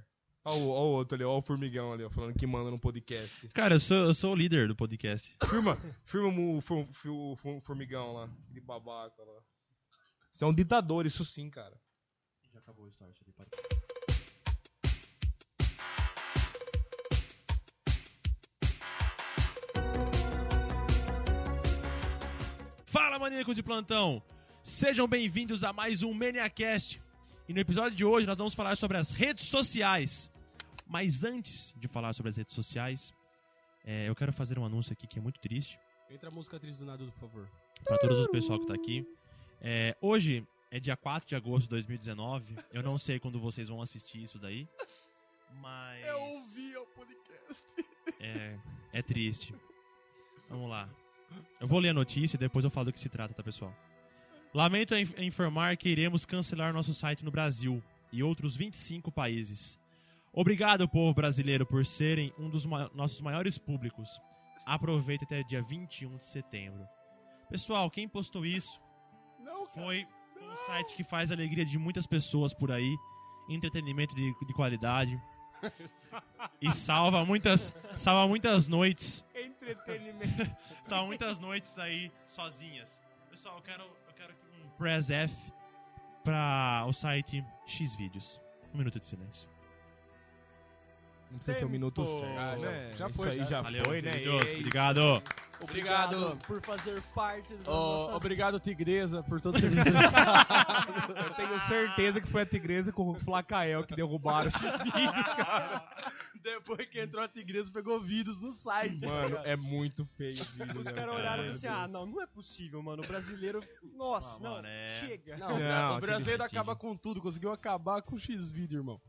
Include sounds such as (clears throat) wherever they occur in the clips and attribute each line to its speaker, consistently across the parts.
Speaker 1: Olha o, É. ó o outro ali, olha o formigão ali, ó, falando que manda no podcast.
Speaker 2: Cara, eu sou, eu sou o líder do podcast.
Speaker 1: Firma, firma o for- for- for- formigão lá, aquele babaca lá. Você é um ditador, isso sim, cara.
Speaker 3: Já acabou o start ali, para.
Speaker 2: Fala, maníacos de plantão! Sejam bem-vindos a mais um Maniacast. E no episódio de hoje nós vamos falar sobre as redes sociais. Mas antes de falar sobre as redes sociais, é, eu quero fazer um anúncio aqui que é muito triste
Speaker 4: Entra a música triste do Naruto, por favor.
Speaker 2: para todos os pessoal que tá aqui. É, hoje é dia 4 de agosto de 2019. Eu não sei quando vocês vão assistir isso daí, mas
Speaker 1: o podcast.
Speaker 2: é, é triste. Vamos lá. Eu vou ler a notícia e depois eu falo do que se trata, tá, pessoal? Lamento em- em informar que iremos cancelar nosso site no Brasil e outros 25 países. Obrigado, povo brasileiro, por serem um dos ma- nossos maiores públicos. Aproveita até dia 21 de setembro. Pessoal, quem postou isso
Speaker 1: Não, cara.
Speaker 2: foi um site que faz a alegria de muitas pessoas por aí, entretenimento de, de qualidade e salva muitas, salva muitas noites
Speaker 1: Entretenimento.
Speaker 2: são muitas noites aí sozinhas. Pessoal, eu quero, eu quero aqui um press F pra o site Xvideos. Um minuto de silêncio.
Speaker 1: Não precisa ser um minuto
Speaker 4: Tempo.
Speaker 1: certo.
Speaker 4: Ah, já-
Speaker 1: né?
Speaker 4: já
Speaker 1: Isso
Speaker 4: foi,
Speaker 1: aí
Speaker 4: já.
Speaker 1: já
Speaker 2: Valeu,
Speaker 1: foi, né?
Speaker 2: Xvideos.
Speaker 1: Ei,
Speaker 2: Obrigado.
Speaker 4: Obrigado.
Speaker 5: por fazer parte do
Speaker 4: Ô,
Speaker 5: nosso (laughs)
Speaker 4: obrigado, Tigresa, por
Speaker 1: (laughs)
Speaker 4: todo o serviço prestado.
Speaker 1: Eu tenho certeza que foi a Tigresa com o Flacael que derrubaram.
Speaker 4: Depois que entrou a Tigresa, pegou vírus no site.
Speaker 1: Mano, é muito feio esse vídeo.
Speaker 5: Os
Speaker 1: né,
Speaker 5: caras
Speaker 1: velho?
Speaker 5: olharam e
Speaker 1: Meu
Speaker 5: falaram assim:
Speaker 1: Deus.
Speaker 5: ah, não, não é possível, mano. O brasileiro. (laughs) Nossa,
Speaker 2: Ah,
Speaker 5: não,
Speaker 2: mano, é.
Speaker 5: chega.
Speaker 4: Não,
Speaker 1: Não,
Speaker 4: o brasileiro
Speaker 2: Tigre,
Speaker 4: acaba com tudo, conseguiu acabar com o X-Video, irmão.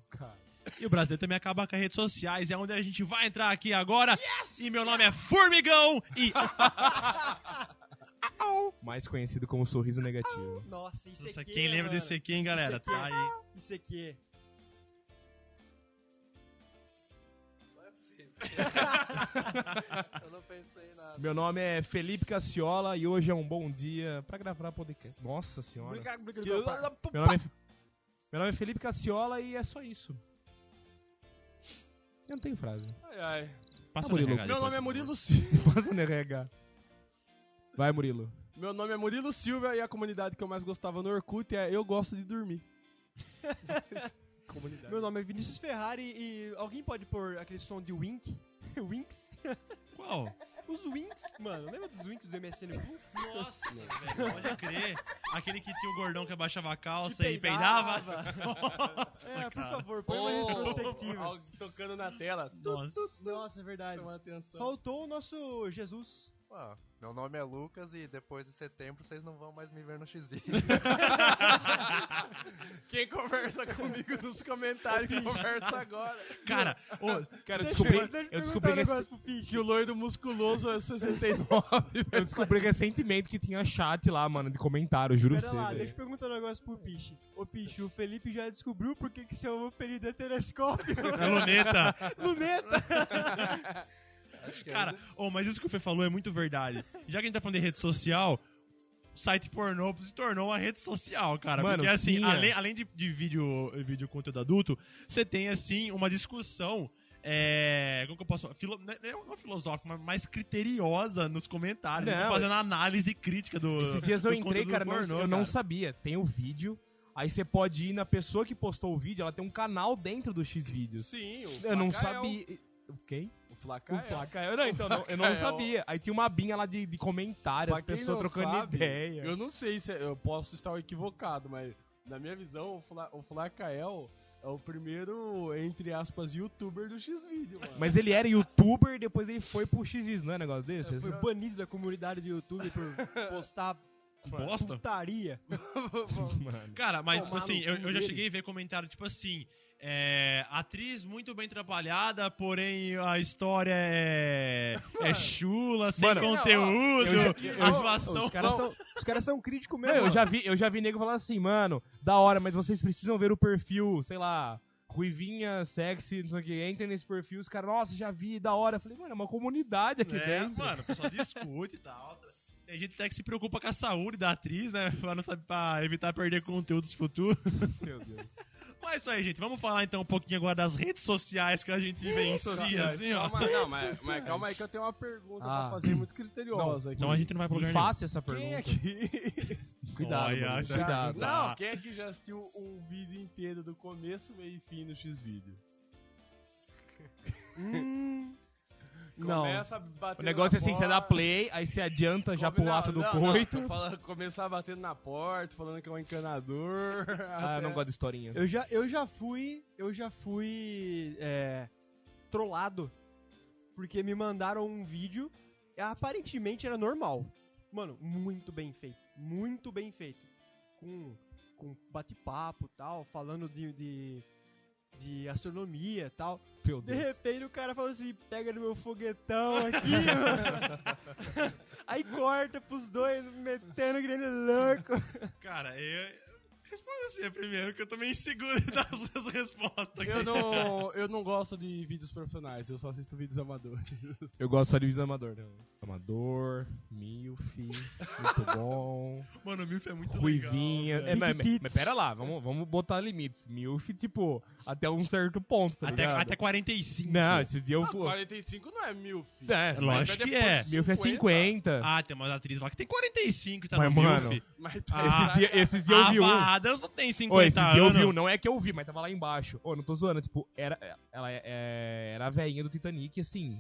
Speaker 2: E o brasileiro também acaba com as redes sociais, é onde a gente vai entrar aqui agora. E meu nome é Formigão e
Speaker 1: Mais conhecido como sorriso negativo.
Speaker 5: Nossa, isso
Speaker 2: Nossa,
Speaker 5: aqui. é,
Speaker 2: quem lembra
Speaker 5: mano,
Speaker 2: desse aqui, hein, galera?
Speaker 5: Isso aqui
Speaker 2: Tá
Speaker 5: é-
Speaker 2: aí.
Speaker 5: Isso aqui.
Speaker 4: Eu não pensei em nada.
Speaker 1: Meu nome é Felipe Cassiola e hoje é um bom dia pra gravar podcast. Nossa senhora.
Speaker 5: Obrigado, obrigado,
Speaker 4: Eu-
Speaker 5: opa.
Speaker 1: Meu nome, é, Fe- meu nome é Felipe Cassiola e é só isso. Eu não tenho frase.
Speaker 4: Ai, ai.
Speaker 2: Passa
Speaker 1: Ah, Murilo.
Speaker 2: no RH
Speaker 4: Meu
Speaker 2: depois,
Speaker 4: nome é
Speaker 2: por
Speaker 4: Murilo
Speaker 2: favor.
Speaker 4: Silva.
Speaker 1: (laughs) Passa no RH. Vai, Murilo.
Speaker 4: Meu nome é Murilo Silva e a comunidade que eu mais gostava no Orkut é Eu Gosto
Speaker 1: (laughs)
Speaker 4: de Dormir. comunidade.
Speaker 5: Meu nome é Vinícius Ferrari e alguém pode pôr aquele som de Wink? (laughs) Winks?
Speaker 2: Qual?
Speaker 5: Os Winks, mano. Lembra dos Winks do MSN Plus?
Speaker 2: Nossa, velho, pode crer. Aquele que tinha o gordão que abaixava a calça e,
Speaker 5: E
Speaker 2: peidava.
Speaker 5: peidava. é, por
Speaker 2: cara.
Speaker 5: favor, põe mais retrospectiva.
Speaker 4: Algo tocando na tela.
Speaker 2: Nossa.
Speaker 5: Oh! Nossa, é verdade.
Speaker 4: Chama atenção.
Speaker 5: Faltou o nosso Jesus.
Speaker 6: Ó, meu nome é Lucas e depois de setembro vocês não vão mais me ver no XV.
Speaker 4: (laughs) Quem conversa comigo nos comentários, conversa agora.
Speaker 2: Cara, ô,
Speaker 1: Cara, eu
Speaker 5: Deixa
Speaker 1: descobri,
Speaker 5: deixa
Speaker 1: eu
Speaker 5: perguntar
Speaker 1: descobri,
Speaker 5: um
Speaker 1: rec-
Speaker 5: negócio pro Pinch.
Speaker 4: Que o loiro musculoso é 69.
Speaker 1: eu descobri recentemente que tinha chat lá, mano, de comentário, juro pra
Speaker 5: Pera
Speaker 1: você.
Speaker 5: lá,
Speaker 4: é.
Speaker 1: velho.
Speaker 5: deixa eu perguntar um negócio pro Piche. Ô Piche, o Felipe já descobriu por que que seu apelido
Speaker 1: (laughs)
Speaker 5: é telescópio? (laughs)
Speaker 2: a luneta.
Speaker 5: Luneta!
Speaker 1: é
Speaker 2: Cara, oh, mas isso que o Fê falou é muito verdade. Já que a gente tá falando de rede social, o site pornô se tornou uma rede social, cara.
Speaker 1: Mano,
Speaker 2: porque assim,
Speaker 1: tinha.
Speaker 2: além, além de, de vídeo, vídeo conteúdo adulto, você tem assim uma discussão. É, como que eu posso. Filo, não é- não filosófica, mas mais criteriosa nos comentários.
Speaker 1: Não,
Speaker 2: né? fazendo análise crítica do.
Speaker 1: Esses dias eu
Speaker 2: do
Speaker 1: entrei,
Speaker 2: conteúdo
Speaker 1: cara, não-
Speaker 2: pornô,
Speaker 1: eu não
Speaker 2: cara.
Speaker 1: sabia. Tem o vídeo, aí você pode ir na pessoa que postou o vídeo, ela tem um canal dentro do X vídeos.
Speaker 4: Sim, o é um
Speaker 1: Eu não
Speaker 4: Flacael.
Speaker 1: sabia. O quê?
Speaker 4: O Flacael.
Speaker 1: O placa. Não, então, não- eu não
Speaker 4: Flacael.
Speaker 1: sabia. Aí tinha uma abinha lá de, de comentários,
Speaker 4: Pra
Speaker 1: as
Speaker 4: quem
Speaker 1: pessoas
Speaker 4: não
Speaker 1: trocando
Speaker 4: sabe,
Speaker 1: ideia.
Speaker 4: Eu não sei se é- eu posso estar equivocado, mas na minha visão, o, Fla, o Flacael é o primeiro, entre aspas, youtuber do X-Video, mano.
Speaker 1: Mas ele era youtuber, depois ele foi pro XX, não é negócio desse?
Speaker 5: Foi banido da comunidade do YouTube por
Speaker 4: (laughs)
Speaker 5: postar
Speaker 2: Bosta?
Speaker 5: putaria.
Speaker 1: (laughs) Mano.
Speaker 2: Cara, mas tipo
Speaker 5: Tomar
Speaker 2: assim,
Speaker 5: no
Speaker 2: eu,
Speaker 5: cu
Speaker 2: eu já
Speaker 5: dele.
Speaker 2: cheguei a ver comentário tipo assim. é, atriz muito bem trabalhada, porém a história
Speaker 5: (laughs)
Speaker 2: é, é chula, sem
Speaker 1: Mano,
Speaker 2: conteúdo,
Speaker 1: eu já-
Speaker 4: eu-
Speaker 2: a
Speaker 5: Os
Speaker 2: zoação.
Speaker 5: caras são, os caras são críticos
Speaker 1: Não,
Speaker 5: mesmo.
Speaker 1: eu já vi, eu já vi nego falar assim, mano, da hora, mas vocês precisam ver o perfil, sei lá, ruivinha, sexy, não sei o que, entrem nesse perfil, os caras, nossa, já vi, da hora. Eu falei, mano, é uma comunidade aqui
Speaker 2: É,
Speaker 1: dentro.
Speaker 2: mano, o pessoal discute e tal. Tem gente até que se preocupa com a saúde da atriz, né? Pra, não saber, pra evitar perder conteúdos futuros. (laughs)
Speaker 1: Meu Deus.
Speaker 2: Mas é isso aí, gente. Vamos falar então um pouquinho agora das redes sociais que a gente vencia, assim, ó.
Speaker 4: Calma, não, mas, mas calma aí que eu tenho uma pergunta
Speaker 1: Ah.
Speaker 4: pra fazer muito criteriosa aqui.
Speaker 2: Então a gente não vai pra lugar
Speaker 1: E
Speaker 2: nenhum.
Speaker 1: faça essa
Speaker 4: Quem é
Speaker 1: pergunta. (laughs)
Speaker 4: aqui...
Speaker 1: Cuidado,
Speaker 2: Olha,
Speaker 1: mano,
Speaker 2: essa
Speaker 1: cuidado.
Speaker 2: pergunta.
Speaker 4: Não, quem aqui já assistiu um vídeo inteiro do começo, meio e fim no
Speaker 1: (laughs)
Speaker 4: X-Vídeo?
Speaker 5: Não.
Speaker 4: Começa a bater
Speaker 1: Hum. O negócio é
Speaker 4: na
Speaker 1: assim, você dá
Speaker 4: porta,
Speaker 1: play, aí você adianta já
Speaker 4: come-
Speaker 1: pro ato do
Speaker 4: não, não,
Speaker 1: coito.
Speaker 6: Ah,
Speaker 4: não, fala- começar batendo na porta, falando que é um encanador.
Speaker 1: Ah, eu não
Speaker 4: até-
Speaker 1: gosto de historinha.
Speaker 5: Eu já, eu já fui. Eu já fui. É, trollado. Porque me mandaram um vídeo. e Aparentemente era normal. Mano, muito bem feito. Muito bem feito. Com, com bate-papo e tal, falando de. de de astronomia e tal.
Speaker 1: Meu
Speaker 5: De
Speaker 1: Deus.
Speaker 5: repente o cara falou assim: pega no meu foguetão aqui, mano. Aí corta pros dois, metendo o grande louco.
Speaker 2: Cara, eu. Responda você primeiro, que eu tô meio inseguro (laughs) das suas respostas. aqui.
Speaker 4: Eu
Speaker 6: (laughs)
Speaker 4: não, eu não gosto de vídeos profissionais, eu só assisto vídeos amadores.
Speaker 6: Ah,
Speaker 1: Eu gosto só de visão amador. né? Amador, Milf, muito bom.
Speaker 2: Mano, o Milf é muito
Speaker 1: Ruivinha.
Speaker 2: legal.
Speaker 1: É,
Speaker 2: velho.
Speaker 1: mas, mas-
Speaker 5: Tits.
Speaker 1: mas pera lá, vamos, vamos botar limites. Milf, tipo, até um certo ponto, tá
Speaker 2: até,
Speaker 1: ligado?
Speaker 2: até 45.
Speaker 1: Não, esses dias eu.
Speaker 4: Ah,
Speaker 1: fui.
Speaker 4: 45 não é mil, filho.
Speaker 1: É,
Speaker 2: É lógico que é.
Speaker 1: Milf é 50.
Speaker 2: Ah, tem uma atriz lá que tem 45 tá
Speaker 1: Mas,
Speaker 2: no
Speaker 1: mano,
Speaker 2: Milf.
Speaker 4: Mas
Speaker 2: Ah,
Speaker 1: esses dias esses dias eu vi
Speaker 2: a
Speaker 1: um.
Speaker 2: Adams não tem
Speaker 1: Ô,
Speaker 2: 50
Speaker 1: esse dia eu
Speaker 2: anos.
Speaker 1: vi, um, não é que eu vi, mas tava lá embaixo. Ô, não tô zoando, tipo, era, ela é- é- era a veinha do Titanic, assim,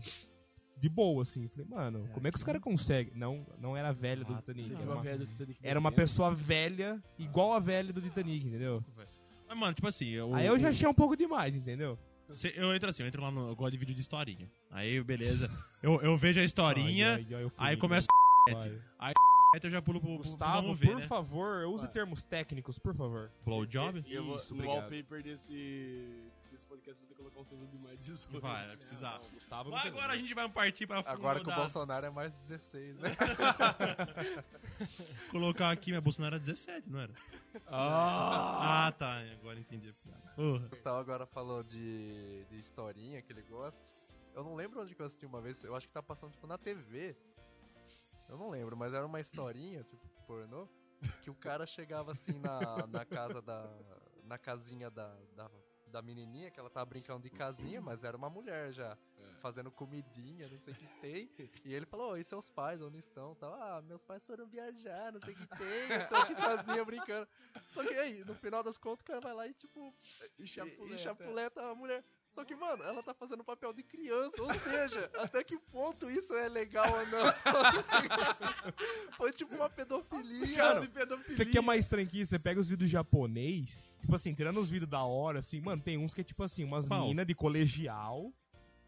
Speaker 1: de boa, assim. Falei, mano, como é que os caras conseguem? Não, não era a velha do
Speaker 2: Ah,
Speaker 1: Titanic.
Speaker 6: é
Speaker 1: Era
Speaker 2: tá. Era
Speaker 1: é uma,
Speaker 4: velha do Titanic
Speaker 1: era uma
Speaker 4: bebendo.
Speaker 1: pessoa velha, igual a velha do Titanic, entendeu?
Speaker 2: Mas, mano, tipo assim, eu,
Speaker 1: Aí eu já achei um pouco demais, entendeu?
Speaker 2: se- eu entro assim, eu entro lá no. Eu gosto de vídeo de historinha. Aí, beleza. Eu, eu vejo a historinha,
Speaker 1: Ai, ai, ai, eu fui,
Speaker 2: aí
Speaker 1: né?
Speaker 2: começa o
Speaker 1: Vai.
Speaker 2: chat. Aí eu já pulo pro, pro, pro
Speaker 1: Gustavo,
Speaker 2: vamos ver,
Speaker 1: por
Speaker 2: né?
Speaker 1: favor, use
Speaker 4: Vai.
Speaker 1: termos técnicos, por favor.
Speaker 2: Blowjob?
Speaker 4: Eu vou,
Speaker 1: Isso,
Speaker 4: no
Speaker 1: obrigado.
Speaker 4: wallpaper desse, desse podcast eu vou ter que colocar um símbolo de mais 18.
Speaker 2: Vai, vai precisar.
Speaker 1: Gustavo,
Speaker 2: Mas agora a gente vai partir pra
Speaker 6: Agora que o
Speaker 2: das-
Speaker 6: Bolsonaro é mais 16, né?
Speaker 2: Colocar aqui, mas Bolsonaro era 17, não era? Ah, tá. Agora entendi a piada.
Speaker 6: O Gustavo agora falou de, de historinha que ele gosta. Eu não lembro onde que eu assisti uma vez, eu acho que tá passando tipo na TV. Eu não lembro, mas era uma historinha, tipo, pornô, que o cara chegava assim na, na casa da. na casinha da, da, da menininha, que ela tava brincando de casinha, mas era uma mulher já, fazendo comidinha, não sei o que tem. E ele falou, "Ô, e seus pais, onde estão? Tal, ah, meus pais foram viajar, não sei o que tem, eu tô aqui sozinha brincando. Só que aí, no final das contas, o cara vai lá e tipo,
Speaker 4: E
Speaker 6: e, e chapuleta a mulher. Só que, mano, ela tá fazendo papel de criança, ou (laughs) seja, até que ponto isso é legal ou não? (laughs) Foi tipo uma pedofilia.
Speaker 4: Cara de pedofilia.
Speaker 1: Isso aqui é mais estranho que isso, você pega os vídeos japonês, tipo assim, tirando os vídeos da hora, assim, mano, tem uns que é tipo assim, umas
Speaker 2: Qual?
Speaker 1: minas de colegial.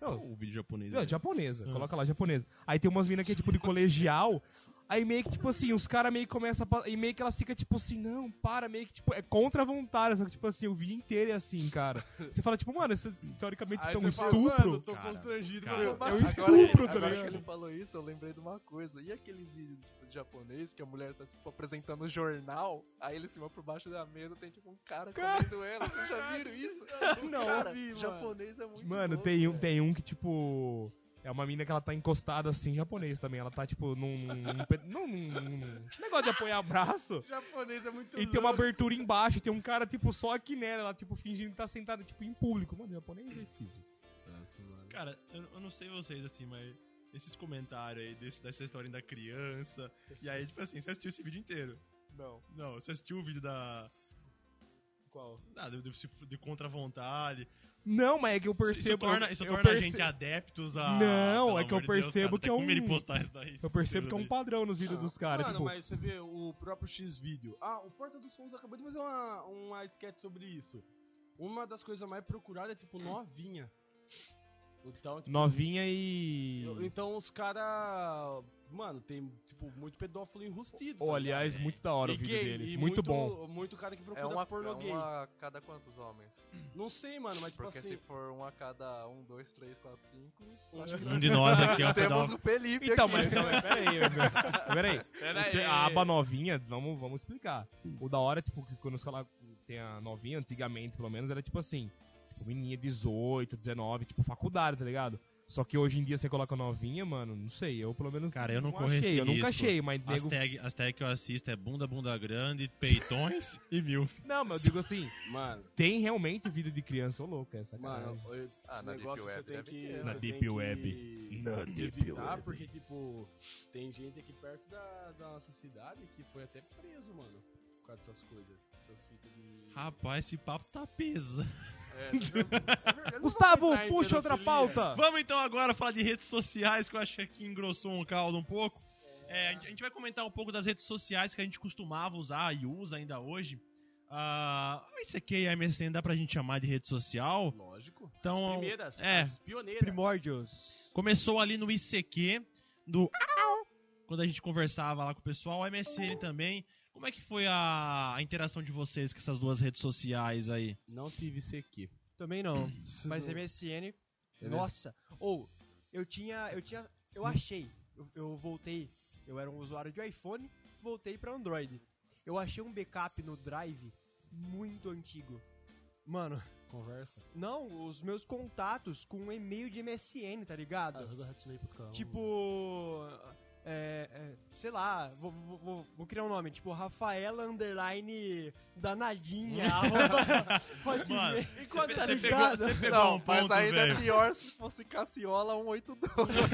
Speaker 1: Não,
Speaker 2: O vídeo japonês.
Speaker 1: não,
Speaker 2: né?
Speaker 1: japonesa,
Speaker 4: Hum.
Speaker 2: Ah.
Speaker 1: coloca lá, japonesa. Aí tem umas minas que é tipo de colegial, aí meio que tipo assim, os caras meio que começam, a pa- e meio que elas ficam tipo assim, não, para, meio que tipo, é contra a vontade, só que tipo assim, o vídeo inteiro é assim, cara. Você fala tipo, mano, isso é teoricamente
Speaker 4: Aí
Speaker 1: tipo, é um
Speaker 4: você fala, mano, eu
Speaker 1: estupro.
Speaker 4: tô
Speaker 2: Cara,
Speaker 4: constrangido.
Speaker 2: cara,
Speaker 4: mano, eu
Speaker 1: é um
Speaker 4: baixo-
Speaker 1: estupro,
Speaker 4: Agora-
Speaker 1: tá
Speaker 4: agora
Speaker 6: Agora que
Speaker 1: ligado?
Speaker 6: ele falou isso, eu lembrei de uma coisa. E aqueles vídeos tipo, de japonês que a mulher tá tipo apresentando o jornal, aí ele se vai por baixo da mesa, tem tipo um cara comendo ela. Vocês já viram isso?
Speaker 4: Não,
Speaker 6: cara,
Speaker 4: (laughs) eu vi, mano.
Speaker 6: japonês é muito
Speaker 1: Mano,
Speaker 6: louco,
Speaker 1: tem um,
Speaker 6: velho.
Speaker 1: tem um que tipo. É uma mina que ela tá encostada assim, japonês também. Ela tá, tipo, num. num, pe- não, num- num negócio de apoiar braço.
Speaker 4: Japonês é muito
Speaker 1: E tem uma abertura embaixo, e tem um cara, tipo, só aqui nela, ela, tipo, fingindo que tá sentada, tipo, em público. Mano, japonês é esquisito.
Speaker 2: Cara, eu, eu não sei vocês, assim, mas esses comentários aí desse, dessa historinha da criança. E aí, tipo assim, você assistiu esse vídeo inteiro.
Speaker 6: Não.
Speaker 2: Não, você assistiu o vídeo da.
Speaker 1: Qual?
Speaker 2: Ah, de, de, de contra a vontade.
Speaker 1: Não, mas é que eu
Speaker 2: Isso- Isso
Speaker 1: percebo.
Speaker 2: torna,
Speaker 1: eu-
Speaker 2: isso
Speaker 1: eu
Speaker 2: torna a
Speaker 1: perce-
Speaker 2: gente adeptos a.
Speaker 1: Não,
Speaker 2: pelo
Speaker 1: é que eu
Speaker 2: amor de Deus,
Speaker 1: percebo
Speaker 2: cara,
Speaker 1: que
Speaker 2: até
Speaker 1: é
Speaker 2: como ele
Speaker 1: um-
Speaker 2: postar isso daí,
Speaker 1: Eu percebo que é um
Speaker 2: inteiro
Speaker 1: padrão nos vídeos dos caras,
Speaker 4: Ah, Mano,
Speaker 1: tipo.
Speaker 4: mas você vê o próprio X-Vídeo. Ah, o Porta dos Fundos acabou de fazer uma, uma sketch sobre isso. Uma das coisas mais procuradas é, tipo, novinha. Então, tipo,
Speaker 1: Novinha e.
Speaker 4: eu- então os caras... Mano, tem, tipo, muito pedófilo enrustido.
Speaker 1: Ou,
Speaker 4: tá
Speaker 1: aliás,
Speaker 2: ligado?
Speaker 1: muito da hora
Speaker 4: E
Speaker 1: o vídeo
Speaker 4: gay,
Speaker 1: deles.
Speaker 4: e
Speaker 1: Muito, bom.
Speaker 4: (laughs) Muito cara que
Speaker 6: É
Speaker 4: procura
Speaker 6: uma,
Speaker 4: pornô
Speaker 6: é
Speaker 4: gay.
Speaker 6: uma a cada quantos homens?
Speaker 4: Não sei, mano, mas tipo
Speaker 6: Porque
Speaker 4: (laughs) assim...
Speaker 6: se for um a cada um, dois, três, quatro, cinco,
Speaker 1: Hum.
Speaker 6: acho
Speaker 2: doido.
Speaker 6: que
Speaker 2: Um de nós aqui é
Speaker 1: (laughs)
Speaker 2: um
Speaker 6: temos
Speaker 2: pedal.
Speaker 6: o Felipe
Speaker 1: Então,
Speaker 6: aqui.
Speaker 1: mas então,
Speaker 4: é,
Speaker 1: mas (laughs) peraí, meu- peraí.
Speaker 4: Peraí.
Speaker 1: Tem A aba novinha, vamos, vamos explicar. O da hora, tipo, que quando os caras tem a novinha, antigamente pelo menos, era tipo assim, tipo, menina 18, 19, tipo, faculdade, tá ligado? Só que hoje em dia você coloca novinha, mano, não sei, eu pelo menos.
Speaker 2: Cara, eu não corro
Speaker 1: achei,
Speaker 2: esse
Speaker 1: Eu nunca
Speaker 2: risco.
Speaker 1: achei, mas
Speaker 2: As
Speaker 1: nego.
Speaker 2: tags tag que eu assisto é bunda, bunda grande, peitões e mil.
Speaker 1: Não, mas eu digo assim,
Speaker 4: Mano,
Speaker 1: tem realmente vida de criança, ô louco, essa cara.
Speaker 4: mano, eu- esse
Speaker 6: Ah, na Deep
Speaker 4: negócio
Speaker 6: Web
Speaker 4: você tem
Speaker 6: deve
Speaker 4: que.
Speaker 6: ter, né?
Speaker 4: você
Speaker 6: Na
Speaker 4: tem
Speaker 1: Deep
Speaker 4: que
Speaker 1: Web. Na Deep
Speaker 4: evitar,
Speaker 1: Web.
Speaker 4: porque, tipo, tem gente aqui perto da, da nossa cidade que foi até preso, mano. Por causa dessas coisas. Essas fitas
Speaker 2: (laughs)
Speaker 4: de.
Speaker 2: Rapaz, esse papo tá pesado.
Speaker 6: É, tá vendo? Eu não
Speaker 1: Gustavo,
Speaker 4: vou entrar em
Speaker 1: puxa outra
Speaker 4: pedofilia.
Speaker 1: pauta!
Speaker 2: Vamos então agora falar de redes sociais, que eu acho que engrossou um caldo um pouco. É, a gente a gente vai comentar um pouco das redes sociais que a gente costumava usar e usa ainda hoje. Ah, o ICQ e a MSN dá pra gente chamar de rede social?
Speaker 4: Lógico.
Speaker 2: Então,
Speaker 4: as primeiras,
Speaker 2: é.
Speaker 4: as pioneiras.
Speaker 5: Primórdios.
Speaker 2: Começou ali no ICQ, do quando a gente conversava lá com o pessoal, o MSN também. Como é que foi a, a interação de vocês com essas duas redes sociais
Speaker 4: (laughs)
Speaker 2: aí?
Speaker 4: Não tive CQ.
Speaker 5: Também não. Mas
Speaker 4: não-
Speaker 5: MSN.
Speaker 4: MS.
Speaker 5: Nossa. Ou, eu tinha. Eu tinha.
Speaker 4: Hum.
Speaker 5: Eu achei. Eu, eu voltei. Eu era um usuário de iPhone, voltei pra Android. Eu achei um backup no Drive muito antigo. Mano,
Speaker 4: Conversa.
Speaker 5: não, os meus contatos com um e-mail de MSN, tá ligado?
Speaker 4: Hatsune.com.
Speaker 5: Tipo. É, é, sei lá, vou, vou- vou- vou criar um nome, tipo Rafaela Underline
Speaker 4: Hum.
Speaker 5: Danadinha.
Speaker 4: (laughs)
Speaker 5: arroba hotmail.
Speaker 2: Mano,
Speaker 5: Enquanto tá
Speaker 2: você pegou,
Speaker 5: ligado?
Speaker 2: você pegou
Speaker 6: Não,
Speaker 2: um
Speaker 6: mas
Speaker 2: ponto,
Speaker 6: ainda
Speaker 2: velho.
Speaker 6: é pior se fosse Cassiola
Speaker 4: (laughs)
Speaker 6: 182.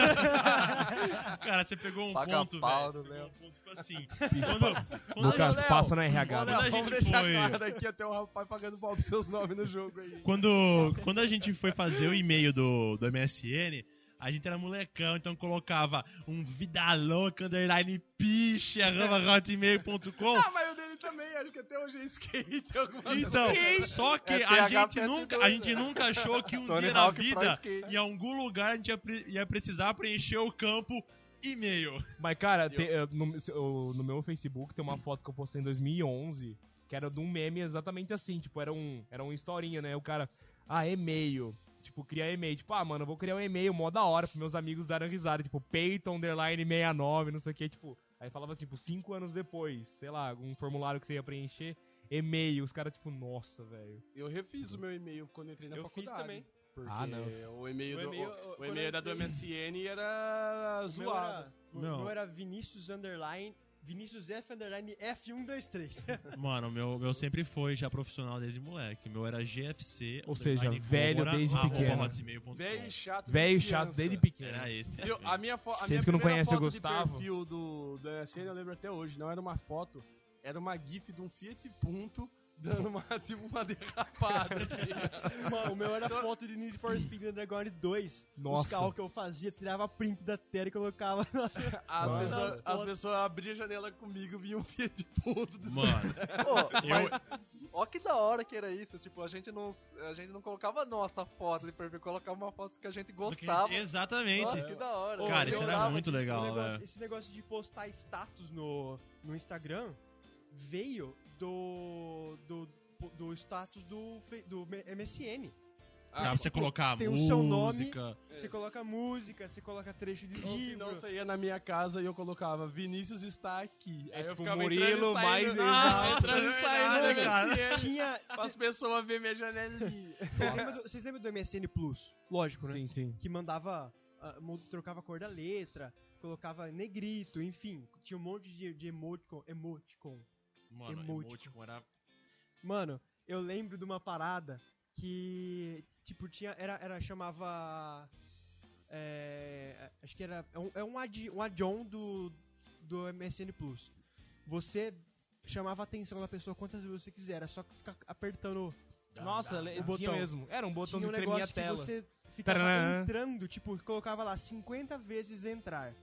Speaker 2: Cara, você pegou um
Speaker 6: Paga
Speaker 2: ponto,
Speaker 6: pau
Speaker 2: velho. Você
Speaker 6: do
Speaker 2: pegou
Speaker 6: Léo.
Speaker 2: um ponto, tipo
Speaker 4: (laughs)
Speaker 2: assim. quando, quando-
Speaker 1: Lucas,
Speaker 4: Léo,
Speaker 1: passa no RH,
Speaker 4: Olha,
Speaker 1: mano.
Speaker 2: a
Speaker 4: vamos
Speaker 2: gente
Speaker 4: deixar
Speaker 2: foi-
Speaker 4: claro aqui até o rapaz pagando pau pros seus nomes no jogo aí.
Speaker 2: Quando, quando a gente foi fazer o e-mail do, do MSN, a gente era molecão, então colocava um vidaloca, underline piche, arroba hotmail.com.
Speaker 4: Ah, mas o dele também, acho que até hoje é skate, alguma coisa.
Speaker 2: Então, só que
Speaker 6: É
Speaker 2: a,
Speaker 6: THPS2,
Speaker 2: gente nunca, a gente
Speaker 6: né?
Speaker 2: nunca achou que um
Speaker 6: Tony
Speaker 2: dia na
Speaker 6: Hawk Pro
Speaker 2: vida,
Speaker 6: Skate.
Speaker 2: em algum lugar, a gente ia, pre- ia precisar preencher o campo e-mail.
Speaker 1: Mas, cara, tem, eh, no, se- eu- no meu Facebook tem uma foto que eu postei em 2011, que era de um meme exatamente assim, tipo, era um, era uma historinha, né? O cara, ah, e-mail. Tipo, criar e-mail. Tipo, ah, mano, eu vou criar um e-mail mó da hora pros meus amigos darem risada. Tipo, peito, underline, 69, não sei o que. Tipo, aí falava, assim, tipo, cinco anos depois, sei lá, um formulário que você ia preencher, e-mail. Os caras, tipo, nossa, velho.
Speaker 4: Eu refiz o meu e-mail quando entrei na
Speaker 5: Eu fiz
Speaker 4: faculdade.
Speaker 5: também.
Speaker 4: Porque
Speaker 1: Ah, não.
Speaker 4: o e-mail,
Speaker 5: O
Speaker 4: do,
Speaker 5: e-mail-
Speaker 4: o,
Speaker 5: quando
Speaker 4: e-mail
Speaker 5: eu
Speaker 4: da do
Speaker 5: entrei-
Speaker 4: MSN era
Speaker 5: O meu
Speaker 4: zoado.
Speaker 5: era, o
Speaker 2: Não.
Speaker 5: meu era Vinícius Underline. Vinícius F um Underline F123.
Speaker 2: Mano, o meu, meu sempre foi já profissional desde moleque. O meu era GFC.
Speaker 1: Ou seja,
Speaker 2: underline
Speaker 1: velho
Speaker 2: Cobra,
Speaker 1: desde
Speaker 2: arroba
Speaker 1: pequeno.
Speaker 2: hotmail.com.
Speaker 4: Velho e chato.
Speaker 1: Velho
Speaker 4: criança.
Speaker 1: chato desde pequeno.
Speaker 2: Era esse.
Speaker 4: Eu- a minha fo- a
Speaker 1: Vocês
Speaker 4: minha
Speaker 1: que não
Speaker 4: primeira
Speaker 1: conhecem o
Speaker 4: foto
Speaker 1: Gustavo.
Speaker 4: De perfil do, do MSN eu lembro até hoje. Não era uma foto, era uma gif de um Fiat Punto dando uma, tipo, uma derrapada. assim.
Speaker 5: Mano, o meu era foto de Need for Speed Underground 2. Os
Speaker 1: (laughs) Nossa.
Speaker 5: carros que eu fazia, tirava print da tela e colocava na
Speaker 4: As,
Speaker 1: Mano.
Speaker 4: pessoas,
Speaker 5: As
Speaker 4: as
Speaker 5: fotos.
Speaker 4: pessoas abriam a janela comigo vinha um Fiat Punto. desse-
Speaker 2: Mano,
Speaker 6: Pô,
Speaker 2: eu,
Speaker 6: mas ó que da hora que era isso. Tipo, a gente não, a gente não colocava a nossa foto de perfil, colocava uma foto que a gente gostava.
Speaker 2: Exatamente.
Speaker 6: Nossa, que da hora.
Speaker 5: Ô,
Speaker 2: é Cara,
Speaker 5: eu
Speaker 2: isso era
Speaker 5: olhava
Speaker 2: muito
Speaker 5: que esse
Speaker 2: legal,
Speaker 5: negócio-
Speaker 2: velho.
Speaker 5: Esse negócio de postar status no, no Instagram veio do, do, do status do, fe- do me- MSN.
Speaker 2: Dá pra você colocar
Speaker 5: tem o
Speaker 2: música.
Speaker 5: seu nome. Você coloca música, você coloca trecho de
Speaker 4: Ou se
Speaker 5: livro.
Speaker 4: não, você ia na minha casa e eu colocava Vinícius está aqui.
Speaker 1: É
Speaker 4: Aí eu
Speaker 1: tipo
Speaker 4: ficava
Speaker 1: Murilo,
Speaker 4: entrando e saindo-
Speaker 1: mais-
Speaker 4: Ah,
Speaker 2: Nossa,
Speaker 4: entrando e
Speaker 2: é
Speaker 4: saindo né?
Speaker 2: verdade, cara.
Speaker 4: da MSN.
Speaker 5: Tinha.
Speaker 2: (laughs)
Speaker 4: As pessoas verem minha janelinha.
Speaker 5: Vocês lembram do- vocês lembram do MSN Plus? Lógico, né?
Speaker 1: Sim, sim.
Speaker 5: Que mandava. ah, mu- trocava a cor da letra, colocava negrito, enfim. Tinha um monte de, de emoticon. Emoticon.
Speaker 2: Mano,
Speaker 5: Emoticon.
Speaker 2: emoticon era
Speaker 5: Mano, eu lembro de uma parada que, tipo, tinha. Era, era chamava. É, acho que era. É um, é um, ad, um add-on do, do MSN Plus. Você chamava a atenção da pessoa quantas vezes você quiser, era só que ficar apertando.
Speaker 1: Nossa,
Speaker 5: O
Speaker 1: tinha
Speaker 5: botão.
Speaker 1: mesmo. Era um botão
Speaker 5: tinha um
Speaker 1: de tremia a
Speaker 5: negócio que
Speaker 1: tela.
Speaker 5: você ficava
Speaker 1: Taranã.
Speaker 5: entrando, tipo, colocava lá 50 vezes entrar.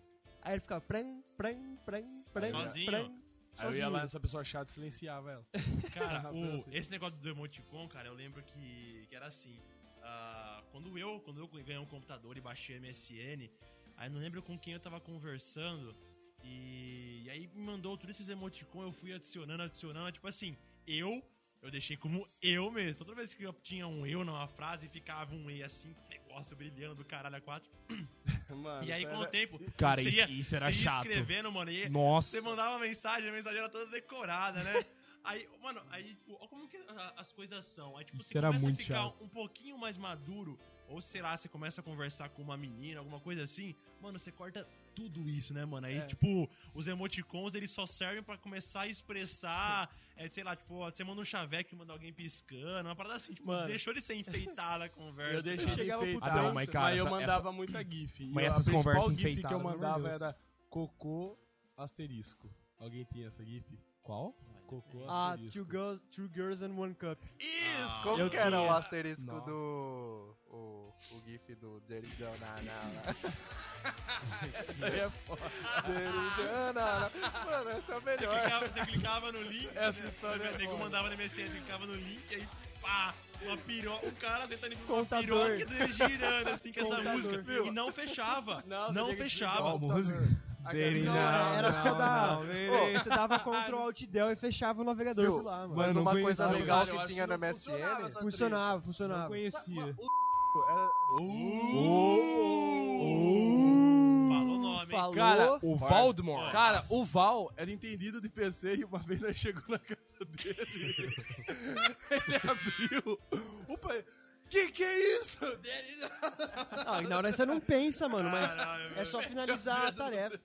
Speaker 5: Aí ele ficava prem, prem, prem, prem,
Speaker 2: Sozinho?
Speaker 5: prem.
Speaker 4: Aí eu ia lá
Speaker 5: sozinho.
Speaker 4: nessa pessoa chata
Speaker 1: (laughs)
Speaker 4: e silenciava ela.
Speaker 2: Cara,
Speaker 4: Ah,
Speaker 2: o-
Speaker 4: foi assim.
Speaker 2: esse negócio do emoticon, cara, eu lembro que, que era assim. ah, quando eu quando eu ganhei um computador e baixei o MSN, aí não lembro com quem eu tava conversando. E, e aí me mandou todos esses emoticons, eu fui adicionando, adicionando, tipo assim, eu, eu deixei como eu mesmo. Toda vez que eu tinha um eu numa frase, ficava um E assim, negócio brilhando do caralho a quatro.
Speaker 4: Mano,
Speaker 2: e aí com o tempo,
Speaker 1: Cara,
Speaker 2: você
Speaker 1: isso,
Speaker 2: ia-
Speaker 1: isso era
Speaker 2: você ia
Speaker 1: chato.
Speaker 2: escrevendo, mano, e
Speaker 1: Nossa.
Speaker 2: você mandava mensagem, a mensagem era toda decorada,
Speaker 1: (laughs)
Speaker 2: né? Aí, mano, aí, tipo, ó como que a- as coisas são. Aí, tipo,
Speaker 1: Isso
Speaker 2: você
Speaker 1: era
Speaker 2: começa a
Speaker 1: muito
Speaker 2: ficar
Speaker 1: chato.
Speaker 2: um pouquinho mais maduro Ou sei lá, você começa a conversar com uma menina, alguma coisa assim, mano, você corta tudo isso, né, mano? Aí,
Speaker 5: É.
Speaker 2: tipo, os emoticons, eles só servem pra começar a expressar, é, sei lá, tipo, ó, você manda um chaveco e manda alguém piscando, uma parada assim, tipo,
Speaker 5: Mano.
Speaker 2: deixou de ser
Speaker 1: (laughs)
Speaker 2: enfeitada a conversa. tá
Speaker 4: Eu deixei
Speaker 5: chegava
Speaker 4: chegava
Speaker 5: pro
Speaker 1: Ah, não, mas,
Speaker 4: mas,
Speaker 1: cara,
Speaker 4: eu
Speaker 1: essa-
Speaker 4: mandava muita gif. E
Speaker 1: Mas
Speaker 4: eu-
Speaker 1: essas
Speaker 4: a principal
Speaker 1: conversas
Speaker 4: gif que eu
Speaker 1: enfeitadas, é pelo amor de
Speaker 4: mandava
Speaker 1: Deus.
Speaker 4: era cocô asterisco. Alguém tinha essa gif?
Speaker 1: Qual?
Speaker 4: Cocô
Speaker 5: Ah, two
Speaker 4: asterisco.
Speaker 5: girls, two girls and One Cup.
Speaker 2: Isso!
Speaker 6: Como
Speaker 5: Eu
Speaker 6: que era o
Speaker 5: tinha-
Speaker 6: asterisco
Speaker 1: Nossa.
Speaker 6: do. O, o GIF do Dirty Down na
Speaker 2: (laughs)
Speaker 6: na-
Speaker 4: Isso aí é foda.
Speaker 6: na. Na- na- Mano, essa é a
Speaker 2: Você
Speaker 6: melhor.
Speaker 2: clicava, você clicava no link,
Speaker 4: Essa
Speaker 2: né?
Speaker 4: história é
Speaker 2: o nego
Speaker 4: foda.
Speaker 2: mandava no MSN, você clicava no link, aí pá, uma piroca, o cara sentando em cima de uma
Speaker 5: Contador.
Speaker 2: piroca dele girando assim com essa
Speaker 5: Contador.
Speaker 2: música.
Speaker 4: Viu?
Speaker 2: E não fechava,
Speaker 4: Não, você
Speaker 2: não
Speaker 4: tem que né?
Speaker 2: fechava.
Speaker 4: desligar o
Speaker 1: Vamos.
Speaker 4: computador.
Speaker 1: Dele,
Speaker 4: Não,
Speaker 5: não, era só da-
Speaker 1: não, dele.
Speaker 5: Você dava Ctrl
Speaker 4: (laughs)
Speaker 5: Alt Del e fechava o navegador
Speaker 6: Viu?
Speaker 5: por lá, mano.
Speaker 6: Mas
Speaker 1: Mano,
Speaker 6: uma
Speaker 1: não
Speaker 6: coisa
Speaker 1: conhecia,
Speaker 6: legal
Speaker 4: cara, eu
Speaker 6: que
Speaker 4: acho
Speaker 6: tinha
Speaker 4: que
Speaker 6: na
Speaker 4: não funcionava
Speaker 6: MSN.
Speaker 4: essa
Speaker 5: Funcionava, funcionava.
Speaker 1: Não conhecia. Uh!
Speaker 2: Falou o nome, hein?
Speaker 5: Falou.
Speaker 4: Cara,
Speaker 1: O Valdemar.
Speaker 4: Cara, o Val era entendido de PC e uma vez nós chegou na casa dele. (laughs) ele abriu. O pai. Que que é isso? Dele-
Speaker 5: Não, e na hora você não pensa, mano, mas
Speaker 2: Caralho,
Speaker 5: é só
Speaker 4: (laughs)
Speaker 5: finalizar a tarefa.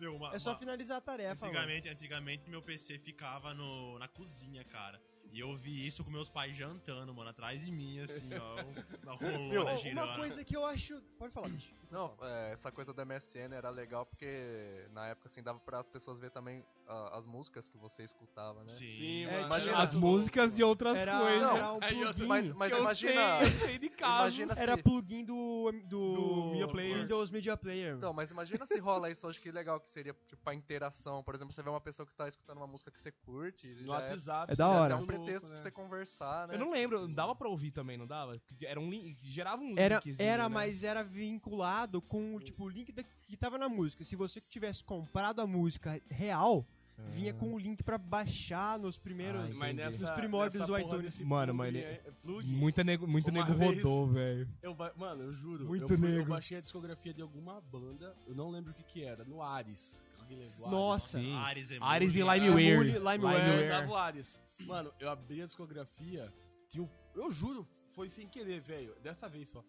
Speaker 2: meu, uma-
Speaker 5: É só
Speaker 2: uma-
Speaker 5: finalizar a tarefa, mano.
Speaker 2: Antigamente, antigamente meu PC ficava no, na cozinha, cara. E eu vi isso com meus pais jantando, mano, atrás de mim, assim, ó. Uma
Speaker 5: (laughs) Ô,
Speaker 2: rolona
Speaker 5: Uma
Speaker 2: girando.
Speaker 5: coisa que eu acho... Pode falar, bicho.
Speaker 6: Não, é, essa coisa da MSN era legal porque na época assim dava para as pessoas ver também ah, as músicas que você escutava, né?
Speaker 2: Sim,
Speaker 5: É,
Speaker 6: imagina-
Speaker 1: As músicas e outras
Speaker 5: Era,
Speaker 1: coisas.
Speaker 5: era um
Speaker 4: Aí eu-
Speaker 5: plugin.
Speaker 6: Mas, mas
Speaker 1: Que eu
Speaker 6: imagina.
Speaker 1: sei, eu sei de casos.
Speaker 6: imagina se-
Speaker 5: Era plugin do... Do,
Speaker 1: Do Media Player.
Speaker 5: Windows Media Player.
Speaker 6: Então, mas imagina se rola isso hoje, que legal que seria, tipo, a interação. Por exemplo, você vê uma pessoa que tá escutando uma música que você curte, ele
Speaker 4: No
Speaker 6: já
Speaker 4: WhatsApp.
Speaker 5: É da
Speaker 6: é,
Speaker 5: hora.
Speaker 6: É
Speaker 4: Muito
Speaker 6: um pretexto
Speaker 4: louco,
Speaker 6: pra
Speaker 4: né?
Speaker 6: você conversar, né?
Speaker 1: Eu não lembro,
Speaker 6: Tipo,
Speaker 1: dava pra ouvir também, não dava? Era um link, gerava um
Speaker 5: Era,
Speaker 1: linkzinho,
Speaker 5: era
Speaker 1: né?
Speaker 5: mas era vinculado com
Speaker 6: Hum.
Speaker 5: o tipo, o link da- que tava na música. Se você tivesse comprado a música real, vinha com o link pra baixar nos primeiros.
Speaker 1: Ah, entendi.
Speaker 4: Mas nessa,
Speaker 5: Os primórdios
Speaker 4: nessa
Speaker 5: do
Speaker 4: porra
Speaker 5: iTunes.
Speaker 4: desse
Speaker 1: Mano, mas
Speaker 4: plugin,
Speaker 1: ele-
Speaker 4: é- é plugin,
Speaker 1: Muito nego, muito
Speaker 4: Uma
Speaker 1: nego
Speaker 4: vez-
Speaker 1: rodou, velho.
Speaker 4: eu ba- mano, eu juro.
Speaker 1: Muito
Speaker 4: eu, fui- eu
Speaker 1: nego.
Speaker 4: baixei a discografia de alguma banda, eu não lembro o que que era, no Ares. Alguém lembra do Ares?
Speaker 5: Nossa.
Speaker 1: Sim.
Speaker 2: Ares, Emule,
Speaker 1: Ares e
Speaker 2: cara.
Speaker 1: Limeware.
Speaker 5: Emule, Limeware.
Speaker 4: Eu
Speaker 5: Where?
Speaker 4: usava o Ares. Mano, eu abri a discografia. Tinha um, eu juro, foi sem querer, velho. Dessa vez só.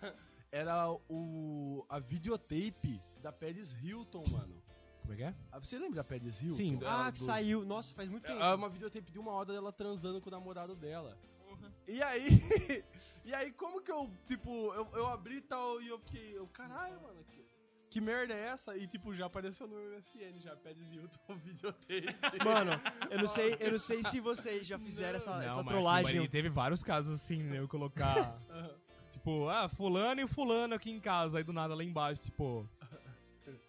Speaker 4: (laughs) Era o. a videotape da Pérez Hilton, mano.
Speaker 1: Como é que é?
Speaker 4: Ah, Você lembra da Pérez Hilton?
Speaker 1: Sim. é,
Speaker 5: Ah, que
Speaker 4: do-
Speaker 5: saiu. Nossa, faz muito tempo.
Speaker 4: É uma videotape de uma hora dela transando com o namorado dela. E aí. (laughs) e aí, como que eu, tipo, eu, eu abri e tal e eu fiquei. Eu, caralho, mano, que, que merda é essa? E tipo, já apareceu no MSN, já Pérez Hilton (laughs) videotape.
Speaker 5: Mano, eu não sei, eu não sei
Speaker 1: (laughs)
Speaker 5: se vocês já fizeram essa,
Speaker 1: Não,
Speaker 5: essa
Speaker 1: mas
Speaker 5: trollagem.
Speaker 1: aquilo ali teve vários casos assim, né? Eu colocar. tipo, ah, fulano e fulano aqui em casa. Aí do nada lá embaixo, tipo.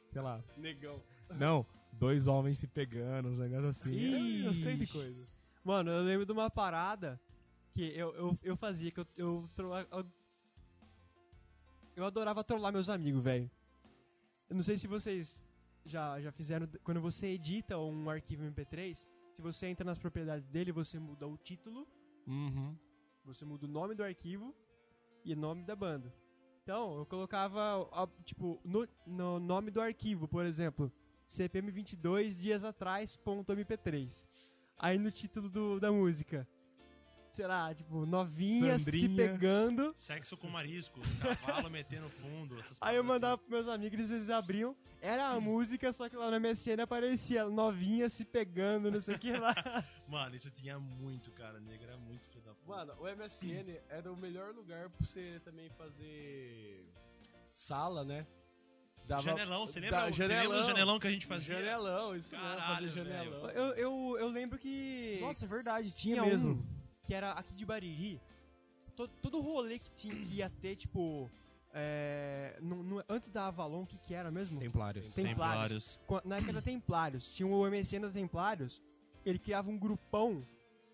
Speaker 1: Sei lá.
Speaker 4: Negão.
Speaker 1: Não, dois homens se pegando, uns negócios assim. Eu, eu sei de
Speaker 5: Ixi.
Speaker 1: coisas.
Speaker 5: Mano, eu lembro de uma parada que eu, eu, eu fazia, que eu, eu, trola- eu. eu adorava trollar meus amigos, velho. Eu não sei se vocês já, já fizeram. Quando você edita um arquivo MP3, se você entra nas propriedades dele, você muda o título,
Speaker 1: Uhum.
Speaker 5: você muda o nome do arquivo e o nome da banda. Então, eu colocava, a- tipo, no, no nome do arquivo, por exemplo, CPM22 dias atrás.mp3. Aí no título do- da música, sei lá, tipo, novinha se
Speaker 1: Sandrinha.
Speaker 5: pegando.
Speaker 2: Sexo com mariscos, cavalo metendo fundo. essas
Speaker 5: Aí
Speaker 2: paradas
Speaker 5: eu
Speaker 2: assim.
Speaker 5: mandava pros meus amigos, eles- eles abriam. Era a música, só que lá na MSN aparecia novinha se pegando, não sei o que lá.
Speaker 2: assim. Mano, isso tinha muito, cara. Negro era muito filho da puta.
Speaker 4: Mano, o MSN era o melhor lugar pra você também fazer sala, né? Dava-
Speaker 2: janelão, você lembra,
Speaker 4: da-
Speaker 2: você lembra do janelão que a gente fazia?
Speaker 4: Janelão, isso mesmo,
Speaker 2: Caralho,
Speaker 4: fazer janelão.
Speaker 5: Eu, eu, eu lembro que.
Speaker 1: é verdade,
Speaker 5: tinha um que era aqui de Bariri. To- todo o rolê que, tinha, que ia ter, tipo. é, no- no- antes da Avalon, o que, que era mesmo?
Speaker 1: Templários.
Speaker 5: Tem- Templários. Qua- Na época da Templários, tinha o MSN da Templários, ele criava um grupão.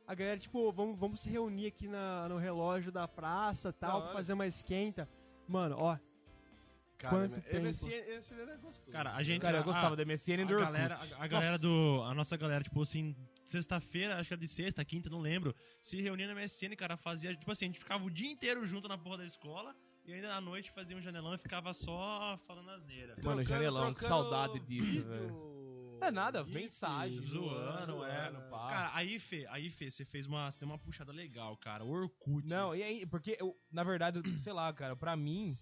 Speaker 5: A galera, tipo, "Ô, vamos, vamos se reunir aqui na- no relógio da praça
Speaker 4: Da
Speaker 5: tal,
Speaker 4: hora.
Speaker 5: pra fazer uma esquenta. Mano, ó,
Speaker 4: Cara, é
Speaker 5: Quanto
Speaker 4: mas
Speaker 5: tempo?
Speaker 4: MSN, MSN era é gostoso.
Speaker 2: Cara, a gente. tá
Speaker 1: Cara, eu
Speaker 2: a-
Speaker 1: gostava do MSN e
Speaker 2: a
Speaker 1: do Orkut.
Speaker 2: galera, a, a galera do. A nossa galera, tipo assim, sexta-feira, acho que era de sexta, quinta, não lembro. Se reunia na MSN, cara, fazia. Tipo assim, a gente ficava o dia inteiro junto na porra da escola. E ainda à noite fazia um janelão e ficava só falando asneira.
Speaker 1: Mano,
Speaker 4: Trocando-
Speaker 1: janelão, que
Speaker 4: trocando
Speaker 1: saudade disso,
Speaker 4: vídeo,
Speaker 1: velho. É nada,
Speaker 4: Gif,
Speaker 1: mensagem.
Speaker 2: zoando, é.
Speaker 1: pá.
Speaker 2: Cara, aí, Fê, aí, Fê, você fez uma. Você deu uma puxada legal, cara. O Orkut.
Speaker 1: Não, e aí, porque eu, na verdade, eu- sei lá, cara, pra mim,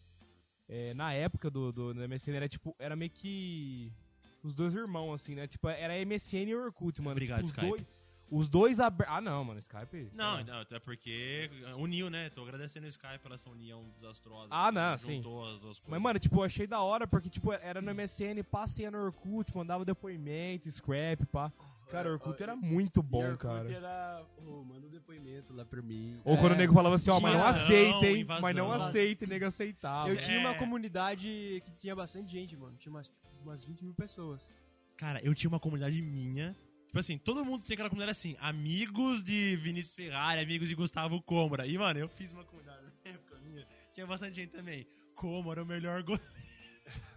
Speaker 1: é, na época do, do da MSN era tipo, era meio que os dois irmãos, assim, né? Tipo, era MSN e Orkut, mano.
Speaker 2: Obrigado,
Speaker 1: tipo, os
Speaker 2: Skype.
Speaker 1: Dois, os dois aber... Ah, não, mano, Skype. sei
Speaker 2: Não,
Speaker 1: lá.
Speaker 2: não, até porque uniu, né? Tô agradecendo o Skype pela essa união desastrosa.
Speaker 1: Ah, não,
Speaker 2: que juntou as duas
Speaker 1: Mas,
Speaker 2: coisas.
Speaker 1: mano, tipo, eu achei da hora, porque, tipo, era no MSN, passei no Orkut, mandava depoimento, scrap, pá.
Speaker 6: É.
Speaker 1: Cara, o
Speaker 4: é
Speaker 1: Orkut era muito
Speaker 5: E
Speaker 1: bom,
Speaker 5: Orkut
Speaker 1: cara.
Speaker 5: Era, "Ô, manda um depoimento lá pra mim.
Speaker 1: Ou quando o
Speaker 5: É,
Speaker 1: nego falava assim, ó, mas não
Speaker 2: Invasão,
Speaker 1: aceita, hein? Mas
Speaker 2: invasão.
Speaker 1: não aceita, e nego aceitava.
Speaker 5: Eu
Speaker 2: É.
Speaker 5: tinha uma comunidade que tinha bastante gente, mano. Tinha umas, umas 20 mil pessoas.
Speaker 2: Cara, eu tinha uma comunidade minha. Tipo assim, todo mundo tinha aquela comunidade assim, amigos de Vinícius Ferrari, amigos de Gustavo Combra. E, mano, eu fiz uma comunidade na (laughs) época minha, tinha bastante gente também. Como era o melhor goleiro.
Speaker 4: É,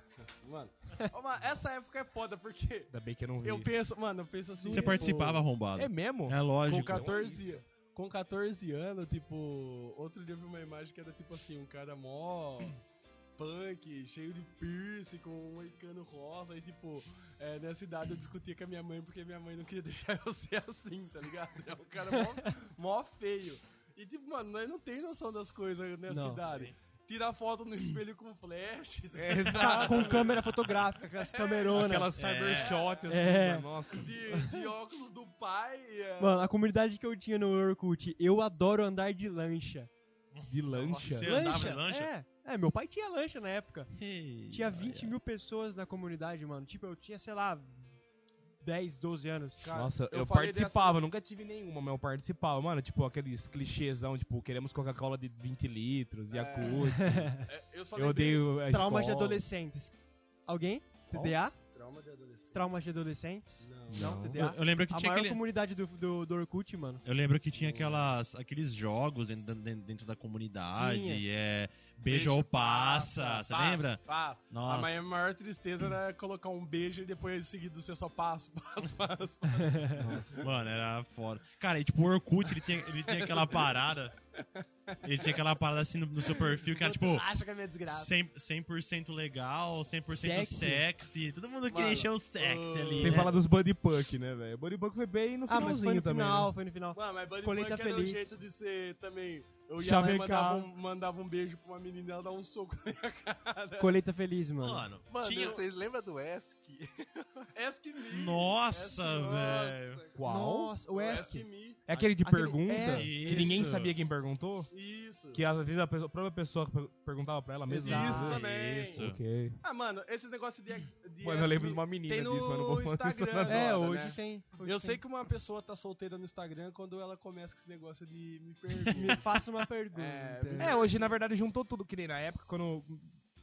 Speaker 4: Mano, Ó, mas essa época é foda, porque
Speaker 1: Ainda bem que eu não vi
Speaker 4: eu
Speaker 1: isso.
Speaker 4: penso, mano, eu penso assim.
Speaker 2: Você participava arrombado.
Speaker 1: É
Speaker 2: É,
Speaker 1: mesmo?
Speaker 2: lógico.
Speaker 4: Com 14, com 14 anos, tipo, outro dia eu vi uma imagem que era tipo assim, um cara mó punk, cheio de piercing, com um moicano rosa, e tipo, é, nessa idade eu discutia com a minha mãe porque minha mãe não queria (laughs) deixar eu ser assim, tá ligado? É um cara mó, mó feio. E tipo, mano, nós não tem noção das coisas nessa
Speaker 5: Não.
Speaker 4: idade. Tirar foto no espelho com flash, né,
Speaker 1: É, exato.
Speaker 5: Tá Com câmera fotográfica, aquelas
Speaker 2: É.
Speaker 5: cameronas.
Speaker 1: Aquela cybershot, assim,
Speaker 5: É.
Speaker 1: mano, nossa.
Speaker 4: de, de óculos do pai. é,
Speaker 5: Mano, a comunidade que eu tinha no Orkut, eu adoro andar de lancha.
Speaker 1: De lancha.
Speaker 2: Você andava de lancha?
Speaker 5: É. É, meu pai tinha lancha na época.
Speaker 2: Ei,
Speaker 5: Tinha
Speaker 2: ai,
Speaker 5: 20 mil pessoas na comunidade, mano. Tipo, eu tinha, sei lá, 10, 12 anos.
Speaker 4: Cara,
Speaker 1: Nossa, eu,
Speaker 4: eu falei
Speaker 1: participava, nunca tive nenhuma, mas eu participava. Mano, tipo, aqueles clichêzão, tipo, queremos Coca-Cola de 20 litros,
Speaker 4: É.
Speaker 1: Yakult.
Speaker 4: é, eu só
Speaker 1: Eu
Speaker 4: lembrei-
Speaker 1: odeio a
Speaker 5: Traumas de
Speaker 1: escola.
Speaker 5: adolescentes. Alguém?
Speaker 1: Qual?
Speaker 5: TDA?
Speaker 4: Trauma de adolescente.
Speaker 5: Traumas de adolescentes?
Speaker 4: Não.
Speaker 1: Não.
Speaker 5: TDA?
Speaker 2: Eu, eu lembro que
Speaker 5: A
Speaker 2: tinha
Speaker 5: maior
Speaker 2: aquele,
Speaker 5: comunidade do, do, do Orkut, mano.
Speaker 2: Eu lembro que tinha aquelas, aqueles jogos dentro, dentro- dentro da comunidade,
Speaker 5: Tinha.
Speaker 2: é beijo ou passa, você lembra?
Speaker 4: Passa. A
Speaker 2: Nossa.
Speaker 4: minha maior tristeza era colocar um beijo e depois em seguida você só passa, (laughs) passa, passa. passa.
Speaker 2: Mano, era foda. Cara, e tipo, o Orkut, ele tinha, ele tinha aquela parada. Ele tinha aquela parada assim no, no seu perfil, que era tipo.
Speaker 5: Acha que é minha desgraça.
Speaker 2: 100%, 100 legal, 100% sexy.
Speaker 5: Sexy.
Speaker 2: Todo mundo queria
Speaker 4: Mano,
Speaker 2: encher o sexy
Speaker 4: ô,
Speaker 2: ali.
Speaker 1: Sem
Speaker 2: né?
Speaker 1: falar dos Buddy Puck, né, velho? Buddy Puck foi bem no
Speaker 5: Ah, mas foi
Speaker 1: finalzinho
Speaker 5: no
Speaker 1: também.
Speaker 5: final,
Speaker 1: né?
Speaker 5: foi no final.
Speaker 4: Mano, mas Buddy
Speaker 5: Colheita
Speaker 4: Punk era um
Speaker 5: feliz.
Speaker 4: jeito de ser também. Eu ia lá e
Speaker 5: Chavecar.
Speaker 4: mandava um, mandava um beijo pra uma menina e ela dava um soco na minha cara.
Speaker 5: Colheita feliz, mano.
Speaker 2: Mano,
Speaker 4: Mano,
Speaker 2: tinha.
Speaker 6: Vocês lembram do ESC?
Speaker 4: Ask me.
Speaker 2: Nossa,
Speaker 4: Ask-
Speaker 2: velho.
Speaker 4: Nossa,
Speaker 1: Qual?
Speaker 5: Nossa, o
Speaker 4: Ask
Speaker 5: Esk.
Speaker 4: me.
Speaker 1: É aquele de
Speaker 5: Aquele-
Speaker 1: pergunta
Speaker 5: é.
Speaker 1: que ninguém
Speaker 2: Isso.
Speaker 1: sabia quem perguntou?
Speaker 4: Isso.
Speaker 1: Que às vezes a, pessoa, a própria pessoa per- perguntava pra ela mesma.
Speaker 5: Exato.
Speaker 1: né?
Speaker 4: também.
Speaker 2: Isso.
Speaker 1: Ok.
Speaker 4: Ah, mano, esses negócios de, ex- de
Speaker 1: Mano, eu
Speaker 4: Ask
Speaker 1: lembro
Speaker 4: Me
Speaker 1: de uma menina
Speaker 4: tem no
Speaker 1: disso, mas não vou falar isso
Speaker 4: Instagram,
Speaker 1: agora.
Speaker 4: né?
Speaker 5: É,
Speaker 4: Foda,
Speaker 5: hoje
Speaker 4: né?
Speaker 5: tem. hoje
Speaker 4: Eu
Speaker 5: tem.
Speaker 4: sei que uma pessoa tá solteira no Instagram quando ela começa com esse negócio de me
Speaker 5: Me
Speaker 1: (laughs)
Speaker 2: (laughs)
Speaker 4: pergunta.
Speaker 5: faça uma pergunta.
Speaker 4: É,
Speaker 1: É, hoje na verdade juntou tudo, que nem na época quando.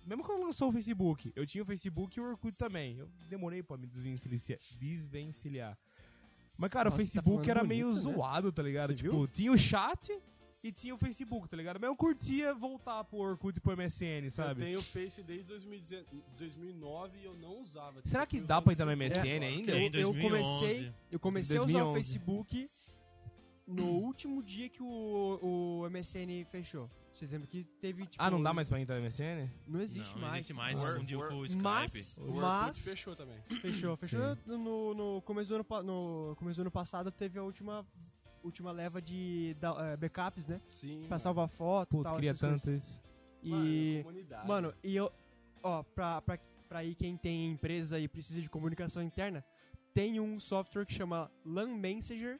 Speaker 1: Mesmo quando lançou o Facebook, eu tinha o Facebook e o Orkut também. Eu demorei pra me desvencilhar. desvencilhar. Mas, cara,
Speaker 5: Nossa,
Speaker 1: o
Speaker 5: tá
Speaker 1: Facebook
Speaker 5: falando
Speaker 1: era
Speaker 5: bonito,
Speaker 1: meio
Speaker 5: né?
Speaker 1: zoado, tá ligado?
Speaker 5: Você
Speaker 1: tipo,
Speaker 5: viu?
Speaker 1: tinha o chat e tinha o Facebook, tá ligado? Mas eu curtia voltar pro Orkut e pro MSN, sabe?
Speaker 4: Eu tenho Face desde 2019 2009 e eu não usava.
Speaker 1: Será
Speaker 4: Tipo,
Speaker 1: que
Speaker 4: eu
Speaker 1: dá
Speaker 4: só
Speaker 1: pra entrar no
Speaker 4: uso agora.
Speaker 1: MSN ainda?
Speaker 2: Tem
Speaker 5: Eu,
Speaker 2: em
Speaker 5: eu
Speaker 2: 2011.
Speaker 5: comecei, eu comecei a usar
Speaker 1: 2011.
Speaker 5: o Facebook no último dia que o, o MSN fechou. Vocês lembram que teve tipo.
Speaker 1: Ah, não dá mais pra entrar no MSN?
Speaker 5: Não existe
Speaker 2: não,
Speaker 5: mais.
Speaker 2: Não existe mais,
Speaker 5: mano.
Speaker 2: confundiu com o Skype.
Speaker 5: Mas,
Speaker 4: O Orkut
Speaker 5: mas
Speaker 4: fechou também.
Speaker 5: fechou, fechou. No, no começo do ano pa- no começo do ano passado teve a última última leva de da- eh, backups, né?
Speaker 4: Sim.
Speaker 5: Pra salvar foto, e
Speaker 1: Putz,
Speaker 5: tal,
Speaker 1: queria
Speaker 5: essas coisas.
Speaker 1: tanto isso.
Speaker 4: é
Speaker 5: E
Speaker 2: Ah,
Speaker 5: Mano,
Speaker 2: é.
Speaker 5: e eu. Ó, pra, pra, pra aí quem tem empresa e precisa de comunicação interna, tem um software que chama LAN Messenger,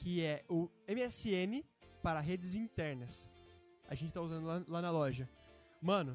Speaker 5: que é o MSN para redes internas. A gente tá usando lá, lá na loja. Mano,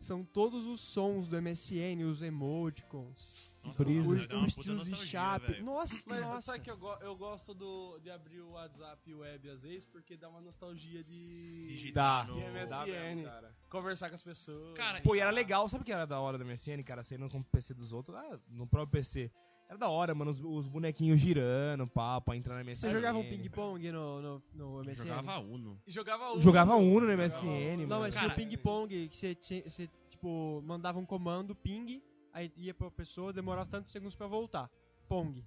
Speaker 5: são todos os sons do MSN, os emoticons,
Speaker 2: Nossa,
Speaker 1: Brisa.
Speaker 2: nossa, vai
Speaker 5: os,
Speaker 2: dar né? uma
Speaker 5: os
Speaker 2: puta
Speaker 5: estilos de
Speaker 2: nostalgia,
Speaker 5: chap.
Speaker 2: velho.
Speaker 5: Nossa,
Speaker 4: Mas
Speaker 5: nossa.
Speaker 4: sabe que eu, go- eu gosto do- de abrir o WhatsApp web às vezes porque dá uma nostalgia de.
Speaker 2: Digitar
Speaker 4: de
Speaker 2: no-
Speaker 1: É, Dá
Speaker 4: MSN.
Speaker 1: mesmo,
Speaker 4: conversar com as pessoas.
Speaker 2: Cara,
Speaker 1: Pô, e era legal, sabe o que era da hora da MSN, cara? Saindo com o PC dos outros, ah, no próprio PC. Era da hora, mano, os, os bonequinhos girando, pá, pra entrar na MSN.
Speaker 5: Você jogava um ping-pong no, no, no MSN?
Speaker 2: Jogava Uno.
Speaker 4: E jogava Uno.
Speaker 1: Jogava Uno no
Speaker 4: Jogava
Speaker 1: MSN,
Speaker 4: Uno.
Speaker 5: Não,
Speaker 1: mano.
Speaker 5: mas
Speaker 2: Cara,
Speaker 5: tinha o ping-pong, que você, tinha- você, tipo, mandava um comando, ping, aí ia pra pessoa, demorava tantos segundos pra voltar. Pong.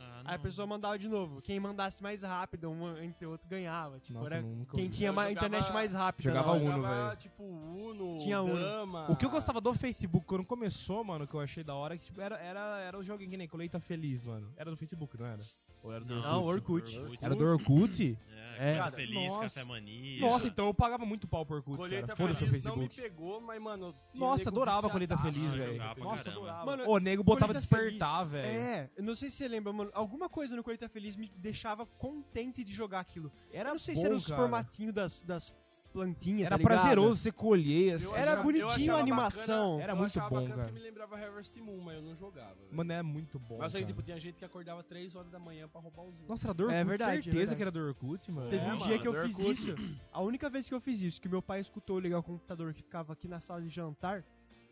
Speaker 2: Ah,
Speaker 5: Aí a
Speaker 2: não.
Speaker 5: pessoa mandava de novo. Quem mandasse mais rápido, um entre o outro ganhava. Tipo,
Speaker 4: né?
Speaker 1: Nossa,
Speaker 5: era
Speaker 1: eu nunca
Speaker 5: quem
Speaker 1: ouvi.
Speaker 5: tinha
Speaker 4: Eu
Speaker 5: mais-
Speaker 4: jogava-
Speaker 5: internet mais né? rápida.
Speaker 1: Jogava um,
Speaker 5: na
Speaker 1: Uno,
Speaker 5: hora.
Speaker 4: Jogava,
Speaker 1: velho.
Speaker 4: tipo Uno,
Speaker 5: Tinha Uno.
Speaker 4: Dama.
Speaker 1: O que eu gostava do Facebook quando começou, mano, que eu achei da hora, que tipo, era, era, era o joguinho que nem Colheita Feliz, mano. Era do Facebook, não era? Ou era do
Speaker 2: Não,
Speaker 5: Não,
Speaker 1: Orkut?
Speaker 5: Orkut.
Speaker 2: Orkut.
Speaker 1: Era do Orkut?
Speaker 2: É,
Speaker 5: É,
Speaker 2: Coisa
Speaker 4: cara,
Speaker 2: Feliz,
Speaker 1: nossa.
Speaker 2: Café Mania.
Speaker 1: Nossa, então eu pagava muito pau pro Orkut,
Speaker 4: Colheita
Speaker 1: cara. Foda-se o
Speaker 4: Feliz não me
Speaker 1: Facebook.
Speaker 4: pegou, mas, mano. tinha
Speaker 1: Nossa,
Speaker 4: nego
Speaker 1: adorava a Colheita
Speaker 4: viciadaço.
Speaker 1: Feliz,
Speaker 2: Ah,
Speaker 1: velho.
Speaker 2: jogava pra
Speaker 1: Nossa,
Speaker 2: caramba.
Speaker 1: adorava.
Speaker 5: Mano,
Speaker 1: Ô, nego botava
Speaker 5: Colheita
Speaker 1: despertar,
Speaker 5: Feliz.
Speaker 1: velho.
Speaker 5: É, eu não sei se você lembra, mano. Alguma coisa no Colheita Feliz me deixava contente de jogar aquilo. Era, eu não sei se
Speaker 1: bom,
Speaker 5: era os
Speaker 1: cara.
Speaker 5: formatinhos das, das plantinhas,
Speaker 1: Era
Speaker 5: tá ligado?
Speaker 1: prazeroso você colher, assim.
Speaker 4: Eu
Speaker 5: Era
Speaker 4: achava- eu
Speaker 5: bonitinho
Speaker 4: achava
Speaker 5: a animação.
Speaker 4: bacana-
Speaker 1: Era
Speaker 4: eu
Speaker 1: muito
Speaker 4: achava
Speaker 1: bom,
Speaker 4: bacana
Speaker 1: cara.
Speaker 4: porque me lembrava Harvest Moon, mas eu não jogava. velho.
Speaker 1: Mano, é muito bom.
Speaker 4: Mas aí,
Speaker 1: cara.
Speaker 4: tipo, tinha gente que acordava 3 horas da manhã pra roubar os outros.
Speaker 1: Nossa, era do Orkut.
Speaker 5: É verdade, é
Speaker 1: certeza
Speaker 5: verdade.
Speaker 1: que era do Orkut, mano.
Speaker 5: Teve
Speaker 4: É,
Speaker 5: um
Speaker 4: mano,
Speaker 5: dia que eu
Speaker 4: do
Speaker 5: fiz
Speaker 4: Orkut.
Speaker 5: isso. A única vez que eu fiz isso, que meu pai escutou eu ligar o computador que ficava aqui na sala de jantar.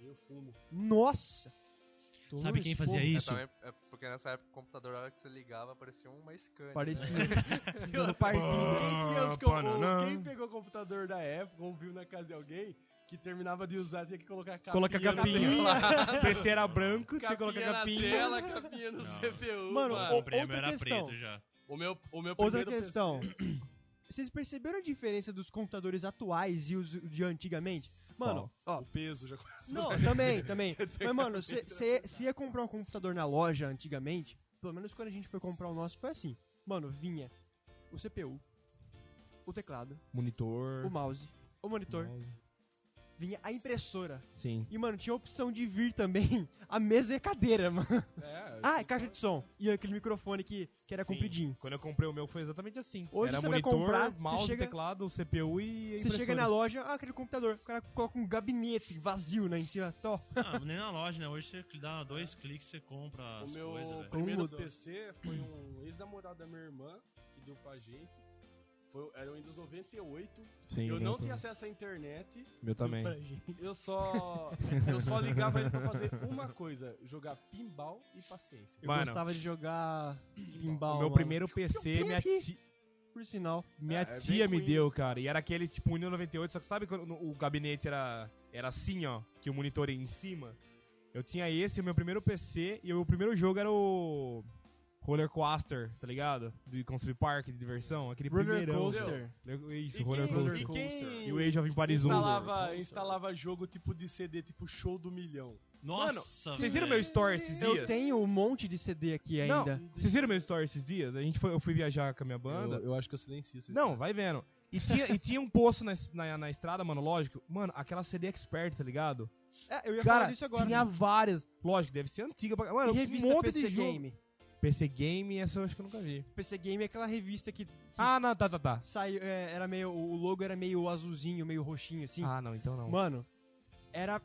Speaker 4: Eu
Speaker 1: (laughs)
Speaker 4: fumo.
Speaker 5: Nossa!
Speaker 2: Sabe quem fazia
Speaker 6: É,
Speaker 2: isso?
Speaker 6: também- é porque nessa época o computador, na hora que você ligava, parecia uma né? scan.
Speaker 5: Parecia.
Speaker 4: Eu-
Speaker 5: dando
Speaker 2: tá, é,
Speaker 5: partida.
Speaker 4: Quem,
Speaker 1: é
Speaker 4: tinha os co-
Speaker 1: Bananã.
Speaker 4: quem pegou o computador da época ou viu na casa de alguém que terminava de usar tinha que colocar a capinha.
Speaker 1: Coloca a
Speaker 4: na
Speaker 1: capinha.
Speaker 4: tela.
Speaker 1: (laughs) O PC era branco, você coloca
Speaker 4: Capinha
Speaker 1: a
Speaker 4: na
Speaker 1: capinha.
Speaker 4: tela, capinha no
Speaker 2: Não.
Speaker 4: CPU.
Speaker 5: Mano,
Speaker 2: O
Speaker 5: Ou-
Speaker 2: prêmio
Speaker 5: outra
Speaker 2: era
Speaker 5: questão.
Speaker 2: preto já.
Speaker 4: o meu, o meu
Speaker 5: Outra
Speaker 4: primeiro
Speaker 5: questão. Vocês perceberam a diferença dos computadores atuais e os de antigamente? Mano, ó,
Speaker 4: PC, o peso já começou.
Speaker 5: Não, também, também. Mas, mano, você ia comprar um computador na loja antigamente, pelo menos quando a gente foi comprar o nosso, foi assim. Mano, vinha o CPU, o teclado, o
Speaker 1: Monitor.
Speaker 5: mouse, o monitor,
Speaker 1: mouse.
Speaker 5: vinha a impressora.
Speaker 1: Sim.
Speaker 5: E, mano, tinha a opção de vir também (laughs) a mesa e a cadeira, mano.
Speaker 4: É,
Speaker 5: Ah, e caixa de som. E aquele microfone que, que era
Speaker 1: Sim.
Speaker 5: compridinho.
Speaker 1: Quando eu comprei o meu foi exatamente assim.
Speaker 5: Hoje
Speaker 1: era
Speaker 5: você vai
Speaker 1: monitor,
Speaker 5: comprar, você
Speaker 1: mouse,
Speaker 5: chega-
Speaker 1: teclado, CPU e a
Speaker 5: Você chega
Speaker 1: impressora.
Speaker 5: na loja, ah, aquele computador. O cara coloca um gabinete vazio, né, em cima. Tó.
Speaker 2: Ah, nem na loja, né? Hoje você dá dois
Speaker 1: É.
Speaker 2: cliques você compra
Speaker 4: O
Speaker 2: as
Speaker 4: meu
Speaker 2: coisas, né? velho.
Speaker 4: primeiro
Speaker 5: Como mudou?
Speaker 4: PC foi um ex-namorado da minha irmã que deu pra gente. Foi, era o Windows 98.
Speaker 1: Sim,
Speaker 4: eu
Speaker 1: meu
Speaker 4: não
Speaker 1: também.
Speaker 4: tinha acesso à internet.
Speaker 1: Meu também.
Speaker 4: Eu só, eu só ligava ele pra fazer uma coisa: jogar pinball e paciência.
Speaker 5: Eu
Speaker 1: Mano.
Speaker 5: gostava de jogar
Speaker 1: O
Speaker 5: pinball.
Speaker 1: meu
Speaker 5: mano.
Speaker 1: primeiro PC,
Speaker 5: que-
Speaker 1: minha, ti-
Speaker 5: Por sinal.
Speaker 1: minha
Speaker 4: Ah, é bem
Speaker 1: tia me
Speaker 4: ruim
Speaker 1: deu,
Speaker 4: isso.
Speaker 1: cara. E era aquele tipo Windows 98, só que sabe quando no- o gabinete era, era assim, ó, que o monitor ia em cima? Eu tinha esse, o meu primeiro PC, e o meu primeiro jogo era o Roller Coaster, tá ligado? De construir parque, de diversão, aquele
Speaker 5: Roller
Speaker 1: primeirão.
Speaker 5: coaster.
Speaker 1: Isso, Roller Coaster.
Speaker 4: e quem
Speaker 1: E o Age of Empires 1.
Speaker 4: instalava, instalava jogo tipo de CD, tipo show do milhão.
Speaker 2: Nossa,
Speaker 1: Vocês viram meu story esses dias?
Speaker 5: Eu tenho um monte de CD aqui
Speaker 1: Não,
Speaker 5: ainda.
Speaker 1: vocês viram meu story esses dias? A gente foi, eu fui viajar com a minha banda.
Speaker 4: acho que eu silencio isso.
Speaker 1: Não, vai vendo. E tinha, e tinha um poço na, es- na, na estrada, mano, lógico. Mano, aquela CD Expert, tá ligado?
Speaker 5: É, eu ia falar
Speaker 1: Cara,
Speaker 5: disso agora.
Speaker 1: tinha várias. Lógico, deve ser antiga. pra- Mano,
Speaker 5: E
Speaker 1: um
Speaker 5: revista
Speaker 1: monte de
Speaker 5: PC
Speaker 1: jogo.
Speaker 5: Game.
Speaker 1: PC Game, essa eu acho que eu nunca vi.
Speaker 5: PC Game é aquela revista que, que
Speaker 1: Ah, não, tá, tá, tá.
Speaker 5: saiu, é, era meio, o logo era meio azulzinho, meio roxinho assim.
Speaker 1: Ah, não, então não.
Speaker 5: Mano, era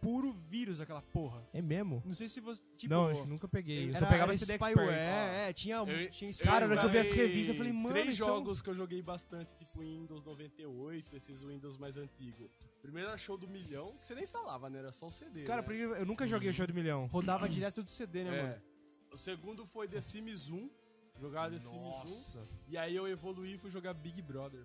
Speaker 5: puro vírus aquela porra.
Speaker 1: É mesmo?
Speaker 5: Não sei se você, tipo,
Speaker 1: não, acho que nunca peguei. Eu
Speaker 5: era,
Speaker 1: só pegava
Speaker 5: era
Speaker 1: CD
Speaker 5: spyware,
Speaker 1: Expert.
Speaker 5: é, é, tinha,
Speaker 4: Eu-
Speaker 5: tinha né,
Speaker 1: Cara, na hora que eu vi
Speaker 5: spyware.
Speaker 1: as revistas, eu falei, mano,
Speaker 4: Três
Speaker 1: isso é um-
Speaker 4: jogos que eu joguei bastante, tipo Windows 98, esses Windows mais antigos. Primeiro era show do milhão, que você nem instalava, né? Era só o CD.
Speaker 1: Cara,
Speaker 4: né?
Speaker 1: porque eu nunca
Speaker 5: Uhum.
Speaker 1: joguei o show do milhão.
Speaker 5: rodava direto do CD, né, mano?
Speaker 4: É. O segundo foi The Sims 1. Jogava The Sims
Speaker 1: Nossa.
Speaker 4: 1. E aí eu evoluí e fui jogar Big Brother.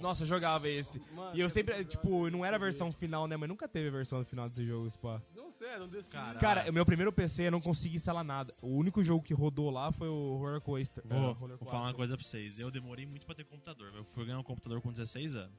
Speaker 1: Nossa, eu jogava esse.
Speaker 4: Mano,
Speaker 1: E eu
Speaker 4: é
Speaker 1: sempre,
Speaker 4: Big
Speaker 1: tipo,
Speaker 4: Brother,
Speaker 1: não era a
Speaker 4: CD.
Speaker 1: versão final, né? Mas nunca teve a versão final desse jogo, Spa.
Speaker 2: Tá.
Speaker 4: Não sei, era um The Sims.
Speaker 2: Caralho.
Speaker 1: Cara, o meu primeiro PC eu não consegui instalar nada. O único jogo que rodou lá foi o Roller Coaster.
Speaker 2: Vou,
Speaker 1: É, Roller
Speaker 2: vou falar uma
Speaker 1: Coaster.
Speaker 2: coisa pra vocês. Eu demorei muito pra ter computador. Eu fui ganhar um computador com 16 anos.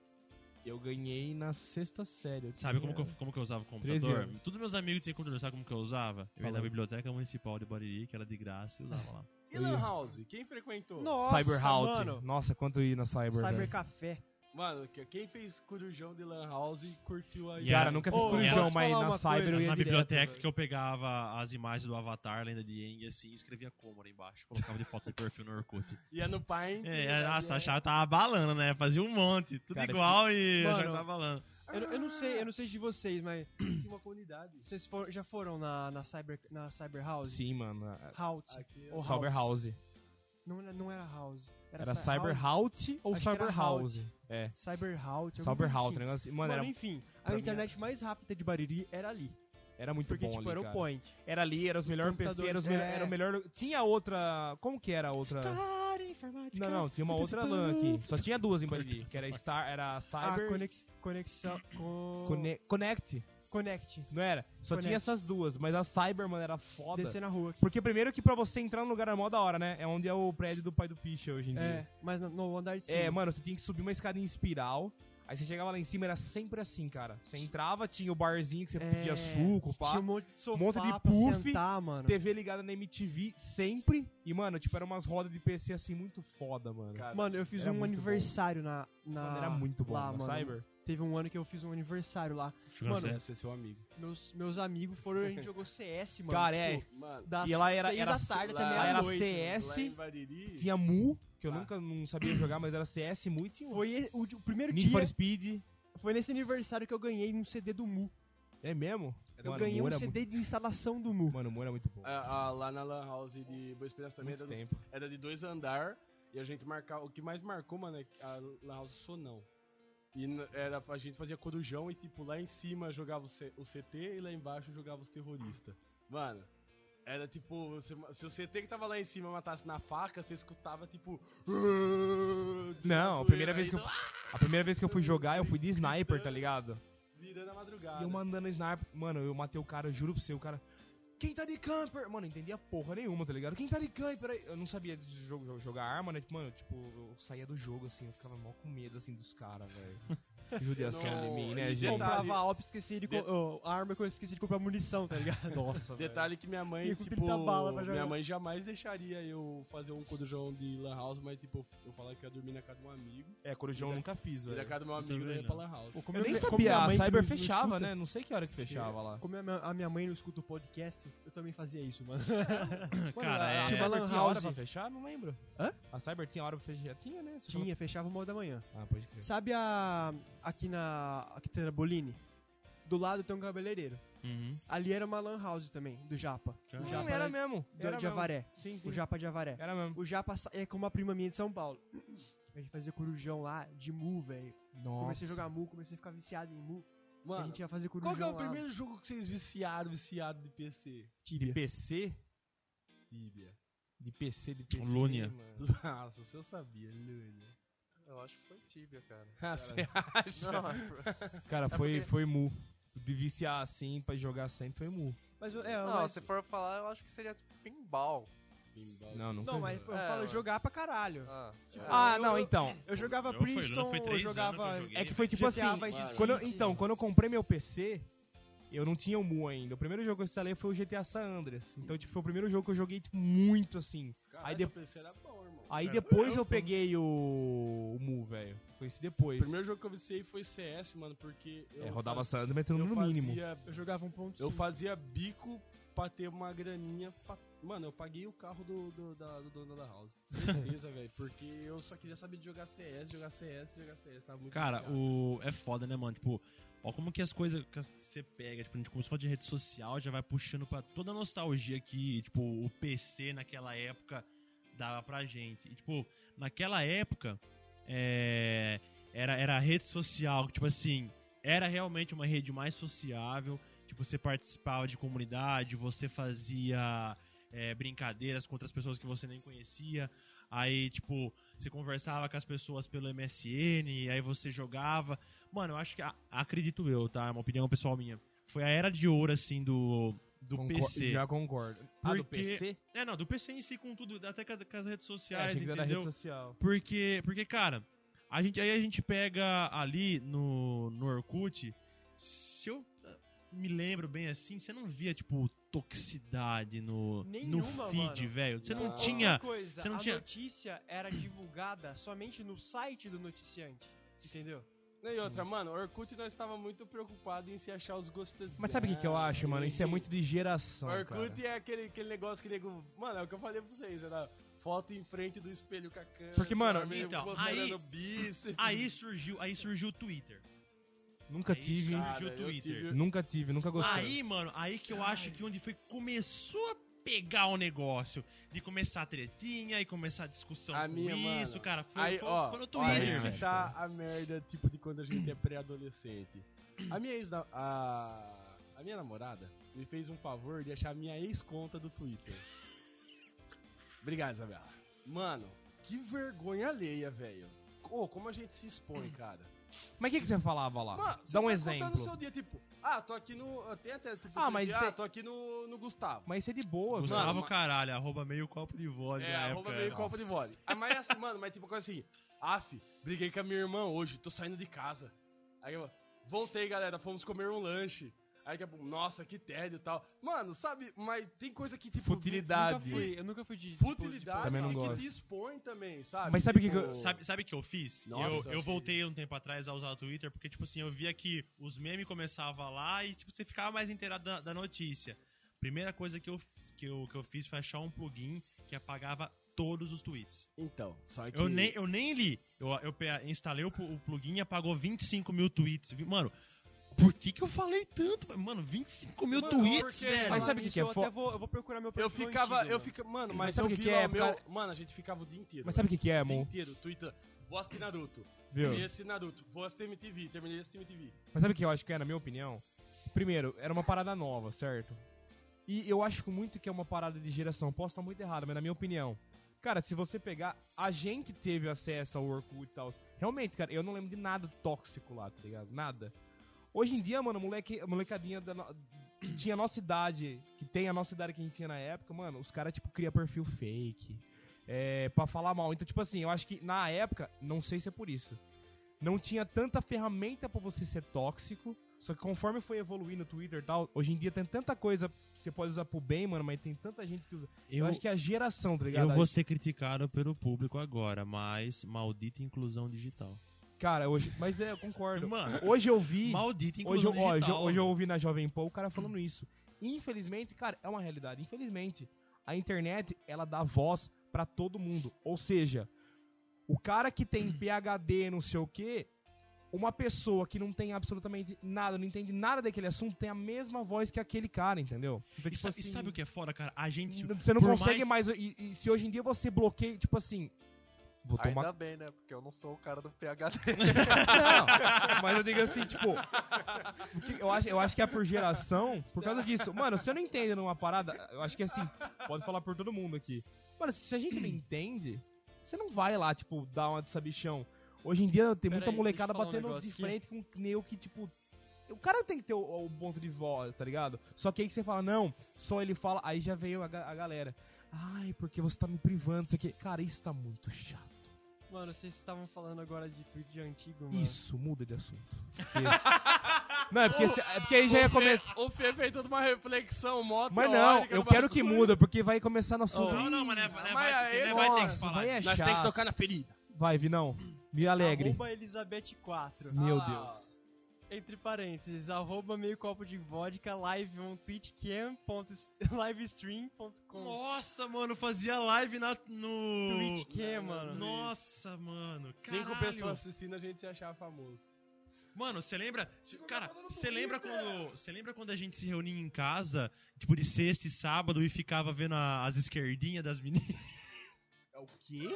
Speaker 1: Eu ganhei na sexta série. eu
Speaker 2: Sabe como
Speaker 1: tinha-
Speaker 2: que eu, como que eu usava o
Speaker 1: 13
Speaker 2: computador?
Speaker 1: É. anos.
Speaker 2: Todos meus amigos tinham computador. Sabe como que eu usava? Eu ia na
Speaker 1: Falando.
Speaker 2: biblioteca municipal de Bariri, que era de graça, e usava lá.
Speaker 4: E Lan House? Quem frequentou?
Speaker 5: Nossa,
Speaker 1: Cyber Halt.
Speaker 5: mano.
Speaker 1: Nossa, quanto eu ia na Cyber.
Speaker 5: Cyber
Speaker 1: velho.
Speaker 5: Café.
Speaker 4: Mano, que- quem fez corujão de Lan House e curtiu a
Speaker 2: E
Speaker 1: Cara,
Speaker 2: era-
Speaker 1: nunca
Speaker 5: Ô,
Speaker 1: fiz corujão,
Speaker 5: posso
Speaker 1: mas
Speaker 5: falar
Speaker 1: na
Speaker 5: uma
Speaker 1: Cyber
Speaker 5: coisa?
Speaker 1: eu ia
Speaker 2: na
Speaker 1: direto.
Speaker 2: biblioteca que eu pegava as imagens do Avatar, Lenda de Yang, assim, e escrevia Cômora embaixo. Colocava de foto de perfil no Orkut.
Speaker 4: Ia no Paint.
Speaker 2: (laughs) É,
Speaker 4: ia-
Speaker 2: nossa,
Speaker 4: ia-
Speaker 2: eu achava que tava balando, né? Fazia um monte, tudo
Speaker 1: Cara,
Speaker 2: igual e eu
Speaker 5: Mano,
Speaker 2: achava que tava balando.
Speaker 5: Eu, eu não sei, eu não sei de vocês, mas
Speaker 1: (clears throat)
Speaker 4: Tinha uma comunidade.
Speaker 5: vocês for- já foram na, na Cyber na Cyber House?
Speaker 1: Sim, mano. É, a-
Speaker 5: Halt.
Speaker 4: Aqui,
Speaker 5: Ou
Speaker 1: Cyber
Speaker 5: House.
Speaker 1: House.
Speaker 5: Não, era- não era House. Era,
Speaker 1: Era
Speaker 5: Cy-
Speaker 1: Cyber
Speaker 5: House-
Speaker 1: Halt ou
Speaker 5: Acho que era
Speaker 1: Cyber
Speaker 5: Halt.
Speaker 1: House? É.
Speaker 5: Cyber Halt. alguma
Speaker 1: Cyber
Speaker 5: coisa
Speaker 1: Halt,
Speaker 5: assim.
Speaker 1: negócio assim. Mano,
Speaker 5: Mano,
Speaker 1: era,
Speaker 5: enfim,
Speaker 1: pra
Speaker 5: a
Speaker 1: mim
Speaker 5: internet mais rápida de Bariri era ali.
Speaker 1: era muito
Speaker 5: porque,
Speaker 1: bom
Speaker 5: tipo,
Speaker 1: ali,
Speaker 5: era
Speaker 1: cara.
Speaker 5: o point.
Speaker 1: Era ali, era os
Speaker 5: Os
Speaker 1: melhores PC, era, os
Speaker 5: computadores,
Speaker 1: melhor-
Speaker 5: é.
Speaker 1: era o melhor... Tinha outra... Como que era a outra...
Speaker 5: Star Informática.
Speaker 1: Não, não, tinha uma outra LAN aqui. Só tinha duas em Barili, que era Star, era
Speaker 5: Ah,
Speaker 1: Cyber
Speaker 5: conex- conexão. co-
Speaker 1: Cone- Connect.
Speaker 5: Connect.
Speaker 1: Não era? Só
Speaker 5: Connect.
Speaker 1: tinha essas duas, mas a Cyberman era foda.
Speaker 5: Descer na rua.
Speaker 1: Porque primeiro que pra você entrar no lugar é mó da hora, né? É onde é o prédio do pai do Picha hoje em
Speaker 5: É,
Speaker 1: dia.
Speaker 5: mas no, no andar de cima.
Speaker 1: É, mano, você tinha que subir uma escada em espiral. Aí você chegava lá em cima, era sempre assim, cara. Você entrava, tinha o barzinho que você
Speaker 5: É,
Speaker 1: pedia suco, pá.
Speaker 5: Tinha um monte de sofá
Speaker 1: monte de
Speaker 5: pra
Speaker 1: puff,
Speaker 5: sentar, mano.
Speaker 1: TV ligada na MTV sempre. E, mano, tipo, eram umas rodas de PC assim muito foda, mano.
Speaker 4: Cara,
Speaker 5: Mano, eu fiz
Speaker 1: Era
Speaker 5: um
Speaker 1: muito bom.
Speaker 5: aniversário na, na.
Speaker 1: Mano, era muito bom,
Speaker 5: lá,
Speaker 1: na
Speaker 5: mano.
Speaker 1: Cyber.
Speaker 5: Teve um ano que eu fiz um aniversário lá.
Speaker 2: Jogando
Speaker 5: Mano,
Speaker 2: CS.
Speaker 4: é seu amigo.
Speaker 5: Meus, meus amigos foram, a
Speaker 1: (laughs)
Speaker 5: gente jogou CS, mano.
Speaker 1: Cara, é.
Speaker 5: tipo,
Speaker 4: Mano,
Speaker 5: Das
Speaker 1: E lá era-
Speaker 5: seis
Speaker 1: era-
Speaker 5: da tarde até
Speaker 1: lá
Speaker 5: meia
Speaker 1: era
Speaker 5: noite.
Speaker 1: CS,
Speaker 4: lá em Bariri,
Speaker 1: Tinha Mu, que eu
Speaker 4: Ah.
Speaker 1: nunca não sabia jogar, mas era CS muito. E um
Speaker 5: Tá. Foi e- o, di- o primeiro
Speaker 1: Need for
Speaker 5: dia,
Speaker 1: Speed.
Speaker 5: foi nesse aniversário que eu ganhei um CD do Mu.
Speaker 1: É mesmo?
Speaker 5: Eu
Speaker 1: Mano,
Speaker 5: ganhei
Speaker 1: Mu
Speaker 5: um É,
Speaker 1: era
Speaker 5: CD de instalação do Mu.
Speaker 1: Muito... Mano, o Mu era muito bom.
Speaker 4: é, a- a- lá na Lan House de Boa Esperança também
Speaker 1: um- muito
Speaker 4: era, dos-
Speaker 1: tempo.
Speaker 4: era de dois andar e a gente marcava. O que mais marcou, mano, é que a Lan House Sonão. E n- era, a gente fazia corujão e, tipo, lá em cima jogava o, C- o CT e lá embaixo jogava os terroristas. Mano, era tipo, você ma- se o CT que tava lá em cima matasse na faca, você escutava, tipo.
Speaker 1: Não, a
Speaker 4: zoeira,
Speaker 1: primeira vez
Speaker 4: aí
Speaker 1: que eu,
Speaker 4: tava
Speaker 1: a primeira vez que eu fui jogar, eu fui de sniper, tá ligado?
Speaker 4: Virando a
Speaker 1: E
Speaker 4: madrugada.
Speaker 1: eu mandando sniper. Mano, eu matei o cara, eu juro pra você, o cara. Quem tá de camper? Mano, eu entendia porra nenhuma, tá ligado? Quem tá de camper? aí? Eu não sabia de jogo, jogo- jogar arma, né? Mano, eu, tipo, eu saía do jogo assim, eu ficava mal com medo assim dos caras, velho. Que Judiação
Speaker 4: Não,
Speaker 1: de mim,
Speaker 4: e
Speaker 1: né, gente?
Speaker 4: detalhe-
Speaker 5: Comprava a AWP, esqueci de co-
Speaker 4: Det-
Speaker 5: oh, a arma que eu esqueci de comprar munição, tá ligado? (laughs)
Speaker 1: Nossa, velho.
Speaker 4: Detalhe que minha mãe,
Speaker 5: E com
Speaker 4: tipo,
Speaker 5: 30 bala pra jogar.
Speaker 4: minha mãe jamais deixaria eu fazer um corujão de lan house, mas tipo, eu falava que ia dormir na casa de um amigo,
Speaker 1: É, corujão eu nunca fiz,
Speaker 4: e na
Speaker 1: velho.
Speaker 4: casa do meu
Speaker 2: Eu
Speaker 4: amigo eu
Speaker 2: também
Speaker 4: ia
Speaker 2: não.
Speaker 4: pra lan house.
Speaker 5: Pô, como
Speaker 1: Eu nem
Speaker 5: minha- como minha
Speaker 1: sabia, a
Speaker 5: mãe que
Speaker 1: Cyber
Speaker 5: não- não
Speaker 1: fechava,
Speaker 5: escuta-
Speaker 1: né? Não sei que hora que fechava lá.
Speaker 5: Como a minha, a minha mãe não escuta o podcast, eu também fazia isso, mano. (laughs)
Speaker 2: Cara,
Speaker 1: a
Speaker 2: é.
Speaker 5: tinha uma
Speaker 1: Cyber
Speaker 5: lan
Speaker 1: tinha hora
Speaker 5: house.
Speaker 1: pra fechar? Não lembro.
Speaker 5: Hã?
Speaker 1: A Cyber tinha hora pra fechar? Tinha, né? Você
Speaker 5: Tinha, fechava uma hora da manhã.
Speaker 1: falou- Ah, pode crer.
Speaker 5: Sabe a. aqui na. aqui na Bolini? Do lado tem um cabeleireiro.
Speaker 2: Uhum.
Speaker 5: Ali era uma lan house também, do Japa.
Speaker 2: Cara.
Speaker 5: O
Speaker 1: Não,
Speaker 5: Japa
Speaker 1: era
Speaker 5: era
Speaker 1: mesmo.
Speaker 5: do-
Speaker 1: Era
Speaker 5: de
Speaker 1: mesmo.
Speaker 5: Avaré.
Speaker 1: Sim, sim.
Speaker 5: O Japa de Avaré.
Speaker 1: Era mesmo.
Speaker 5: O Japa sa- é com uma prima minha de São Paulo. A gente fazia corujão lá, de mu, velho.
Speaker 1: Nossa.
Speaker 5: Comecei a jogar mu, comecei a ficar viciado em mu. a
Speaker 4: Mano,
Speaker 5: gente ia fazer corujão
Speaker 4: qual que é o
Speaker 5: lá.
Speaker 4: primeiro jogo que vocês viciaram, viciado de PC?
Speaker 1: de PC?
Speaker 4: Líbia.
Speaker 1: De PC, de PC.
Speaker 2: Lunia.
Speaker 1: mano.
Speaker 4: (laughs) Nossa, se eu sabia,
Speaker 1: (laughs)
Speaker 4: Lúlia.
Speaker 6: Eu acho que foi Tibia, cara.
Speaker 4: (laughs) Ah, você acha?
Speaker 6: Não, (laughs) é-
Speaker 1: Cara, foi,
Speaker 6: porque-
Speaker 1: foi mu. De viciar assim pra jogar sempre foi mu.
Speaker 5: Mas eu- é, eu-
Speaker 6: não,
Speaker 5: mas-
Speaker 6: se for falar, eu acho que seria tipo pinball.
Speaker 4: Pinball.
Speaker 1: Não, nunca.
Speaker 5: não, mas eu
Speaker 6: É,
Speaker 5: falo
Speaker 6: ué.
Speaker 5: jogar pra caralho.
Speaker 6: Ah,
Speaker 4: Tipo,
Speaker 6: é.
Speaker 1: Ah,
Speaker 5: eu-
Speaker 1: não,
Speaker 5: eu-
Speaker 1: então.
Speaker 5: Eu jogava
Speaker 2: Eu fui,
Speaker 5: Bristol,
Speaker 2: não, foi
Speaker 5: eu,
Speaker 2: três anos
Speaker 5: jogava.
Speaker 2: que eu joguei.
Speaker 1: É que foi tipo assim.
Speaker 5: GTA Vice
Speaker 4: mano.
Speaker 5: City.
Speaker 1: Quando eu- então, quando eu comprei meu PC, eu não tinha o Mu ainda. O primeiro jogo que eu instalei foi o GTA San Andreas. Então, tipo, foi o primeiro jogo que eu joguei tipo, muito assim.
Speaker 4: Caralho,
Speaker 1: Aí
Speaker 4: aí
Speaker 1: de-
Speaker 4: PC era bom, irmão.
Speaker 1: Aí
Speaker 2: Cara,
Speaker 1: depois
Speaker 2: eu-
Speaker 1: É, eu peguei o, o Mu, velho. Conheci depois.
Speaker 4: O primeiro jogo que eu viciei foi CS, mano, porque eu
Speaker 1: É, rodava
Speaker 4: fazia,
Speaker 1: San Andreas metendo
Speaker 4: eu
Speaker 1: no mínimo.
Speaker 4: fazia
Speaker 5: Eu jogava um ponto.
Speaker 4: Eu fazia bico pra ter uma graninha. pra- Mano, eu paguei o carro do, do, da, do dono da house. Certeza, (laughs) velho. Porque eu só queria saber de jogar CS, jogar CS, jogar CS. Tava muito
Speaker 2: Cara,
Speaker 4: viciado.
Speaker 2: o... é foda, né, mano? Tipo, ó como que as coisas que as- que você pega, tipo, a gente começou a falar de rede social, já vai puxando pra toda a nostalgia que, tipo, o PC naquela época dava pra gente. E, tipo, naquela época, é, era, era a rede social, que, tipo assim, era realmente uma rede mais sociável, tipo, você participava de comunidade, você fazia é, brincadeiras com outras pessoas que você nem conhecia, aí, tipo, você conversava com as pessoas pelo MSN, e aí você jogava. Mano, eu acho que. a- Acredito eu, tá? É uma opinião pessoal minha. Foi a era de ouro, assim, do, do
Speaker 1: Concor-
Speaker 2: PC.
Speaker 1: Já concordo. Ah, do
Speaker 2: Porque-
Speaker 1: PC?
Speaker 2: É, não, do PC em si, com tudo, até com as, com as redes
Speaker 1: É,
Speaker 2: sociais,
Speaker 1: achei que era da rede
Speaker 2: entendeu?
Speaker 1: social.
Speaker 2: Porque, porque cara, a gente, aí a gente pega ali no, no Orkut, se eu ah, me lembro bem assim, você não via, tipo, toxicidade no, no
Speaker 5: Nenhuma,
Speaker 2: feed,
Speaker 5: mano.
Speaker 2: velho. Você não,
Speaker 4: Não.
Speaker 2: tinha...
Speaker 5: coisa,
Speaker 2: você não
Speaker 5: a
Speaker 2: tinha-
Speaker 5: notícia era divulgada somente no site do noticiante. Entendeu?
Speaker 4: Não, E outra, mano, Orkut nós tava muito preocupado em se achar os gostosinhos.
Speaker 1: Mas sabe o que, que eu acho, mano? Isso é
Speaker 4: (laughs)
Speaker 1: muito de geração.
Speaker 4: Orkut
Speaker 1: cara.
Speaker 4: é aquele, aquele negócio que nego. Mano, é o que eu falei pra vocês. Era foto em frente do espelho com a câmera.
Speaker 1: Porque, mano,
Speaker 4: sabe?
Speaker 2: então,
Speaker 4: Mostrando
Speaker 2: aí-
Speaker 4: o bíceps.
Speaker 2: Aí surgiu, aí surgiu o Twitter.
Speaker 1: Nunca
Speaker 2: Aí
Speaker 1: tive.
Speaker 2: surgiu
Speaker 4: Cara,
Speaker 2: o
Speaker 4: eu
Speaker 2: Twitter.
Speaker 4: tive- um
Speaker 1: Nunca tive, nunca gostei.
Speaker 2: Aí, mano, aí que eu acho que onde foi começou a pegar o negócio de começar a tretinha e começar a discussão
Speaker 1: Então,
Speaker 4: A
Speaker 2: com
Speaker 4: minha,
Speaker 2: isso,
Speaker 4: mano.
Speaker 2: cara. Foi,
Speaker 4: Aí,
Speaker 2: foi-
Speaker 4: ó,
Speaker 2: foi no
Speaker 4: aí
Speaker 2: Twitter,
Speaker 4: que
Speaker 2: velho.
Speaker 4: tá a merda, tipo, de quando a gente é pré-adolescente. A minha ex... A, a minha namorada me fez um favor de achar a minha ex-conta do Twitter. Obrigado, Isabela. Mano, que vergonha alheia, velho. Ô, como a gente se expõe, cara.
Speaker 1: Mas o que, que você falava lá?
Speaker 4: Mano, você
Speaker 1: Dá um
Speaker 4: tá
Speaker 1: exemplo.
Speaker 4: contando o seu dia, tipo, ah, tô aqui no. Tem até, tipo,
Speaker 1: Ah,
Speaker 4: você
Speaker 1: mas
Speaker 4: vê,
Speaker 1: cê-
Speaker 4: ah, tô aqui no, no Gustavo.
Speaker 1: Mas isso é de boa, velho.
Speaker 2: Gustavo
Speaker 4: mano,
Speaker 2: caralho, arroba meio copo de vôlei
Speaker 4: É,
Speaker 2: na
Speaker 4: arroba
Speaker 2: época.
Speaker 4: meio
Speaker 2: né?
Speaker 4: copo de vôlei. Ah, mas assim, mano, mas tipo coisa assim, af, briguei com a minha irmã hoje, tô saindo de casa. Aí eu voltei, galera, fomos comer um lanche. Aí daqui a pouco, nossa, que tédio e tal. Mano, sabe, mas tem coisa que tipo.
Speaker 5: Nunca
Speaker 1: Futilidade.
Speaker 5: fui, eu nunca fui de. tipo, de
Speaker 4: Futilidade
Speaker 1: Também não
Speaker 4: e que
Speaker 1: gosto.
Speaker 4: te expõe também, sabe? Tipo,
Speaker 1: Mas sabe o que que eu-
Speaker 2: Sabe, sabe o que eu fiz?
Speaker 4: Nossa,
Speaker 2: eu, eu
Speaker 4: que-
Speaker 2: voltei um tempo atrás a usar o Twitter, porque, tipo assim, eu via que os memes começavam lá e, tipo, você ficava mais inteirado da, da notícia. Primeira coisa que eu, f- que, eu, que eu fiz foi achar um plugin que apagava todos os tweets.
Speaker 4: Então, só que.
Speaker 2: Eu, nem, eu nem li. Eu, eu pe- instalei o, pl- o plugin e apagou 25 mil tweets. Vi- Mano, por que que eu falei tanto? velho? Mano, 25 mil
Speaker 4: Mano,
Speaker 2: tweets,
Speaker 4: porque-
Speaker 2: velho.
Speaker 1: Mas
Speaker 5: Falar
Speaker 1: sabe o que
Speaker 5: nisso,
Speaker 1: que é
Speaker 5: Eu
Speaker 1: fo-
Speaker 5: até vou, eu vou procurar meu
Speaker 4: Eu
Speaker 5: perfil
Speaker 4: ficava,
Speaker 5: antigo,
Speaker 4: eu
Speaker 5: mano.
Speaker 4: fica, mano,
Speaker 1: Mas
Speaker 4: mas,
Speaker 1: sabe
Speaker 4: eu
Speaker 1: o que
Speaker 4: vi
Speaker 1: que
Speaker 4: lá
Speaker 1: é?
Speaker 4: o meu,
Speaker 1: Porque-
Speaker 4: mano, a gente ficava o dia inteiro.
Speaker 1: Mas sabe o que, que é,
Speaker 4: o dia
Speaker 1: amor?
Speaker 4: inteiro, Twitter, bosta de Naruto.
Speaker 1: Viu?
Speaker 4: Terminei esse Naruto, vou assistir MTV, terminei esse MTV.
Speaker 1: Mas sabe o que eu acho que é, na minha opinião? Primeiro, era uma parada nova, certo? E eu acho muito que é uma parada de geração. Posso estar muito errado, mas na minha opinião. Cara, se você pegar, a gente teve acesso ao Orkut e tal. Realmente, cara, eu não lembro de nada tóxico lá, tá ligado? Nada. Hoje em dia, mano, moleque, a molecadinha da no- que tinha a nossa idade, que tem a nossa idade que a gente tinha na época, mano, os caras, tipo, cria perfil fake. É, pra falar mal. Então, tipo assim, eu acho que na época, não sei se é por isso não tinha tanta ferramenta pra você ser tóxico. Só que conforme foi evoluindo o Twitter e tal, hoje em dia tem tanta coisa que você pode usar pro bem, mano, mas tem tanta gente que usa. Eu, acho que é a geração, tá ligado?
Speaker 2: eu vou ser criticado pelo público agora, mas maldita inclusão digital.
Speaker 1: Cara, hoje. Mas é, eu concordo.
Speaker 2: Mano,
Speaker 1: Hoje eu vi.
Speaker 2: maldita
Speaker 1: Hoje eu,
Speaker 2: inclusão
Speaker 1: tá, ó, hoje, eu-
Speaker 2: digital.
Speaker 1: hoje eu
Speaker 2: velho.
Speaker 1: ouvi na Jovem Pan o cara falando isso. Infelizmente, cara, é uma realidade. Infelizmente, a internet, ela dá voz pra todo mundo. Ou seja, o cara que tem PHD, não sei o quê, uma pessoa que não tem absolutamente nada, não entende nada daquele assunto, tem a mesma voz que aquele cara, entendeu? Então,
Speaker 2: E sa- e sabe o que é foda, cara? A gente.
Speaker 1: Você não
Speaker 2: por
Speaker 1: consegue mais... e, e se hoje em dia você bloqueia, tipo assim... Vou tomar...
Speaker 6: Ainda bem, né? Porque eu não sou o cara do PHD.
Speaker 1: Não, mas eu digo assim, tipo. porque Eu acho, eu acho que é por geração, por causa disso. Mano, se eu não entendo numa parada, eu acho que assim, pode falar por todo mundo aqui. Mano, se a gente não entende, você não vai lá, tipo, dar uma de sabichão. Hoje em dia tem
Speaker 5: Pera
Speaker 1: muita
Speaker 5: aí,
Speaker 1: molecada
Speaker 5: deixa eu falar um
Speaker 1: batendo de
Speaker 5: negócio aqui.
Speaker 1: frente com um neo que, tipo. O cara tem que ter o, o ponto de voz, tá ligado? Só que aí que você fala, não, só ele fala, aí já veio a, ga- a galera. Ai, porque você tá me privando, isso aqui. Cara, isso tá muito chato.
Speaker 5: Mano, vocês estavam falando agora de tweet de antigo, mano.
Speaker 1: Isso, muda de assunto. (laughs) não, é porque, se- é porque aí já ia começar.
Speaker 4: O Fê fez toda uma reflexão mó
Speaker 1: Mas não,
Speaker 4: teórica
Speaker 1: eu
Speaker 4: do
Speaker 1: quero
Speaker 4: bagulho.
Speaker 1: que muda, porque vai começar no assunto.
Speaker 2: Não, não, mas não é- não é-
Speaker 4: Mas
Speaker 2: vai
Speaker 4: aí,
Speaker 2: não é- vai ter que
Speaker 1: nossa,
Speaker 2: falar.
Speaker 1: vai é
Speaker 4: Nós
Speaker 1: chato.
Speaker 4: tem que tocar na ferida.
Speaker 1: Vai, Vinão. Me alegre.
Speaker 5: Arroba Elizabeth 4.
Speaker 1: Meu
Speaker 4: Ah lá,
Speaker 1: Deus.
Speaker 5: Entre parênteses, arroba meio copo de vodka, live on (laughs) twitchcam.livestream.com.
Speaker 2: Nossa, mano, fazia live na, no.
Speaker 5: Twitchcam, mano.
Speaker 1: É
Speaker 2: Nossa, mano.
Speaker 4: Cinco
Speaker 2: caralho.
Speaker 4: pessoas assistindo, a gente se achava famoso.
Speaker 2: Mano, você lembra? cê-
Speaker 4: Ficou
Speaker 2: cara,
Speaker 4: gravando no
Speaker 2: você lembra
Speaker 4: Twitter.
Speaker 2: quando. Você lembra quando a gente se reunia em casa, tipo, de sexta e sábado, e ficava vendo a- as esquerdinhas das meninas?
Speaker 4: É o quê?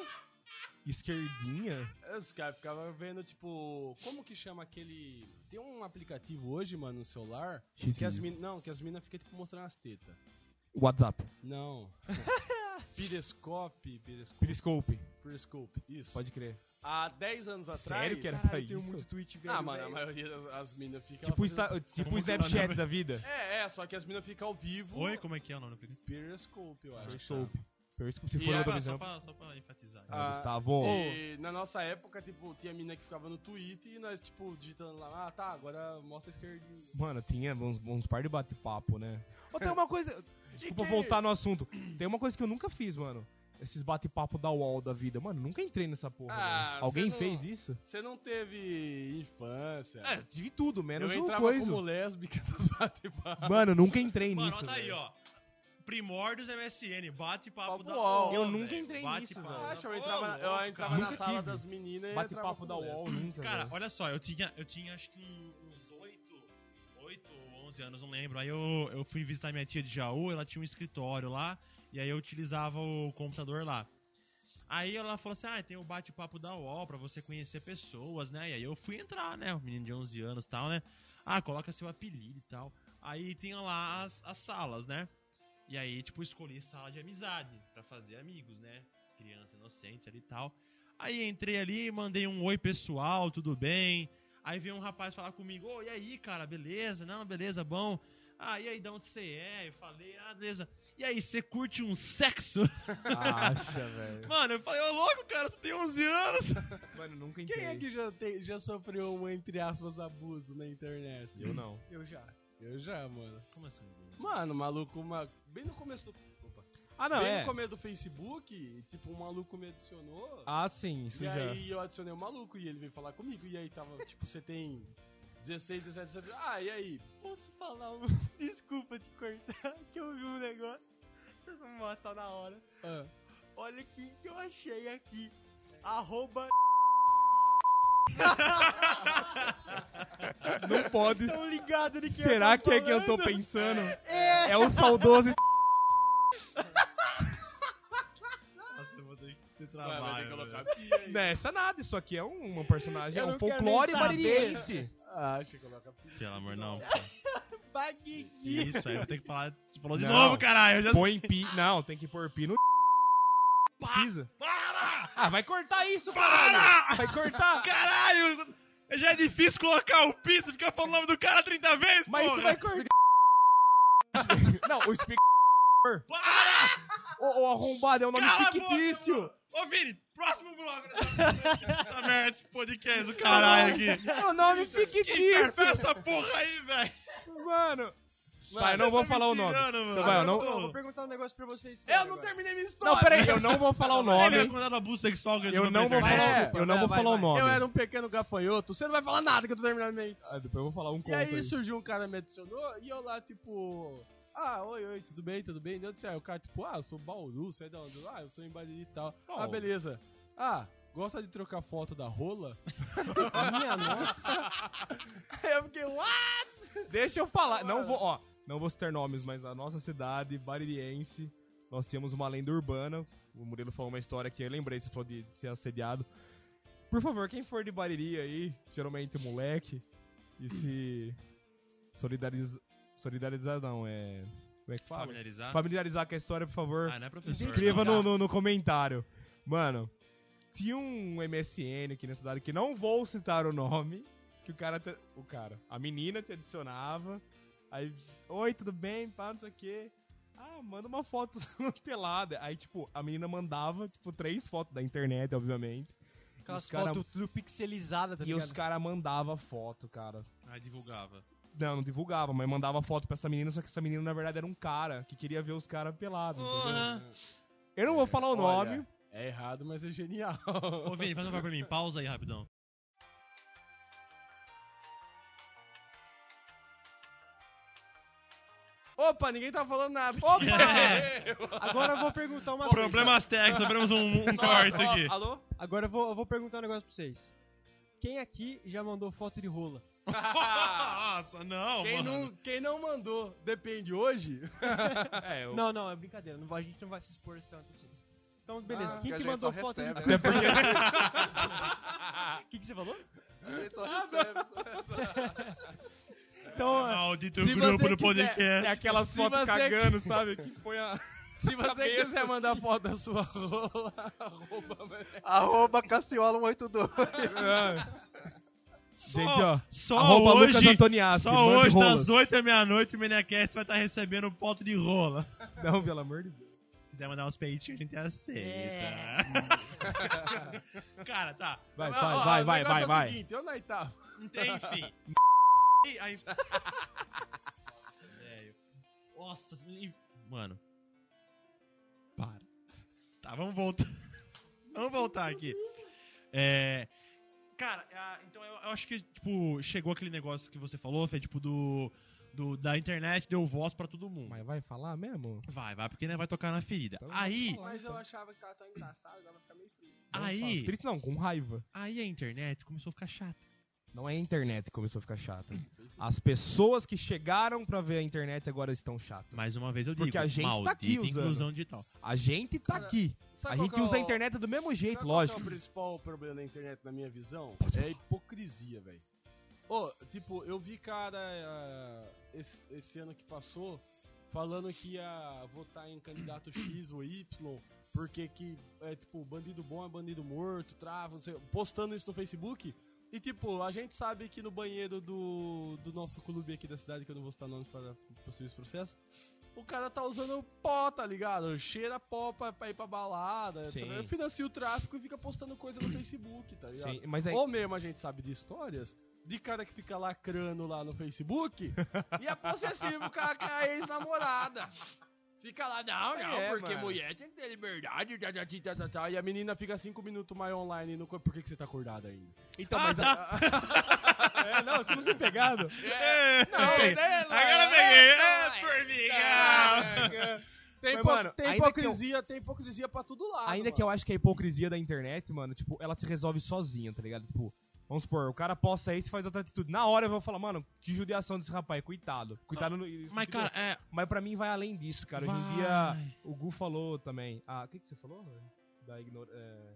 Speaker 1: Esquerdinha?
Speaker 4: Os caras ficavam vendo, tipo, como que chama aquele. Tem um aplicativo hoje, mano, no celular. Que as min... Não, que as minas ficam, tipo, mostrando as tetas.
Speaker 1: WhatsApp.
Speaker 4: (laughs) Não. Periscope, Periscope.
Speaker 1: Periscope.
Speaker 4: Periscope, isso.
Speaker 1: Pode crer.
Speaker 4: Há 10 anos atrás.
Speaker 1: Sério que era
Speaker 5: Cara,
Speaker 1: pra
Speaker 5: eu tenho
Speaker 1: isso?
Speaker 5: muito tweet, velho.
Speaker 4: Ah, mano, a
Speaker 5: velho.
Speaker 4: maioria das as minas fica.
Speaker 1: Tipo, o
Speaker 4: fazendo-
Speaker 1: Insta- tipo
Speaker 2: Como
Speaker 1: o
Speaker 2: que é o
Speaker 1: Snapchat
Speaker 2: nome?
Speaker 1: da vida.
Speaker 4: É, é, só que as minas ficam ao vivo.
Speaker 2: Oi, como é que é o nome do aplicativo?
Speaker 4: Periscope, eu acho.
Speaker 1: Periscope. Periscope, se
Speaker 4: E
Speaker 1: for
Speaker 4: é-
Speaker 2: Só
Speaker 1: outra
Speaker 2: pra- Só
Speaker 1: visão.
Speaker 2: pra, só pra enfatizar.
Speaker 4: Ah,
Speaker 1: Gustavo.
Speaker 4: E na nossa época, tipo, tinha mina que ficava no Twitter e nós, tipo, digitando lá, ah, tá, agora mostra a esquerdinha.
Speaker 1: Mano, tinha uns, uns par de bate-papo, né? Ou tem uma coisa. Desculpa
Speaker 4: que-
Speaker 1: voltar no assunto. Tem uma coisa que eu nunca fiz, mano. Esses bate-papo da UOL da vida. Mano, nunca entrei nessa porra.
Speaker 4: Ah,
Speaker 1: velho. Alguém
Speaker 4: cê não-
Speaker 1: fez isso?
Speaker 4: Você não teve infância.
Speaker 1: É, tive tudo,
Speaker 4: eu
Speaker 1: menos uma
Speaker 4: entrava
Speaker 1: coisa.
Speaker 4: como lésbica (laughs) nos bate-papos.
Speaker 1: Mano, nunca entrei
Speaker 2: Mano,
Speaker 1: nisso.
Speaker 2: olha aí,
Speaker 1: velho.
Speaker 2: ó. Primórdios MSN, bate papo
Speaker 4: Papo
Speaker 2: da
Speaker 4: UOL.
Speaker 2: UOL,
Speaker 1: Eu nunca
Speaker 2: velho.
Speaker 1: entrei
Speaker 2: Bate
Speaker 1: nisso,
Speaker 2: papo
Speaker 1: velho.
Speaker 2: da
Speaker 4: Acho, Ah, eu
Speaker 2: UOL,
Speaker 4: entrava, na, eu
Speaker 2: cara.
Speaker 4: entrava na
Speaker 1: Nunca
Speaker 4: sala
Speaker 1: tive.
Speaker 4: das meninas e entrava
Speaker 1: Bate-papo
Speaker 4: como
Speaker 1: da
Speaker 4: lésbica.
Speaker 1: UOL nunca.
Speaker 2: Cara,
Speaker 1: velho.
Speaker 2: olha só, eu tinha, eu tinha acho que um- uns 8, 8 ou 11 anos, não lembro. Aí eu, eu fui visitar minha tia de Jaú, ela tinha um escritório lá, e aí eu utilizava o computador lá. Aí ela falou assim: ah, tem o bate-papo da UOL pra você conhecer pessoas, né? E aí eu fui entrar, né? Um menino de 11 anos e tal, né? Ah, coloca seu apelido e tal. Aí tinha lá as, as salas, né? E aí, tipo, escolhi sala de amizade pra fazer amigos, né? Criança inocente ali e tal. Aí entrei ali, mandei um oi pessoal, tudo bem? Aí vem um rapaz falar comigo, ô, e aí, cara, beleza? Não, beleza, bom. Ah, e aí, de onde você é? Eu falei, ah, beleza. E aí, você curte um sexo? (laughs)
Speaker 1: Acha, velho.
Speaker 2: Mano, eu falei, ô, louco, cara, você tem 11 anos. (laughs)
Speaker 1: Mano, nunca entendi.
Speaker 4: Quem é que já, tem- já sofreu um, entre aspas, abuso na internet?
Speaker 1: Eu não.
Speaker 5: Eu já.
Speaker 4: Eu já, mano.
Speaker 2: Como assim? Bruno?
Speaker 4: Mano, maluco, uma... bem no começo do... Opa.
Speaker 1: Ah, não,
Speaker 4: bem
Speaker 1: é.
Speaker 4: no começo do Facebook, tipo, um maluco me adicionou.
Speaker 1: Ah, sim, isso
Speaker 4: e
Speaker 1: já.
Speaker 4: aí eu adicionei o maluco e ele veio falar comigo. E aí tava, tipo, você tem 16, 17, 17. Ah, e aí?
Speaker 5: Posso falar um... Desculpa te cortar, (laughs) que eu vi um negócio. Vocês vão me matar na hora.
Speaker 4: Ah.
Speaker 5: Olha quem que eu achei aqui. Arroba...
Speaker 1: Não pode.
Speaker 5: Estão ligados de quem
Speaker 1: Será
Speaker 5: eu tô
Speaker 1: que é que eu tô
Speaker 5: falando?
Speaker 1: pensando?
Speaker 5: É!
Speaker 1: É o saudoso.
Speaker 2: Nossa, eu vou ter que ter
Speaker 4: Vai, vai ter
Speaker 2: trabalho.
Speaker 4: que colocar
Speaker 2: velho.
Speaker 4: aqui.
Speaker 1: (laughs)
Speaker 4: aí.
Speaker 1: Nessa nada, isso aqui é um, uma personagem, é
Speaker 5: Eu
Speaker 1: um
Speaker 5: não quero
Speaker 1: folclore
Speaker 5: nem saber.
Speaker 1: marinense.
Speaker 4: Ah, acho que coloca pi.
Speaker 2: Pelo amor, não. Que
Speaker 5: Baguigui.
Speaker 2: Isso, aí eu vou ter que falar. Você falou de
Speaker 1: Não.
Speaker 2: novo, caralho. Eu já
Speaker 1: (laughs) Põe pi. Não, tem que pôr pi no. Precisa.
Speaker 2: Para!
Speaker 1: Ah, vai cortar isso, caralho!
Speaker 2: Para!
Speaker 1: Vai cortar!
Speaker 2: Caralho! Já é difícil colocar o piso, ficar falando o nome do cara 30 vezes,
Speaker 1: Mas
Speaker 2: porra!
Speaker 1: isso vai cortar. Não, o speak.
Speaker 2: Para!
Speaker 1: O, o arrombado é um nome
Speaker 2: Cala a boca,
Speaker 1: fictício!
Speaker 2: mano. Ô, Vini, próximo
Speaker 1: (laughs)
Speaker 2: bloco dessa essa merda de podcast do caralho aqui.
Speaker 1: É um nome
Speaker 2: Que
Speaker 1: fictício!
Speaker 2: perfeita essa porra aí, velho! tá
Speaker 1: Mano! Vai, eu não vou falar o nome. Então vai, eu não-
Speaker 5: Eu vou perguntar um negócio pra vocês.
Speaker 4: Eu
Speaker 5: sério
Speaker 4: não
Speaker 5: agora.
Speaker 4: terminei minha história!
Speaker 1: Não, peraí, eu não vou falar o
Speaker 2: Ele é
Speaker 1: nome.
Speaker 2: condenado a abuso sexual que eles
Speaker 1: Eu
Speaker 2: mandam
Speaker 1: não
Speaker 2: na
Speaker 1: vou
Speaker 2: internet.
Speaker 1: falar,
Speaker 4: É,
Speaker 1: eu não vou
Speaker 5: vai,
Speaker 1: falar o
Speaker 5: vai.
Speaker 1: nome.
Speaker 4: Eu era um pequeno gafanhoto, você não vai falar nada que eu tô terminando minha história.
Speaker 1: Ah, depois eu vou falar um
Speaker 4: E
Speaker 1: conto.
Speaker 4: aí
Speaker 1: aí.
Speaker 4: surgiu um cara me adicionou e eu lá, tipo. Ah, oi, oi, tudo bem, tudo bem? De onde você é? O cara, tipo, ah, eu sou Bauru, você é de onde? Ah, eu sou em Bariri e tal.
Speaker 1: Bom.
Speaker 4: Ah, beleza. Ah, gosta de trocar foto da rola?
Speaker 5: Minha nossa.
Speaker 4: Aí eu fiquei, uau!
Speaker 1: Deixa eu falar. Não vou, ó, não vou citar nomes, mas a nossa cidade, Baririense, nós tínhamos uma lenda urbana. O Murilo falou uma história que eu lembrei, você falou de ser assediado. Por favor, quem for de Bariri aí, geralmente moleque, e se solidariza, solidarizar não, é... Como é que fala?
Speaker 2: Familiarizar?
Speaker 1: Familiarizar com a história, por favor.
Speaker 2: Ah, não é
Speaker 1: Se
Speaker 2: professor.
Speaker 1: inscreva
Speaker 2: não.
Speaker 1: no, no, no comentário. Mano, tinha um MSN aqui na cidade que não vou citar o nome. Que o cara. te- O cara. A menina te adicionava. Aí. Oi, tudo bem? Pá, não sei o quê. Ah, manda uma foto (laughs) pelada. Aí, tipo, a menina mandava, tipo, três fotos da internet, obviamente.
Speaker 5: Aquelas
Speaker 1: Os cara-
Speaker 5: fotos tudo pixelizada, tá
Speaker 1: e
Speaker 5: ligado?
Speaker 1: os caras mandavam foto, cara.
Speaker 2: Ah, divulgava.
Speaker 1: Não, não divulgava, mas mandava foto pra essa menina, só que essa menina, na verdade, era um cara que queria ver os caras pelados. entendeu?
Speaker 2: Porra!
Speaker 1: Eu não vou falar o
Speaker 4: Olha,
Speaker 1: nome,
Speaker 4: É errado, mas é
Speaker 1: (laughs)
Speaker 4: genial.
Speaker 2: Ô, Vini, faz um favor pra mim. Pausa aí, rapidão.
Speaker 4: Opa, ninguém tá falando nada. (laughs)
Speaker 5: Opa!
Speaker 2: É.
Speaker 5: Agora eu vou
Speaker 2: (laughs)
Speaker 5: perguntar uma coisa.
Speaker 2: Problemas técnicos, abrimos um, um corte
Speaker 4: Ó,
Speaker 2: aqui.
Speaker 4: Alô?
Speaker 5: Agora eu vou, eu vou perguntar um negócio pra vocês. Quem aqui já mandou foto de rola?
Speaker 2: Nossa, não,
Speaker 4: Quem
Speaker 2: mano.
Speaker 4: não, quem não mandou, depende
Speaker 1: (laughs)
Speaker 4: hoje.
Speaker 1: É, eu-
Speaker 4: (laughs)
Speaker 5: Não, não, é brincadeira. não vai- a gente não vai se expor tanto assim. Então, beleza.
Speaker 6: Ah,
Speaker 5: Quem
Speaker 6: porque a
Speaker 5: que
Speaker 6: gente
Speaker 5: mandou
Speaker 6: só
Speaker 5: foto
Speaker 6: recebe,
Speaker 4: É
Speaker 1: (laughs)
Speaker 5: de
Speaker 6: né?
Speaker 5: rola?
Speaker 1: Até porque-
Speaker 5: O que, que você falou?
Speaker 6: A gente só recebe. só-
Speaker 5: Então, é,
Speaker 2: Maldito
Speaker 4: Se
Speaker 2: grupo
Speaker 4: você
Speaker 2: do podcast.
Speaker 1: É aquelas
Speaker 4: Se
Speaker 1: fotos
Speaker 4: você-
Speaker 1: cagando, sabe? Que põe
Speaker 4: (laughs)
Speaker 1: a.
Speaker 4: (laughs) Se você
Speaker 1: Cabeça,
Speaker 6: assim.
Speaker 4: quiser mandar foto da sua rola, (laughs)
Speaker 6: (laughs)
Speaker 4: arroba, né?
Speaker 6: Arroba Cassiola 182.
Speaker 1: (laughs)
Speaker 2: Só,
Speaker 1: Gente, ó,
Speaker 2: só
Speaker 1: arroba Lucas
Speaker 2: hoje,
Speaker 1: Antoniassi,
Speaker 2: só
Speaker 1: mande
Speaker 4: tá
Speaker 2: hoje tá
Speaker 1: rolas.
Speaker 2: das 8 à meia-noite, o Maniacast vai estar recebendo foto de rola.
Speaker 1: Não, pelo amor de Deus.
Speaker 2: Se quiser mandar uns peitinhos, a gente aceita. (laughs) Cara, tá. Então,
Speaker 1: Vai,
Speaker 4: Ó, ó,
Speaker 1: vai, vai, vai,
Speaker 4: o
Speaker 1: vai,
Speaker 4: negócio É o
Speaker 1: vai.
Speaker 4: seguinte, eu na oitava.
Speaker 2: Enfim. E aí- Nossa, velho. Nossa, e- mano. Para. Tá, vamos voltar. (laughs) vamos voltar aqui. É. Cara, a- então eu, eu acho que, tipo, chegou aquele negócio que você falou, Fê, tipo, do, do- Da internet deu voz pra todo mundo.
Speaker 1: Mas vai falar mesmo?
Speaker 2: Vai, vai, porque né, vai tocar na ferida.
Speaker 1: Então,
Speaker 2: aí,
Speaker 1: vamos
Speaker 4: Mas eu
Speaker 1: então.
Speaker 4: achava que tava tão engraçado, dava pra ficar meio triste.
Speaker 1: Fala.
Speaker 2: aí,
Speaker 1: Triste não, com raiva.
Speaker 2: aí a internet começou a ficar chata.
Speaker 1: Não é a internet que começou a ficar chata. As pessoas que chegaram pra ver a internet agora estão chatas.
Speaker 2: Mais uma vez eu digo,
Speaker 1: Porque a gente tá
Speaker 2: maldita
Speaker 1: aqui usando.
Speaker 2: inclusão digital.
Speaker 1: A gente tá aqui.
Speaker 4: Sabe
Speaker 1: A
Speaker 4: qual
Speaker 1: gente
Speaker 4: que é
Speaker 1: usa a
Speaker 4: o-
Speaker 1: internet do mesmo
Speaker 4: sabe
Speaker 1: jeito,
Speaker 4: qual que
Speaker 1: lógico.
Speaker 4: É o principal problema da internet, na minha visão, é a hipocrisia, velho. Ô, tipo, eu vi cara ah, esse, esse ano que passou falando que ia votar em candidato X ou Y, porque que é tipo, bandido bom é bandido morto, trava, não sei, postando isso no Facebook. E tipo, a gente sabe que no banheiro do, do nosso clube aqui da cidade, que eu não vou citar nomes para possíveis processos, o cara tá usando pó, tá ligado? Cheira pó pra, pra ir pra balada,
Speaker 1: Sim.
Speaker 4: tra- financia o tráfico e fica postando coisa no Facebook, tá ligado?
Speaker 1: Sim, mas aí.
Speaker 4: Ou mesmo a gente sabe de histórias de cara que fica lacrando lá no Facebook e é possessivo com a, com a ex-namorada. Fica lá, não, não,
Speaker 1: É,
Speaker 4: porque
Speaker 1: mano.
Speaker 4: mulher tem que ter liberdade, tá, tá, tá, tá, tá. e a menina fica cinco minutos mais online no co- Por que, que você tá acordado ainda? Então, mas. a-
Speaker 1: (laughs) É, não, você não tem
Speaker 4: (laughs)
Speaker 1: pegado?
Speaker 4: É,
Speaker 2: (laughs)
Speaker 4: não,
Speaker 2: Peguei.
Speaker 4: né,
Speaker 2: Agora
Speaker 4: é,
Speaker 2: peguei.
Speaker 4: tá,
Speaker 2: É, formiga.
Speaker 4: caraca. é, Tem,
Speaker 1: Mas,
Speaker 4: hipo-
Speaker 1: mano,
Speaker 4: tem
Speaker 1: ainda que eu-
Speaker 4: hipocrisia, tem hipocrisia pra tudo lá.
Speaker 1: Ainda que eu acho que a hipocrisia da internet, mano, tipo, ela se resolve sozinha, tá ligado? Tipo, vamos supor, o cara posta isso e faz outra atitude. Na hora eu vou falar, mano, que judiação desse rapaz, coitado. Coitado no.
Speaker 2: Mas, cara, é.
Speaker 1: Mas pra mim vai além disso, cara. Hoje em dia,
Speaker 2: vai.
Speaker 1: o Gu falou também. Ah, o que, que você falou? velho? Da ignor... é,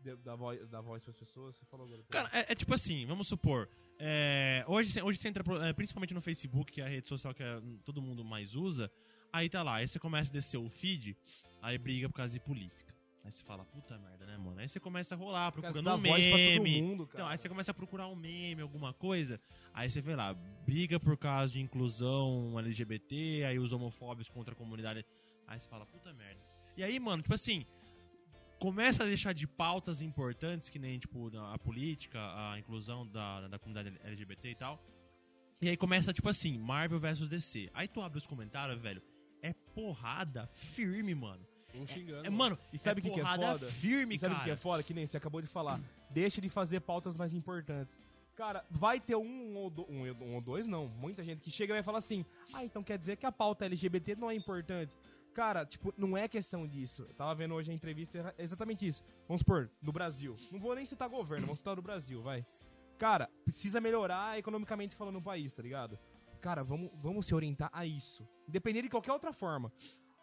Speaker 1: de- Da, voz, da voz pras pessoas? Você falou agora.
Speaker 2: Cara, é, é tipo assim, vamos supor. é, hoje, você- hoje você entra pro- é, principalmente no Facebook, que é a rede social que é, hum, todo mundo mais usa. Aí tá lá, aí você começa a descer o feed, aí briga por causa de política. Aí você fala, puta merda, né, mano? Aí você começa a rolar,
Speaker 1: Cara, você
Speaker 2: procurando
Speaker 1: dá
Speaker 2: um
Speaker 1: voz pra todo
Speaker 2: meme.
Speaker 1: mundo, cara.
Speaker 2: Então, aí você começa a procurar um meme, alguma coisa, aí você vê lá, briga por causa de inclusão LGBT, aí os homofóbicos contra a comunidade. Aí você fala, puta merda. E aí, mano, tipo assim, começa a deixar de pautas importantes, que nem, tipo, na- a política, a inclusão da, da comunidade LGBT e tal. E aí começa, tipo assim, Marvel versus DC. Aí tu abre os comentários, velho, é porrada firme, mano.
Speaker 4: Um xingando.
Speaker 2: É, mano,
Speaker 1: E sabe o
Speaker 2: é
Speaker 1: que que é
Speaker 2: porrada
Speaker 1: foda?
Speaker 2: firme,
Speaker 1: E sabe o
Speaker 2: cara.
Speaker 1: que é foda? Que nem você acabou de falar. Deixa de fazer pautas mais importantes. Cara, vai ter um ou, do- um, ou- um ou dois, não. Muita gente que chega e vai falar assim: Ah, então quer dizer que a pauta LGBT não é importante. Cara, tipo, não é questão disso. Eu tava vendo hoje a entrevista, é exatamente isso. Vamos supor, no Brasil. Não vou nem citar governo, vamos citar o Brasil, vai. Cara, precisa melhorar economicamente falando o país, tá ligado? Cara, vamos, vamos se orientar a isso. Independente de qualquer outra forma.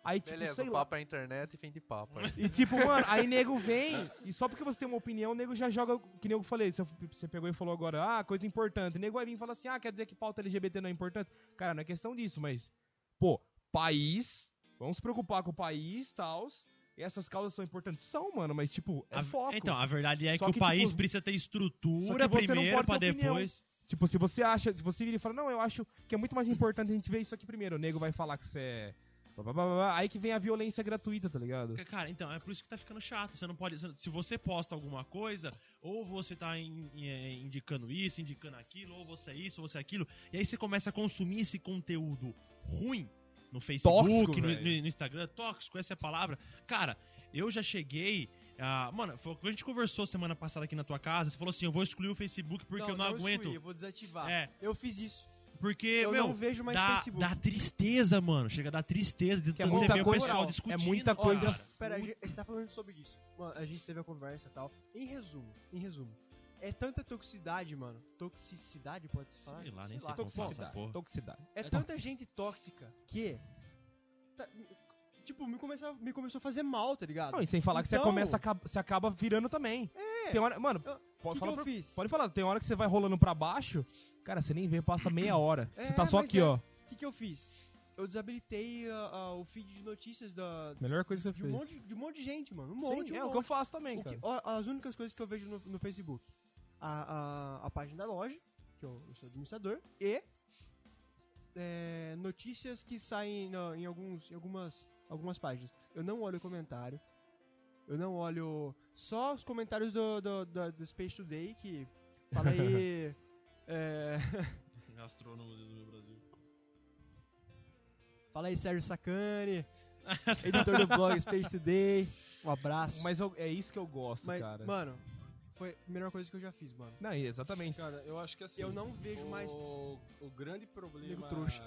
Speaker 1: Aí, tipo,
Speaker 6: Beleza,
Speaker 1: sei
Speaker 6: o
Speaker 1: lá.
Speaker 6: papo é internet e fim de papo. né?
Speaker 1: E tipo, mano, aí nego vem, e só porque você tem uma opinião, o nego já joga, que nem eu falei, você- você pegou e falou agora, ah, coisa importante. O nego vai vir e fala assim, ah, quer dizer que pauta LGBT não é importante? Cara, não é questão disso, mas, pô, país, vamos se preocupar com o país, tals, essas causas são importantes? São, mano, mas tipo, é
Speaker 2: A-
Speaker 1: foco.
Speaker 2: Então, a verdade é
Speaker 1: Só
Speaker 2: que,
Speaker 1: que,
Speaker 2: o país
Speaker 1: tipo,
Speaker 2: precisa ter
Speaker 1: só
Speaker 2: estrutura
Speaker 1: que você não
Speaker 2: primeiro
Speaker 1: pode
Speaker 2: pra
Speaker 1: ter opinião.
Speaker 2: depois.
Speaker 1: Tipo, se você acha, se você vira e fala, não, eu acho que é muito mais importante a gente ver isso aqui primeiro, o nego vai falar que você é... blá, blá, blá, blá, blá, Aí que vem a violência gratuita, tá ligado?
Speaker 2: Cara, então, é por isso que tá ficando chato. Você não pode. Se você posta alguma coisa, ou você tá in- eh, indicando isso, indicando aquilo, ou você é isso, ou você é aquilo. E aí você começa a consumir esse conteúdo ruim no Facebook,
Speaker 1: Tóxico,
Speaker 2: no,
Speaker 1: velho.
Speaker 2: no- no Instagram, tóxico, essa é a palavra. Cara, eu já cheguei. ah, mano, foi o que a gente conversou semana passada aqui na tua casa. Você falou assim: eu vou excluir o Facebook porque eu não, aguento.
Speaker 5: excluí, eu vou desativar.
Speaker 2: É,
Speaker 5: Eu fiz isso.
Speaker 2: porque,
Speaker 5: Eu
Speaker 2: meu,
Speaker 5: não vejo mais
Speaker 2: dá,
Speaker 5: Facebook.
Speaker 2: dá tristeza, mano. Chega a dar tristeza de
Speaker 1: Que é
Speaker 2: quando você
Speaker 1: muita
Speaker 2: vê o
Speaker 1: coisa-
Speaker 2: pessoal
Speaker 1: é
Speaker 2: discutindo.
Speaker 1: muita coisa-
Speaker 2: cara.
Speaker 5: Pera, a gente, a gente tá falando sobre isso. Mano, a gente teve a conversa e tal. Em resumo, em resumo. É tanta toxicidade, mano. Toxicidade, pode se falar?
Speaker 2: Sei lá, nem sei como fala
Speaker 5: toxicidade.
Speaker 2: essa porra.
Speaker 1: Toxicidade.
Speaker 5: É tanta gente tóxica que. tá- tipo, me começou, me começou a fazer mal, tá ligado?
Speaker 1: Não, e sem falar que você
Speaker 5: Então-
Speaker 1: começa, acaba- você acaba virando também. É. Tem hora, mano,
Speaker 5: Eu- O
Speaker 1: pode,
Speaker 5: que, que
Speaker 1: falar
Speaker 5: eu
Speaker 1: pra-
Speaker 5: fiz?
Speaker 1: pode falar, tem hora que você vai rolando pra baixo, cara, você nem vê, passa meia hora.
Speaker 5: É,
Speaker 1: você tá só
Speaker 5: mas
Speaker 1: aqui,
Speaker 5: é.
Speaker 1: ó.
Speaker 5: O que, que eu fiz? Eu desabilitei ah, ah, o feed de notícias da,
Speaker 1: Melhor coisa que você
Speaker 5: de, um
Speaker 1: fez.
Speaker 5: monte, de um monte de gente, mano. Um
Speaker 1: Sim,
Speaker 5: monte, um
Speaker 1: é o
Speaker 5: monte.
Speaker 1: que eu faço também,
Speaker 5: O que-
Speaker 1: cara.
Speaker 5: ó, as únicas coisas que eu vejo no, no Facebook. A, a, a página da loja, que eu, eu sou administrador, e é, notícias que saem na- em, alguns, em algumas, algumas páginas. Eu não olho comentário. Eu não olho só os comentários do, do, do, do Space Today, que fala (laughs) aí... é, (laughs)
Speaker 2: Gastrônomo do Brasil.
Speaker 5: fala aí Sérgio (laughs) Sacani, editor do blog Space Today. Um abraço.
Speaker 1: Mas eu- é isso que eu gosto,
Speaker 5: Mas,
Speaker 1: cara.
Speaker 5: mano, foi a melhor coisa que eu já fiz, mano.
Speaker 1: Não, e exatamente.
Speaker 4: Cara, eu acho que assim.
Speaker 5: Eu não vejo mais
Speaker 4: O, o grande problema.
Speaker 5: Nego trouxa.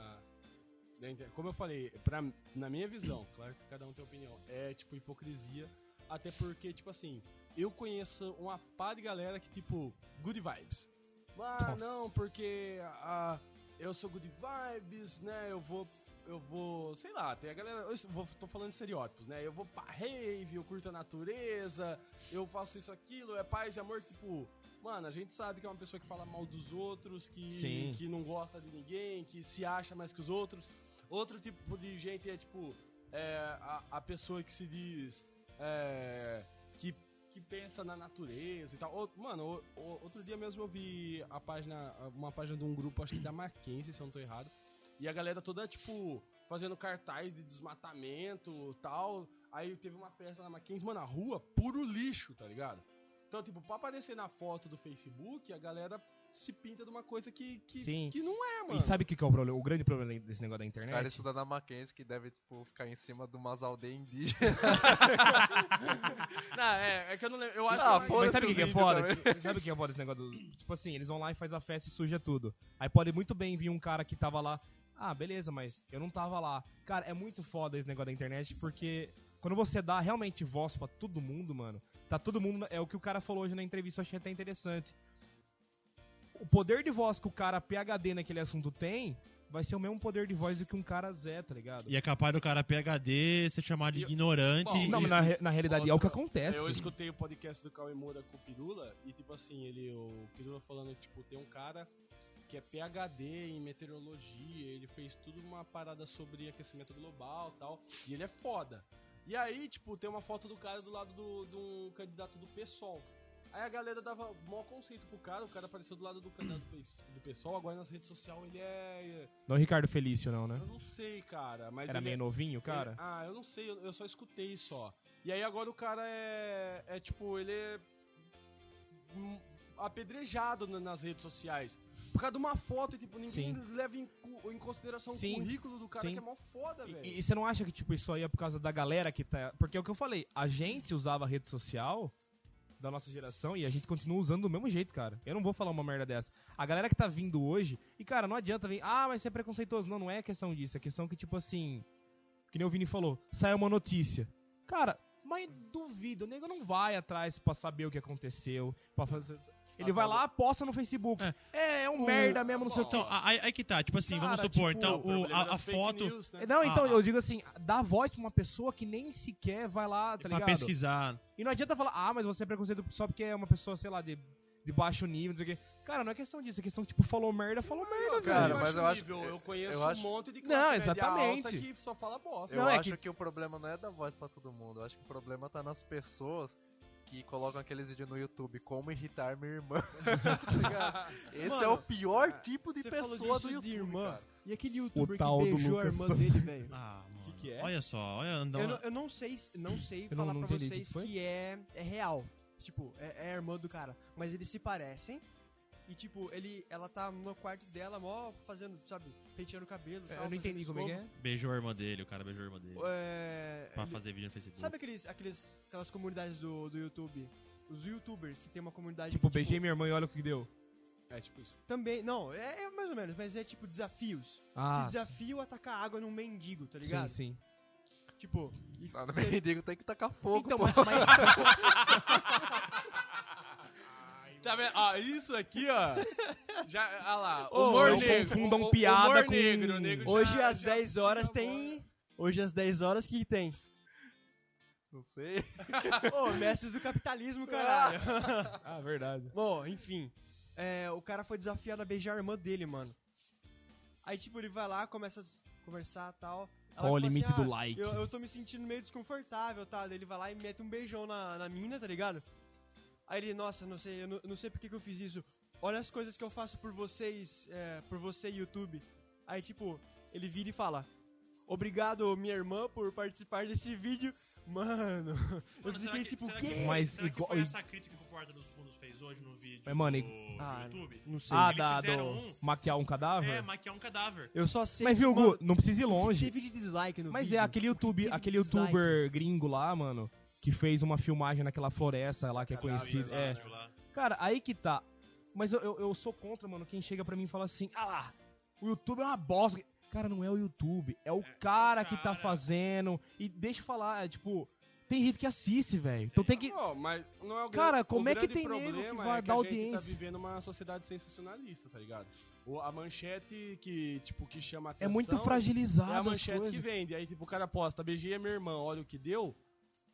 Speaker 4: da inter- Como eu falei, pra, na minha visão, (clears throat) claro que cada um tem opinião, é tipo hipocrisia. Até porque, tipo assim, eu conheço uma par de galera que, tipo, good vibes. Ah,
Speaker 1: Nossa.
Speaker 4: não, porque ah, eu sou good vibes, né? Eu vou. Eu vou, sei lá, tem a galera. Eu vou, tô falando de estereótipos, né? Eu vou pra rave, eu curto a natureza, eu faço isso, aquilo, é paz e amor, tipo. Mano, a gente sabe que é uma pessoa que fala mal dos outros, que,
Speaker 1: Sim.
Speaker 4: que não gosta de ninguém, que se acha mais que os outros. Outro tipo de gente é tipo. é, a, a pessoa que se diz. é, que que pensa na natureza e tal. Ou- mano, o- o- outro dia mesmo eu vi a página, uma página de um grupo, acho que da Mackenzie, se eu não tô errado. E a galera toda, tipo, fazendo cartaz de desmatamento tal. Aí teve uma festa na Mackenzie, mano, a rua, puro lixo, tá ligado? Então, tipo, pra aparecer na foto do Facebook, a galera se pinta de uma coisa que, que,
Speaker 1: Sim.
Speaker 4: que não é,
Speaker 5: Então,
Speaker 4: mano.
Speaker 1: E sabe o que, que é o problema? O grande problema desse negócio da
Speaker 6: Os
Speaker 1: internet?
Speaker 6: caras estudam na é Mackenzie que deve, tipo, ficar em cima de umas aldeias indígenas.
Speaker 4: Não, é, é que eu não lembro. Eu acho
Speaker 6: Não,
Speaker 4: que
Speaker 6: Ah, foda-se
Speaker 1: Mas sabe o que, que é
Speaker 6: vídeo
Speaker 1: foda?
Speaker 6: também.
Speaker 1: Tipo, Sabe o que é foda esse negócio? do- Tipo assim, eles vão lá e faz a festa e suja tudo. Aí pode muito bem vir um cara que tava lá. Ah, beleza, mas eu não tava lá. Cara, é muito foda esse negócio da internet, porque quando você dá realmente voz pra todo mundo, mano, tá todo mundo. É o que o cara falou hoje na entrevista, eu achei até interessante. O poder de voz que o cara PHD naquele assunto tem vai ser o mesmo poder de voz do que um cara Zé, tá ligado?
Speaker 2: E é capaz do cara PHD ser chamado de
Speaker 4: E-
Speaker 2: ignorante.
Speaker 4: Bom,
Speaker 2: e-
Speaker 1: Não, mas na, re- na realidade é o que acontece.
Speaker 4: Eu escutei o podcast do Cauê Moura com o Pirula e, tipo assim, ele, o Pirula falando que, tipo, tem um cara que é PHD em meteorologia, ele fez tudo uma parada sobre aquecimento global e tal, e ele é foda. E aí, tipo, tem uma foto do cara do lado do- de um candidato do PSOL. Aí a galera dava maior conceito pro cara, o cara apareceu do lado do candidato do PS- do PSOL, agora nas redes sociais ele é...
Speaker 1: Não é o Ricardo Felício, não, né?
Speaker 4: Eu não sei, cara, mas
Speaker 1: Era
Speaker 4: ele é-
Speaker 1: meio novinho, cara.
Speaker 4: ele- ah, eu não sei, eu, eu só escutei só. E aí agora o cara é. É tipo, ele é. hum, apedrejado na- nas redes sociais. Por causa de uma foto, e, tipo, ninguém leva em, cu- em consideração
Speaker 1: Sim.
Speaker 4: o currículo do cara
Speaker 1: Sim.
Speaker 4: que é mó foda,
Speaker 1: E-
Speaker 4: velho.
Speaker 1: E, você não acha que, tipo, isso aí é por causa da galera que tá. Porque é o que eu falei, a gente usava a rede social da nossa geração e a gente continua usando do mesmo jeito, cara. Eu não vou falar uma merda dessa. A galera que tá vindo hoje, e cara, não adianta vir, ah, mas você é preconceituoso. Não, não é questão disso. É questão que, tipo assim. Que nem o Vini falou, saiu uma notícia. Cara, mas duvido, o nego não vai atrás pra saber o que aconteceu. Pra fazer... Ele vai lá, posta no Facebook.
Speaker 2: É.
Speaker 1: É, é um merda mesmo, não sei o que.
Speaker 2: Então, aí, aí que tá, tipo assim,
Speaker 1: Cara,
Speaker 2: vamos supor,
Speaker 1: tipo,
Speaker 2: então,
Speaker 4: O
Speaker 2: o-
Speaker 4: problema é
Speaker 2: a, a
Speaker 4: das fake
Speaker 2: foto
Speaker 4: news, né?
Speaker 1: Não, então
Speaker 2: Ah,
Speaker 1: eu digo assim, dá voz pra uma pessoa que nem sequer vai lá, tá
Speaker 2: pra
Speaker 1: ligado?
Speaker 2: pesquisar.
Speaker 1: E não adianta falar, ah, mas você é preconceito só porque é uma pessoa, sei lá, de, de baixo nível, não sei o quê. Cara, não é questão disso, é questão, tipo, falou merda, falou merda.
Speaker 4: Não,
Speaker 6: cara, mas
Speaker 4: acho
Speaker 6: eu acho-
Speaker 4: nível,
Speaker 6: eu-
Speaker 4: Eu conheço
Speaker 6: eu acho-
Speaker 4: um monte de
Speaker 1: Não,
Speaker 4: classe média
Speaker 1: exatamente.
Speaker 4: alta que só fala bosta.
Speaker 6: Eu
Speaker 1: Não, é
Speaker 6: acho
Speaker 1: que-
Speaker 6: que... o problema não é dar voz pra todo mundo. Eu acho que o problema tá nas pessoas que colocam aqueles vídeos no YouTube, como irritar minha irmã. (laughs) Tá ligado? Esse é o pior tipo de
Speaker 5: você falou
Speaker 6: pessoa
Speaker 5: disso
Speaker 6: do
Speaker 5: de
Speaker 6: YouTube,
Speaker 5: irmã.
Speaker 6: cara.
Speaker 5: E aquele youtuber
Speaker 1: tal
Speaker 5: que
Speaker 1: do
Speaker 5: beijou a
Speaker 1: Lucas.
Speaker 5: irmã dele, velho.
Speaker 2: Ah, mano.
Speaker 1: que é?
Speaker 2: Olha só, olha, não,
Speaker 5: eu, não, eu não sei, se- não sei
Speaker 1: Eu não-
Speaker 5: falar
Speaker 1: não
Speaker 5: pra
Speaker 1: entendi o que
Speaker 5: vocês
Speaker 1: foi.
Speaker 5: que é, é real. Tipo, é, é a irmã do cara. Mas eles se parecem. E tipo, ele, ela tá no quarto dela, mó fazendo, sabe, penteando o cabelo.
Speaker 1: Eu
Speaker 5: tal,
Speaker 1: não
Speaker 5: fazendo
Speaker 1: entendi como é que é.
Speaker 2: beijou a irmã dele, o cara beijou a irmã dele.
Speaker 5: escova. É,
Speaker 2: Pra
Speaker 5: ele-
Speaker 2: fazer vídeo no Facebook.
Speaker 5: Sabe aqueles, aqueles, aquelas comunidades do, do YouTube? Os youtubers que tem uma comunidade.
Speaker 1: Tipo,
Speaker 5: que,
Speaker 1: beijei minha irmã e olha o que deu.
Speaker 4: É tipo isso.
Speaker 5: Também, não, é, é mais ou menos, mas é tipo desafios.
Speaker 1: Ah,
Speaker 5: que desafio atacar água num mendigo, tá ligado?
Speaker 1: sim, sim.
Speaker 5: Tipo, e-
Speaker 6: Não, no mendigo tem que tacar fogo,
Speaker 5: então,
Speaker 6: pô.
Speaker 5: mas, mas-
Speaker 4: Tá vendo? Ó, isso aqui, ó. Já, ah lá.
Speaker 5: Ô,
Speaker 4: humor
Speaker 5: não
Speaker 4: negro.
Speaker 1: confundam
Speaker 4: Humor
Speaker 1: piada com-
Speaker 4: negro, o negro
Speaker 5: (laughs)
Speaker 4: já-
Speaker 5: hoje às
Speaker 4: já
Speaker 5: 10 horas
Speaker 4: fica bom,
Speaker 5: tem. Hoje às 10 horas que tem?
Speaker 6: Não sei.
Speaker 5: Ô, mestres do capitalismo, caralho. (laughs)
Speaker 1: Ah, verdade.
Speaker 5: Bom, enfim. É, o cara foi desafiado a beijar a irmã dele, mano. Aí, tipo, ele vai lá, começa a conversar e tal. Ela
Speaker 1: Qual o
Speaker 5: fala assim,
Speaker 1: limite do
Speaker 5: "Ah,
Speaker 1: like?"
Speaker 5: Eu, eu tô me sentindo meio desconfortável, tá? Daí ele vai lá e mete um beijão na, na mina, tá ligado? Aí ele, nossa, não sei, eu não, não sei por que que eu fiz isso. Olha as coisas que eu faço por vocês, é, por você, YouTube. Aí, tipo, ele vira e fala... Obrigado, minha irmã, por participar desse vídeo. Mano, (laughs) eu fiquei tipo, o quê?
Speaker 1: Mas
Speaker 2: será que
Speaker 1: igual-
Speaker 2: foi essa crítica que o Porta dos Fundos fez hoje no vídeo
Speaker 1: Mas, mano,
Speaker 2: do,
Speaker 5: Ah,
Speaker 2: do YouTube?
Speaker 5: Não sei.
Speaker 1: Ah,
Speaker 2: Eles
Speaker 1: da, do...
Speaker 2: fizeram um-
Speaker 1: Maquiar um cadáver?
Speaker 2: É, maquiar um cadáver.
Speaker 5: Eu só sei
Speaker 1: Mas
Speaker 5: que,
Speaker 1: viu,
Speaker 5: mano,
Speaker 1: Gu, não precisa ir longe.
Speaker 5: Teve de dislike no
Speaker 1: Mas
Speaker 5: vídeo.
Speaker 1: é aquele YouTube,
Speaker 5: teve
Speaker 1: aquele
Speaker 5: dislike?
Speaker 1: youtuber gringo lá, mano, que fez uma filmagem naquela floresta lá que é
Speaker 4: Cadáver,
Speaker 1: conhecida. É.
Speaker 4: exato.
Speaker 2: Vídeo lá.
Speaker 1: Cara, aí que tá. Mas eu, eu, eu sou contra, mano, quem chega pra mim e fala assim, ah lá, o YouTube é uma bosta. Cara, não é o YouTube, é o cara que tá
Speaker 2: cara.
Speaker 1: fazendo. E deixa eu falar, é, tipo, tem gente que assiste, velho. Então tem que.
Speaker 4: Ó, mas não é o
Speaker 1: Cara,
Speaker 4: grande-
Speaker 1: como
Speaker 4: o
Speaker 1: é que
Speaker 4: grande
Speaker 1: tem nego que
Speaker 4: problema
Speaker 1: vai
Speaker 4: é que
Speaker 1: dar
Speaker 4: a gente tá
Speaker 1: audiência?
Speaker 4: vivendo uma sociedade sensacionalista, tá ligado? O- a manchete que, tipo, que
Speaker 1: É
Speaker 4: chama atenção...
Speaker 1: muito fragilizado
Speaker 4: É a
Speaker 1: as
Speaker 4: manchete
Speaker 1: coisas.
Speaker 4: que vende. Aí, tipo, o cara posta, beijei a minha irmã, olha o que deu.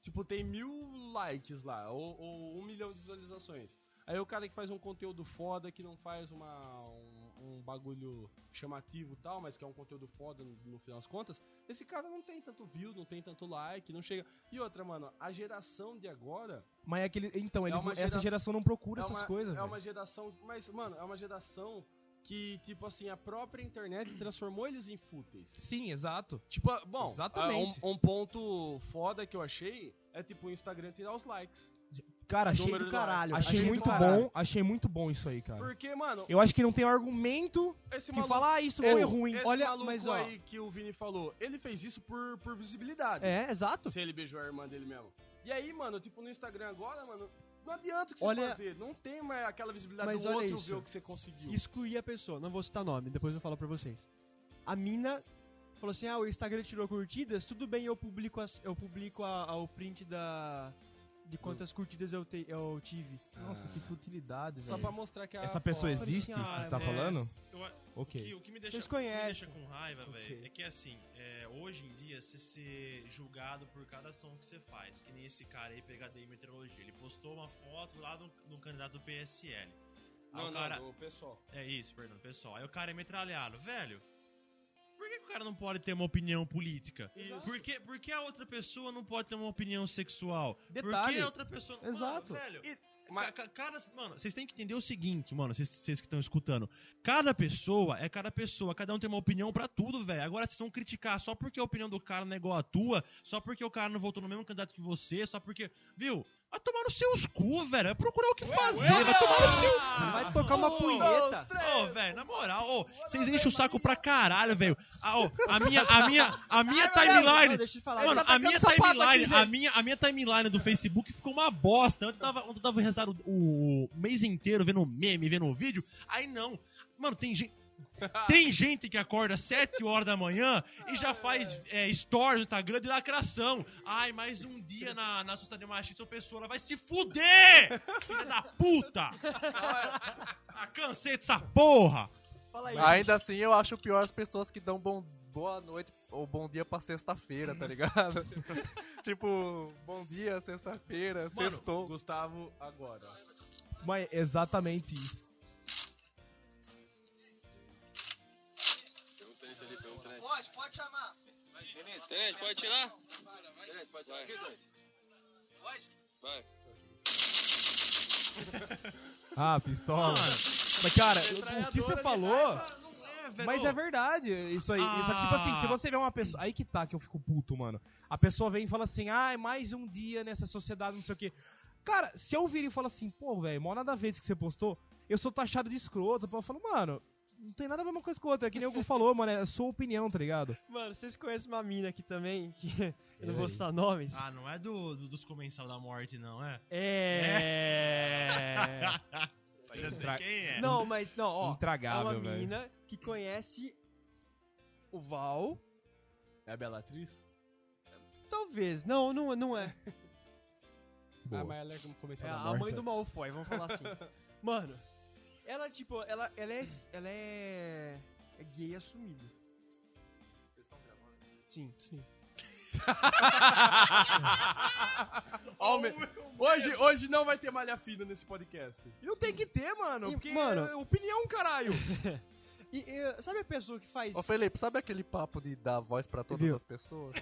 Speaker 4: Tipo, tem mil likes lá, ou, ou um milhão de visualizações. Aí o cara que faz um conteúdo foda, que não faz uma, um, um um bagulho chamativo e tal, mas que é um conteúdo foda no, no final das contas, esse cara não tem tanto view, não tem tanto like, não chega. E outra, mano, a geração de agora
Speaker 1: Mas é aquele. Então, eles
Speaker 4: É uma
Speaker 1: não- essa
Speaker 4: gera-
Speaker 1: geração não procura
Speaker 4: é
Speaker 1: essas
Speaker 4: uma-
Speaker 1: coisas.
Speaker 4: É
Speaker 1: velho.
Speaker 4: uma geração. Mas, mano, é uma geração que, tipo assim, a própria internet transformou eles em fúteis.
Speaker 1: Sim, exato.
Speaker 4: Tipo, ah, bom,
Speaker 1: Exatamente.
Speaker 4: ah, Um, um ponto foda que eu achei é tipo o Instagram tirar os likes.
Speaker 5: Cara, achei
Speaker 4: Número
Speaker 5: do
Speaker 4: do ar.
Speaker 5: caralho.
Speaker 1: Achei
Speaker 4: achei do
Speaker 1: muito
Speaker 5: caralho.
Speaker 1: bom, achei muito bom isso aí, cara.
Speaker 4: Porque, mano,
Speaker 1: Eu acho que não tem argumento
Speaker 4: esse
Speaker 1: que
Speaker 4: maluco. é
Speaker 1: fala, ah, isso
Speaker 4: esse,
Speaker 1: foi ruim.
Speaker 4: Esse
Speaker 5: Olha,
Speaker 4: maluco
Speaker 5: mas, ó.
Speaker 4: aí que o Vini falou, ele fez isso por, por visibilidade.
Speaker 5: É, exato.
Speaker 4: Se ele beijou a irmã dele mesmo. E aí, mano, tipo, no Instagram agora, mano, não adianta o que você
Speaker 5: Olha-
Speaker 4: fazer. Não tem mais aquela visibilidade
Speaker 5: Mas
Speaker 4: do
Speaker 5: olha
Speaker 4: outro
Speaker 5: isso.
Speaker 4: ver o que você conseguiu.
Speaker 5: Excluí a pessoa, não vou citar nome, depois eu falo pra vocês. A mina falou assim: ah, o Instagram tirou curtidas, tudo bem, eu publico, as- eu publico a- a- o print da. de quantas curtidas eu, te- eu tive.
Speaker 1: Nossa, que futilidade,
Speaker 4: Só
Speaker 1: velho.
Speaker 4: pra mostrar que a
Speaker 1: Essa pessoa
Speaker 4: foto-
Speaker 1: existe que
Speaker 2: Ah,
Speaker 1: você tá
Speaker 2: é.
Speaker 1: falando?
Speaker 2: Eu a-
Speaker 1: Ok.
Speaker 2: que- o que me deixa,
Speaker 5: Vocês
Speaker 2: o que me
Speaker 5: conhecem.
Speaker 2: deixa com raiva,
Speaker 1: Ok.
Speaker 2: velho, é que assim, é, hoje em dia, você ser julgado por cada ação que você faz, que nem esse cara aí, PHD em meteorologia, ele postou uma foto lá de um, de um candidato do PSL. Aí
Speaker 4: Não,
Speaker 2: o cara,
Speaker 4: não, o pessoal.
Speaker 2: É isso, perdão, pessoal. Aí o cara é metralhado. Velho, por que, que o cara não pode ter uma opinião política?
Speaker 4: Isso.
Speaker 2: Por que, por que a outra pessoa não pode ter uma opinião sexual? Por
Speaker 1: Detalhe.
Speaker 2: que a outra pessoa...
Speaker 1: Exato.
Speaker 2: Mano, velho,
Speaker 4: E-
Speaker 2: ca-
Speaker 4: mas-
Speaker 2: ca- cada- mano, vocês têm que entender o seguinte, mano, vocês- vocês que estão escutando. Cada pessoa é cada pessoa, cada um tem uma opinião pra tudo, velho. Agora vocês vão criticar só porque a opinião do cara não é igual à tua, só porque o cara não votou no mesmo candidato que você, só porque... Viu? Vai tomar nos seus cu, velho. Vai procurar o que fazer. Vai tomar no seu
Speaker 5: Vai tocar uma punheta!
Speaker 2: Ô, velho, na moral, ô, vocês enchem o saco pra caralho, velho. Ah, ô, a minha, a minha, a minha
Speaker 5: Não,
Speaker 2: timeline.
Speaker 5: deixa eu falar.
Speaker 1: tá
Speaker 2: Mano,
Speaker 5: Mano,
Speaker 2: a minha timeline, a minha, a minha timeline do Facebook ficou uma bosta. Ontem eu tava, ontem eu tava rezado o, o mês inteiro vendo meme, vendo um vídeo. Aí não. Mano, tem
Speaker 1: (laughs)
Speaker 2: gente. Tem gente que acorda 7 horas da manhã e já faz é, stories no Instagram de lacração. Ai, mais um dia na, na sociedade machista, sua pessoa ela vai se
Speaker 1: (laughs)
Speaker 2: fuder! Filha da puta! Ah, cansei dessa porra!
Speaker 5: fala aí.
Speaker 6: Ainda assim, eu acho pior as pessoas que dão bom, boa noite ou bom dia pra sexta-feira, tá ligado? (laughs) tipo, bom dia, sexta-feira,
Speaker 2: Mano,
Speaker 6: sextou.
Speaker 4: Gustavo agora.
Speaker 1: Mas exatamente isso.
Speaker 7: um Pode, pode chamar. Tenente, pode tirar? Tenente, pode tirar aqui, Tenente? Pode? Vai.
Speaker 1: Ah, pistola.
Speaker 2: Mano.
Speaker 1: Mas, cara, o que você falou.
Speaker 2: Ah,
Speaker 1: Mas é
Speaker 2: verdade.
Speaker 1: verdade, isso aí. Só que, tipo assim, se
Speaker 5: Ah.
Speaker 1: você vê uma pessoa. Aí que tá que eu fico puto, mano. A pessoa vem e fala assim, ah, é mais um dia nessa sociedade, não sei o quê. Cara, se eu vir e falar assim, pô, velho, mó nada a ver isso que você postou, eu sou taxado de escroto. Eu falo, mano, não tem nada a ver uma coisa com outra. É que nem o Gu falou, mano, é a sua opinião, tá ligado?
Speaker 5: Mano, vocês conhecem uma mina aqui também, que (laughs) eu não vou citar nomes.
Speaker 2: Ah, não é do, do- dos comensal da morte, não, é?
Speaker 5: (laughs)
Speaker 2: (laughs)
Speaker 5: É.
Speaker 2: Eu já sei
Speaker 1: Tra-
Speaker 2: quem é.
Speaker 5: não, mas não, ó. é
Speaker 1: Intragável,
Speaker 5: uma
Speaker 1: velho.
Speaker 5: mina que conhece o Val.
Speaker 4: É a Belatriz?
Speaker 5: Talvez. Não, não, não é.
Speaker 1: Boa.
Speaker 4: Ah, mas ela é como
Speaker 1: Tá
Speaker 5: É
Speaker 4: começar
Speaker 5: a mãe do Malfoy, vamos falar assim. Mano, ela, tipo, ela, ela é. Ela é. é gay assumido. Sim, sim.
Speaker 4: Hoje, hoje não vai ter malha fina nesse podcast.
Speaker 1: Não tem que ter, mano.
Speaker 5: E,
Speaker 1: Porque
Speaker 5: mano-
Speaker 1: é opinião, caralho.
Speaker 5: (laughs) E, e, sabe a pessoa que faz.
Speaker 6: Ô Felipe, sabe aquele papo de dar voz pra todas
Speaker 5: Viu?
Speaker 6: as pessoas?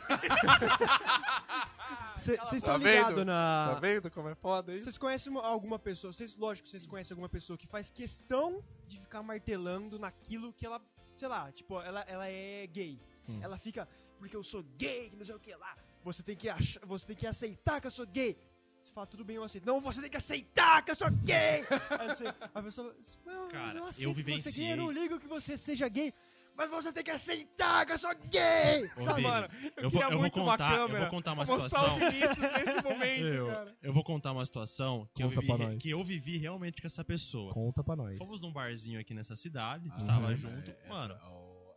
Speaker 5: Vocês
Speaker 6: Tá
Speaker 5: estão
Speaker 6: vendo?
Speaker 5: ligados
Speaker 1: Ah.
Speaker 6: Tá
Speaker 5: na.
Speaker 6: vendo como é foda isso?
Speaker 5: Vocês conhecem uma- alguma pessoa, vocês, lógico, vocês conhecem alguma pessoa que faz questão de ficar martelando naquilo que ela, sei lá, tipo, ela, ela é gay.
Speaker 1: Hum.
Speaker 5: Ela fica, porque eu sou gay, que não sei o que lá. Você tem que achar, você tem que aceitar que eu sou gay. Você fala, tudo bem, eu aceito. Não, você tem que aceitar que eu sou gay! Aí você- a pessoa fala, não,
Speaker 2: Cara,
Speaker 5: eu
Speaker 2: eu
Speaker 5: aceito que você é gay,
Speaker 2: vivenciei.
Speaker 5: eu não ligo que você seja gay. Mas você tem que aceitar que eu sou gay!
Speaker 2: Ô, Vini,
Speaker 1: mano,
Speaker 2: eu,
Speaker 1: eu
Speaker 2: vou,
Speaker 1: queria
Speaker 2: eu vou
Speaker 1: muito uma
Speaker 2: contar, eu
Speaker 1: câmera
Speaker 2: vou contar uma
Speaker 1: Mostrar o
Speaker 2: situação.
Speaker 1: Vinícius
Speaker 2: (laughs)
Speaker 1: nesse momento,
Speaker 2: Eu,
Speaker 1: cara.
Speaker 2: eu vou contar uma situação que eu,
Speaker 1: Conta
Speaker 2: vivi,
Speaker 1: pra
Speaker 2: re-
Speaker 1: nós.
Speaker 2: que eu vivi realmente com essa pessoa.
Speaker 1: Conta pra nós.
Speaker 2: Fomos num barzinho aqui nessa cidade,
Speaker 1: Ah,
Speaker 2: a gente tava
Speaker 1: é,
Speaker 2: junto. mano,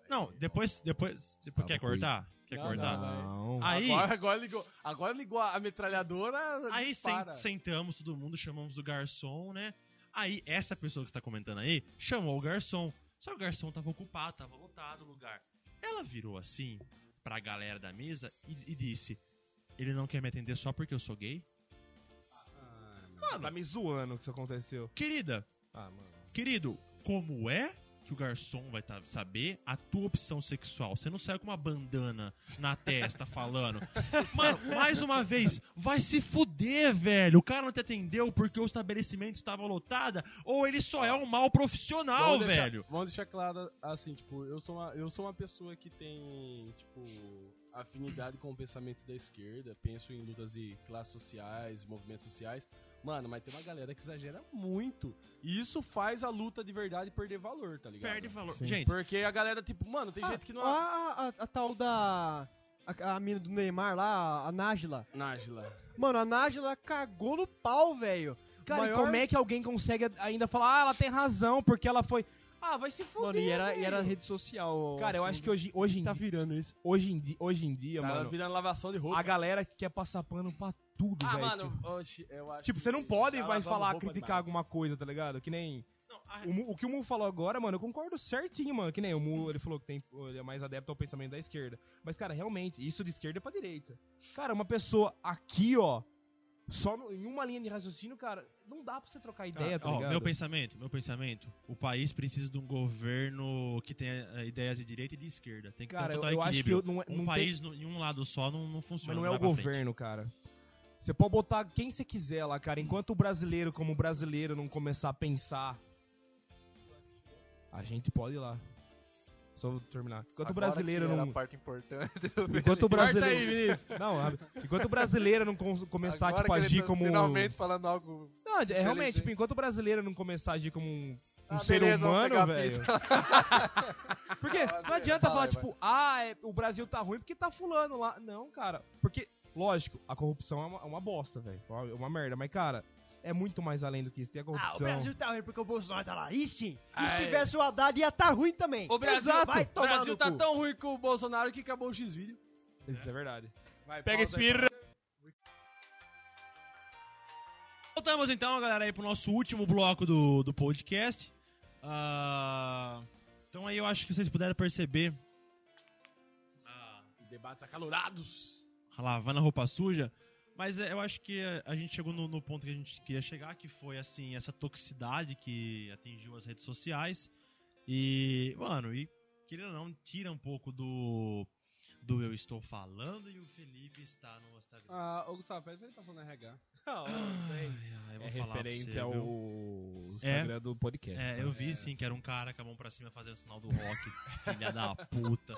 Speaker 2: não, depois. depois, depois quer
Speaker 1: com
Speaker 2: cortar? Quer
Speaker 4: Não,
Speaker 5: tá?
Speaker 2: cortar?
Speaker 1: Não.
Speaker 5: Ah,
Speaker 2: Aí,
Speaker 4: Agora, agora ligou, agora ligou a metralhadora.
Speaker 2: Aí sen-
Speaker 4: dispara.
Speaker 2: sentamos todo mundo, chamamos o garçom, né? Aí essa pessoa que está comentando aí chamou o garçom. Só que o garçom tava ocupado, tava lotado o lugar. Ela virou assim pra galera da mesa e, e disse: Ele não quer me atender só porque eu sou gay?
Speaker 1: Tá me zoando o que isso aconteceu.
Speaker 2: Querida,
Speaker 1: Ah, mano.
Speaker 2: querido, como é que o garçom vai tá- saber a tua opção sexual. Você não saiu com uma bandana na testa falando. Mano, mais uma vez, vai se fuder, velho. O cara não te atendeu porque o estabelecimento estava lotada ou ele só é um mau profissional,
Speaker 4: Vamos deixar-
Speaker 2: velho.
Speaker 4: Vamos deixar claro assim, tipo, eu sou uma, eu sou uma pessoa que tem, tipo, afinidade com o pensamento da esquerda, penso em lutas de classes sociais, movimentos sociais. Mano, mas tem uma galera que exagera muito. E isso faz a luta de verdade perder valor, tá ligado?
Speaker 2: Perde valor. Ah,
Speaker 5: Sim.
Speaker 2: Gente,
Speaker 4: Porque a galera, tipo, mano, tem gente que não.
Speaker 5: Ó, "Ah, a, a- a tal da. A, a mina do Neymar lá, a Nájila.
Speaker 4: Nájila.
Speaker 5: Mano, a Nájila cagou no pau, velho.
Speaker 1: Cara,
Speaker 5: Maior-
Speaker 1: e como é que alguém consegue ainda falar, ah, ela tem razão, porque ela foi. Ah, vai se fuder.
Speaker 5: Mano, e era, e era
Speaker 1: velho."
Speaker 5: rede social.
Speaker 1: Cara, eu acho que hoje, hoje, em,
Speaker 5: tá
Speaker 1: di-
Speaker 5: virando isso.
Speaker 1: hoje, em, di- hoje em dia,
Speaker 4: Tá
Speaker 1: mano,
Speaker 4: virando lavação de roupa.
Speaker 1: a galera que quer passar pano pra tudo,
Speaker 4: ah,
Speaker 1: velho.
Speaker 4: mano,
Speaker 1: tipo-
Speaker 4: oxe, eu acho
Speaker 1: Tipo, você não
Speaker 4: que
Speaker 1: pode
Speaker 4: tá
Speaker 1: vai
Speaker 4: lavando
Speaker 1: falar,
Speaker 4: roupa
Speaker 1: criticar
Speaker 4: demais.
Speaker 1: alguma coisa, tá ligado? Que nem. O, Mu- o que o Mu falou agora, mano, eu concordo certinho, mano. Que nem o Mu, ele falou que tem, ele é mais adepto ao pensamento da esquerda. Mas, cara, realmente, isso de esquerda é pra direita. Cara, uma pessoa aqui, ó, só no- em uma linha de raciocínio, cara, não dá pra você trocar ideia,
Speaker 2: Ah,
Speaker 1: tá
Speaker 2: ó,
Speaker 1: ligado?
Speaker 2: meu pensamento, meu pensamento. O país precisa de um governo que tenha eh, ideias de direita e de esquerda. Tem que
Speaker 1: Cara,
Speaker 2: ter um
Speaker 1: eu,
Speaker 2: total
Speaker 1: eu acho que
Speaker 2: equilíbrio.
Speaker 1: eu não, não tem-
Speaker 2: um país no- em um lado só não, não
Speaker 1: mas
Speaker 2: funciona.
Speaker 1: não é o
Speaker 2: vai pra frente.
Speaker 1: governo, cara. Você pode botar quem você quiser lá, cara. Enquanto o brasileiro, como brasileiro, não começar a pensar, a gente pode ir lá. Só vou terminar. Enquanto o
Speaker 6: Agora
Speaker 1: brasileiro
Speaker 6: que era
Speaker 1: não.
Speaker 6: a parte importante
Speaker 1: Enquanto
Speaker 6: do (laughs)
Speaker 1: o
Speaker 4: Corta
Speaker 1: brasileiro.
Speaker 4: aí, Vinícius.
Speaker 1: Não, rápido. enquanto o brasileiro não cons- começar
Speaker 6: Agora
Speaker 1: tipo, a
Speaker 6: que ele
Speaker 1: agir
Speaker 6: tá
Speaker 1: como.
Speaker 6: Finalmente falando algo.
Speaker 1: Não, é realmente,
Speaker 6: inteligente.
Speaker 1: tipo, enquanto o brasileiro não começar a agir como um, um
Speaker 6: Ah,
Speaker 1: ser
Speaker 6: beleza, vamos
Speaker 1: humano,
Speaker 6: pegar a
Speaker 1: velho. (laughs)
Speaker 6: pizza.
Speaker 1: Porque
Speaker 6: Ah,
Speaker 1: não adianta
Speaker 6: fala
Speaker 1: falar,
Speaker 6: aí, vai.
Speaker 1: tipo, ah, é- o Brasil tá ruim porque tá fulano lá. Não, cara. Porque, lógico, a corrupção é uma, é uma bosta, velho. É uma- É uma merda. Mas, cara, é muito mais além do que isso. Tem a corrupção.
Speaker 8: Ah, o Brasil tá ruim porque o Bolsonaro tá lá. E sim,
Speaker 4: Ah, é.
Speaker 8: se tivesse o Haddad ia tá ruim também.
Speaker 4: O Brasil,
Speaker 1: Exato.
Speaker 4: vai tomar o Brasil
Speaker 8: no
Speaker 4: tá
Speaker 8: cu.
Speaker 4: tão ruim com o Bolsonaro que acabou o X-Video.
Speaker 1: Isso é verdade.
Speaker 4: Vai,
Speaker 1: Pega
Speaker 4: pausa aí,
Speaker 1: esfirra.
Speaker 2: Voltamos então, galera, aí pro nosso último bloco do, do podcast. Ah, então aí eu acho que vocês puderam perceber ah, a,
Speaker 4: Debates acalorados.
Speaker 2: a lavando a roupa suja. Mas é, eu acho que a- a gente chegou no, no ponto que a gente queria chegar, que foi assim, essa toxicidade que atingiu as redes sociais. E, mano, e querendo ou não, tira um pouco do. Do eu estou falando e o Felipe está no Instagram.
Speaker 4: Ah, ô Gustavo, pede pra ele passar no RH.
Speaker 2: Ai, ai, eu vou falar pra você, viu?
Speaker 1: É Instagram do podcast.
Speaker 2: É, eu vi sim que era um cara com a mão pra cima fazendo o sinal do rock. (laughs) filha da
Speaker 1: (laughs)
Speaker 2: puta.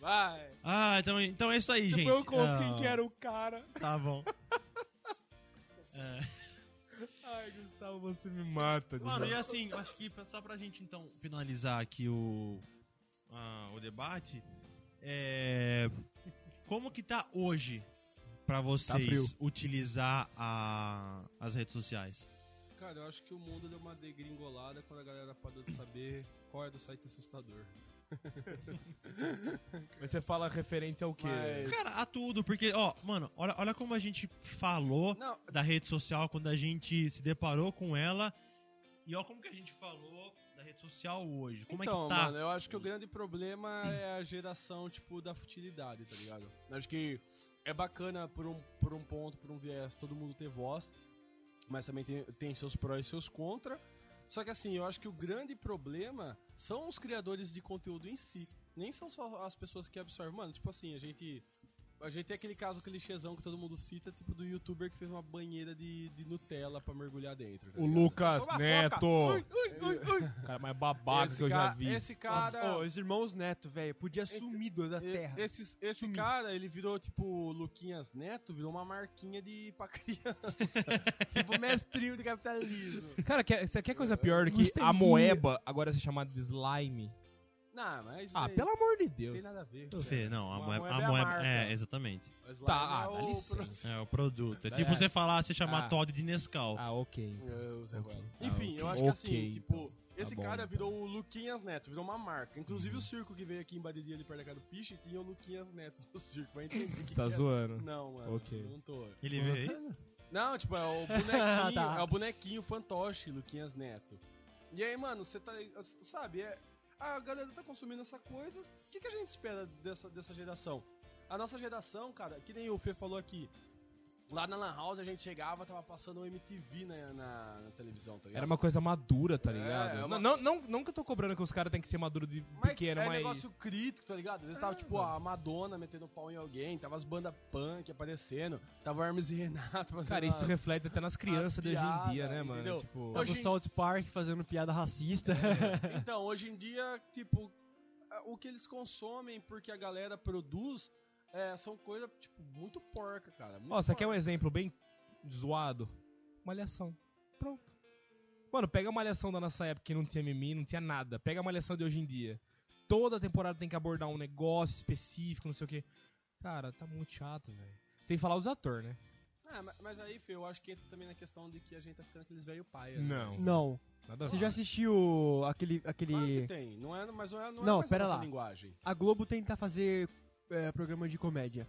Speaker 4: Vai.
Speaker 2: Ah, então, então é isso aí, gente.
Speaker 1: eu confio
Speaker 2: Ah,
Speaker 1: que era o cara.
Speaker 2: Tá
Speaker 1: (laughs)
Speaker 2: bom. É.
Speaker 1: Ai, Gustavo, você me mata.
Speaker 2: Mano, e assim, eu acho que pra- só pra gente então finalizar aqui o, ah, o debate, é, como que tá hoje
Speaker 5: Tá
Speaker 2: pra
Speaker 1: frio.
Speaker 2: vocês utilizar a- as redes sociais?
Speaker 4: Cara, eu acho que o mundo deu uma degringolada quando a galera parou de saber qual é do site assustador.
Speaker 1: Mas você fala referente ao quê?
Speaker 4: Mas-
Speaker 2: Cara, a tudo, porque, ó, mano, olha, olha como a gente falou
Speaker 4: Não,
Speaker 2: da rede social quando a gente se deparou com ela. E olha como que a gente falou da rede social hoje. Como
Speaker 4: então,
Speaker 2: é que tá?
Speaker 4: mano, eu acho que o grande problema é a geração, tipo, da futilidade, tá ligado? Eu acho que é bacana por um, por um ponto, por um viés, todo mundo ter voz, mas também tem, tem seus prós e seus contra. Só que assim, eu acho que o grande problema são os criadores de conteúdo em si. Nem são só as pessoas que absorvem. Mano, tipo assim, a gente. A gente tem aquele caso clichêzão que todo mundo cita, tipo do youtuber que fez uma banheira de, de Nutella pra mergulhar dentro. tá
Speaker 1: O
Speaker 4: ligado?
Speaker 1: Lucas
Speaker 4: Sou uma
Speaker 1: Neto.
Speaker 4: foca. Ui, ui, ui.
Speaker 1: Cara mais babaca
Speaker 4: Esse
Speaker 1: que eu já
Speaker 4: ca-
Speaker 1: vi.
Speaker 4: Esse cara.
Speaker 5: Nossa, ô, os irmãos Neto, velho, podia sumido da
Speaker 4: e-
Speaker 5: terra.
Speaker 4: Esse, esse cara, ele virou tipo Luquinhas Neto, virou uma marquinha de (laughs) pra criança. tipo mestrinho de capitalismo.
Speaker 1: Cara, quer, você quer coisa pior do que
Speaker 5: Gustelinha.
Speaker 1: a moeba agora ser chamada de slime?
Speaker 4: Não, mas. isso
Speaker 1: Ah,
Speaker 4: daí
Speaker 1: pelo amor de
Speaker 4: Não tem
Speaker 1: Deus.
Speaker 4: nada a ver.
Speaker 2: Fê, não, a
Speaker 4: Uma
Speaker 2: moeda,
Speaker 4: moeda é
Speaker 2: a
Speaker 4: a
Speaker 2: moeda
Speaker 4: marca.
Speaker 2: é, exatamente.
Speaker 4: O slime
Speaker 1: Tá, ah,
Speaker 4: é
Speaker 1: dá
Speaker 4: o
Speaker 1: licença.
Speaker 2: É o produto. É
Speaker 1: É.
Speaker 2: tipo você falar, você chamar
Speaker 1: Ah.
Speaker 2: Todd de Nescau.
Speaker 1: Ah, ok.
Speaker 4: pro- É, o Zé
Speaker 1: Ok.
Speaker 4: Ruela.
Speaker 1: Ah,
Speaker 4: Enfim,
Speaker 1: ok.
Speaker 4: eu acho que assim,
Speaker 1: Ok,
Speaker 4: tipo, esse
Speaker 1: bom,
Speaker 4: cara
Speaker 1: então. Uhum.
Speaker 4: virou o Luquinhas Neto, virou uma marca. Inclusive o circo que veio aqui em Bariri ali perto da casa do Piche tinha o Luquinhas Neto no (laughs) circo. Vai entender. o que
Speaker 1: Você tá
Speaker 4: que é.
Speaker 1: zoando?
Speaker 4: Não, mano.
Speaker 1: Ok.
Speaker 4: Não tô.
Speaker 2: Ele veio aí?
Speaker 4: Não, tipo, é
Speaker 1: (laughs) Ah,
Speaker 4: o bonequinho,
Speaker 5: Tá.
Speaker 4: é o bonequinho fantoche, Luquinhas Neto. E aí, mano, você tá. Sabe, é- a galera tá consumindo essa coisa. O que, que a gente espera dessa, dessa geração? A nossa geração, cara, que nem o Fê falou aqui. Lá na Lan House a gente chegava, tava passando o MTV na, na- na televisão, tá ligado?
Speaker 1: Era uma coisa madura, tá
Speaker 4: É,
Speaker 1: ligado?
Speaker 4: é uma-
Speaker 1: não, não, não que eu tô cobrando que os caras têm que ser maduro de pequeno,
Speaker 4: é
Speaker 1: mas. É,
Speaker 4: negócio crítico, tá ligado? Às vezes tava, tipo, a Madonna metendo pau em alguém, tava as bandas punk aparecendo, tava o Hermes e Renato fazendo...
Speaker 1: Cara, isso reflete até nas crianças de hoje em dia,
Speaker 4: piadas,
Speaker 1: né, mano?
Speaker 4: entendeu?
Speaker 1: Tipo,
Speaker 2: Então,
Speaker 4: Hoje
Speaker 5: Hoje...
Speaker 4: em-
Speaker 5: South Park fazendo piada racista.
Speaker 2: É,
Speaker 4: Então, hoje em dia, tipo, a- o que eles consomem porque a galera produz é, são coisas, tipo, muito porca, cara. Muito
Speaker 1: Ó, você
Speaker 4: porca.
Speaker 1: quer um exemplo bem zoado? Malhação. Pronto. Mano, pega a malhação da nossa época que não tinha mimimi, não tinha nada. Pega a malhação de hoje em dia. Toda temporada tem que abordar um negócio específico, não sei o quê. Cara, tá muito chato, velho. Tem que falar dos atores, né?
Speaker 4: Ah, ma- mas aí, Fê, eu acho que entra também na questão de que a gente tá ficando aqueles velho paia. né?
Speaker 1: Não.
Speaker 5: Não.
Speaker 1: Nada a
Speaker 5: Você
Speaker 1: ver.
Speaker 5: já assistiu aquele.
Speaker 4: Claro que
Speaker 5: aquele...
Speaker 4: tem, não é, mas não é, não é
Speaker 5: Não,
Speaker 4: mais a
Speaker 5: pera
Speaker 4: nossa
Speaker 5: lá.
Speaker 4: linguagem.
Speaker 5: A Globo tentar fazer é, programa de comédia.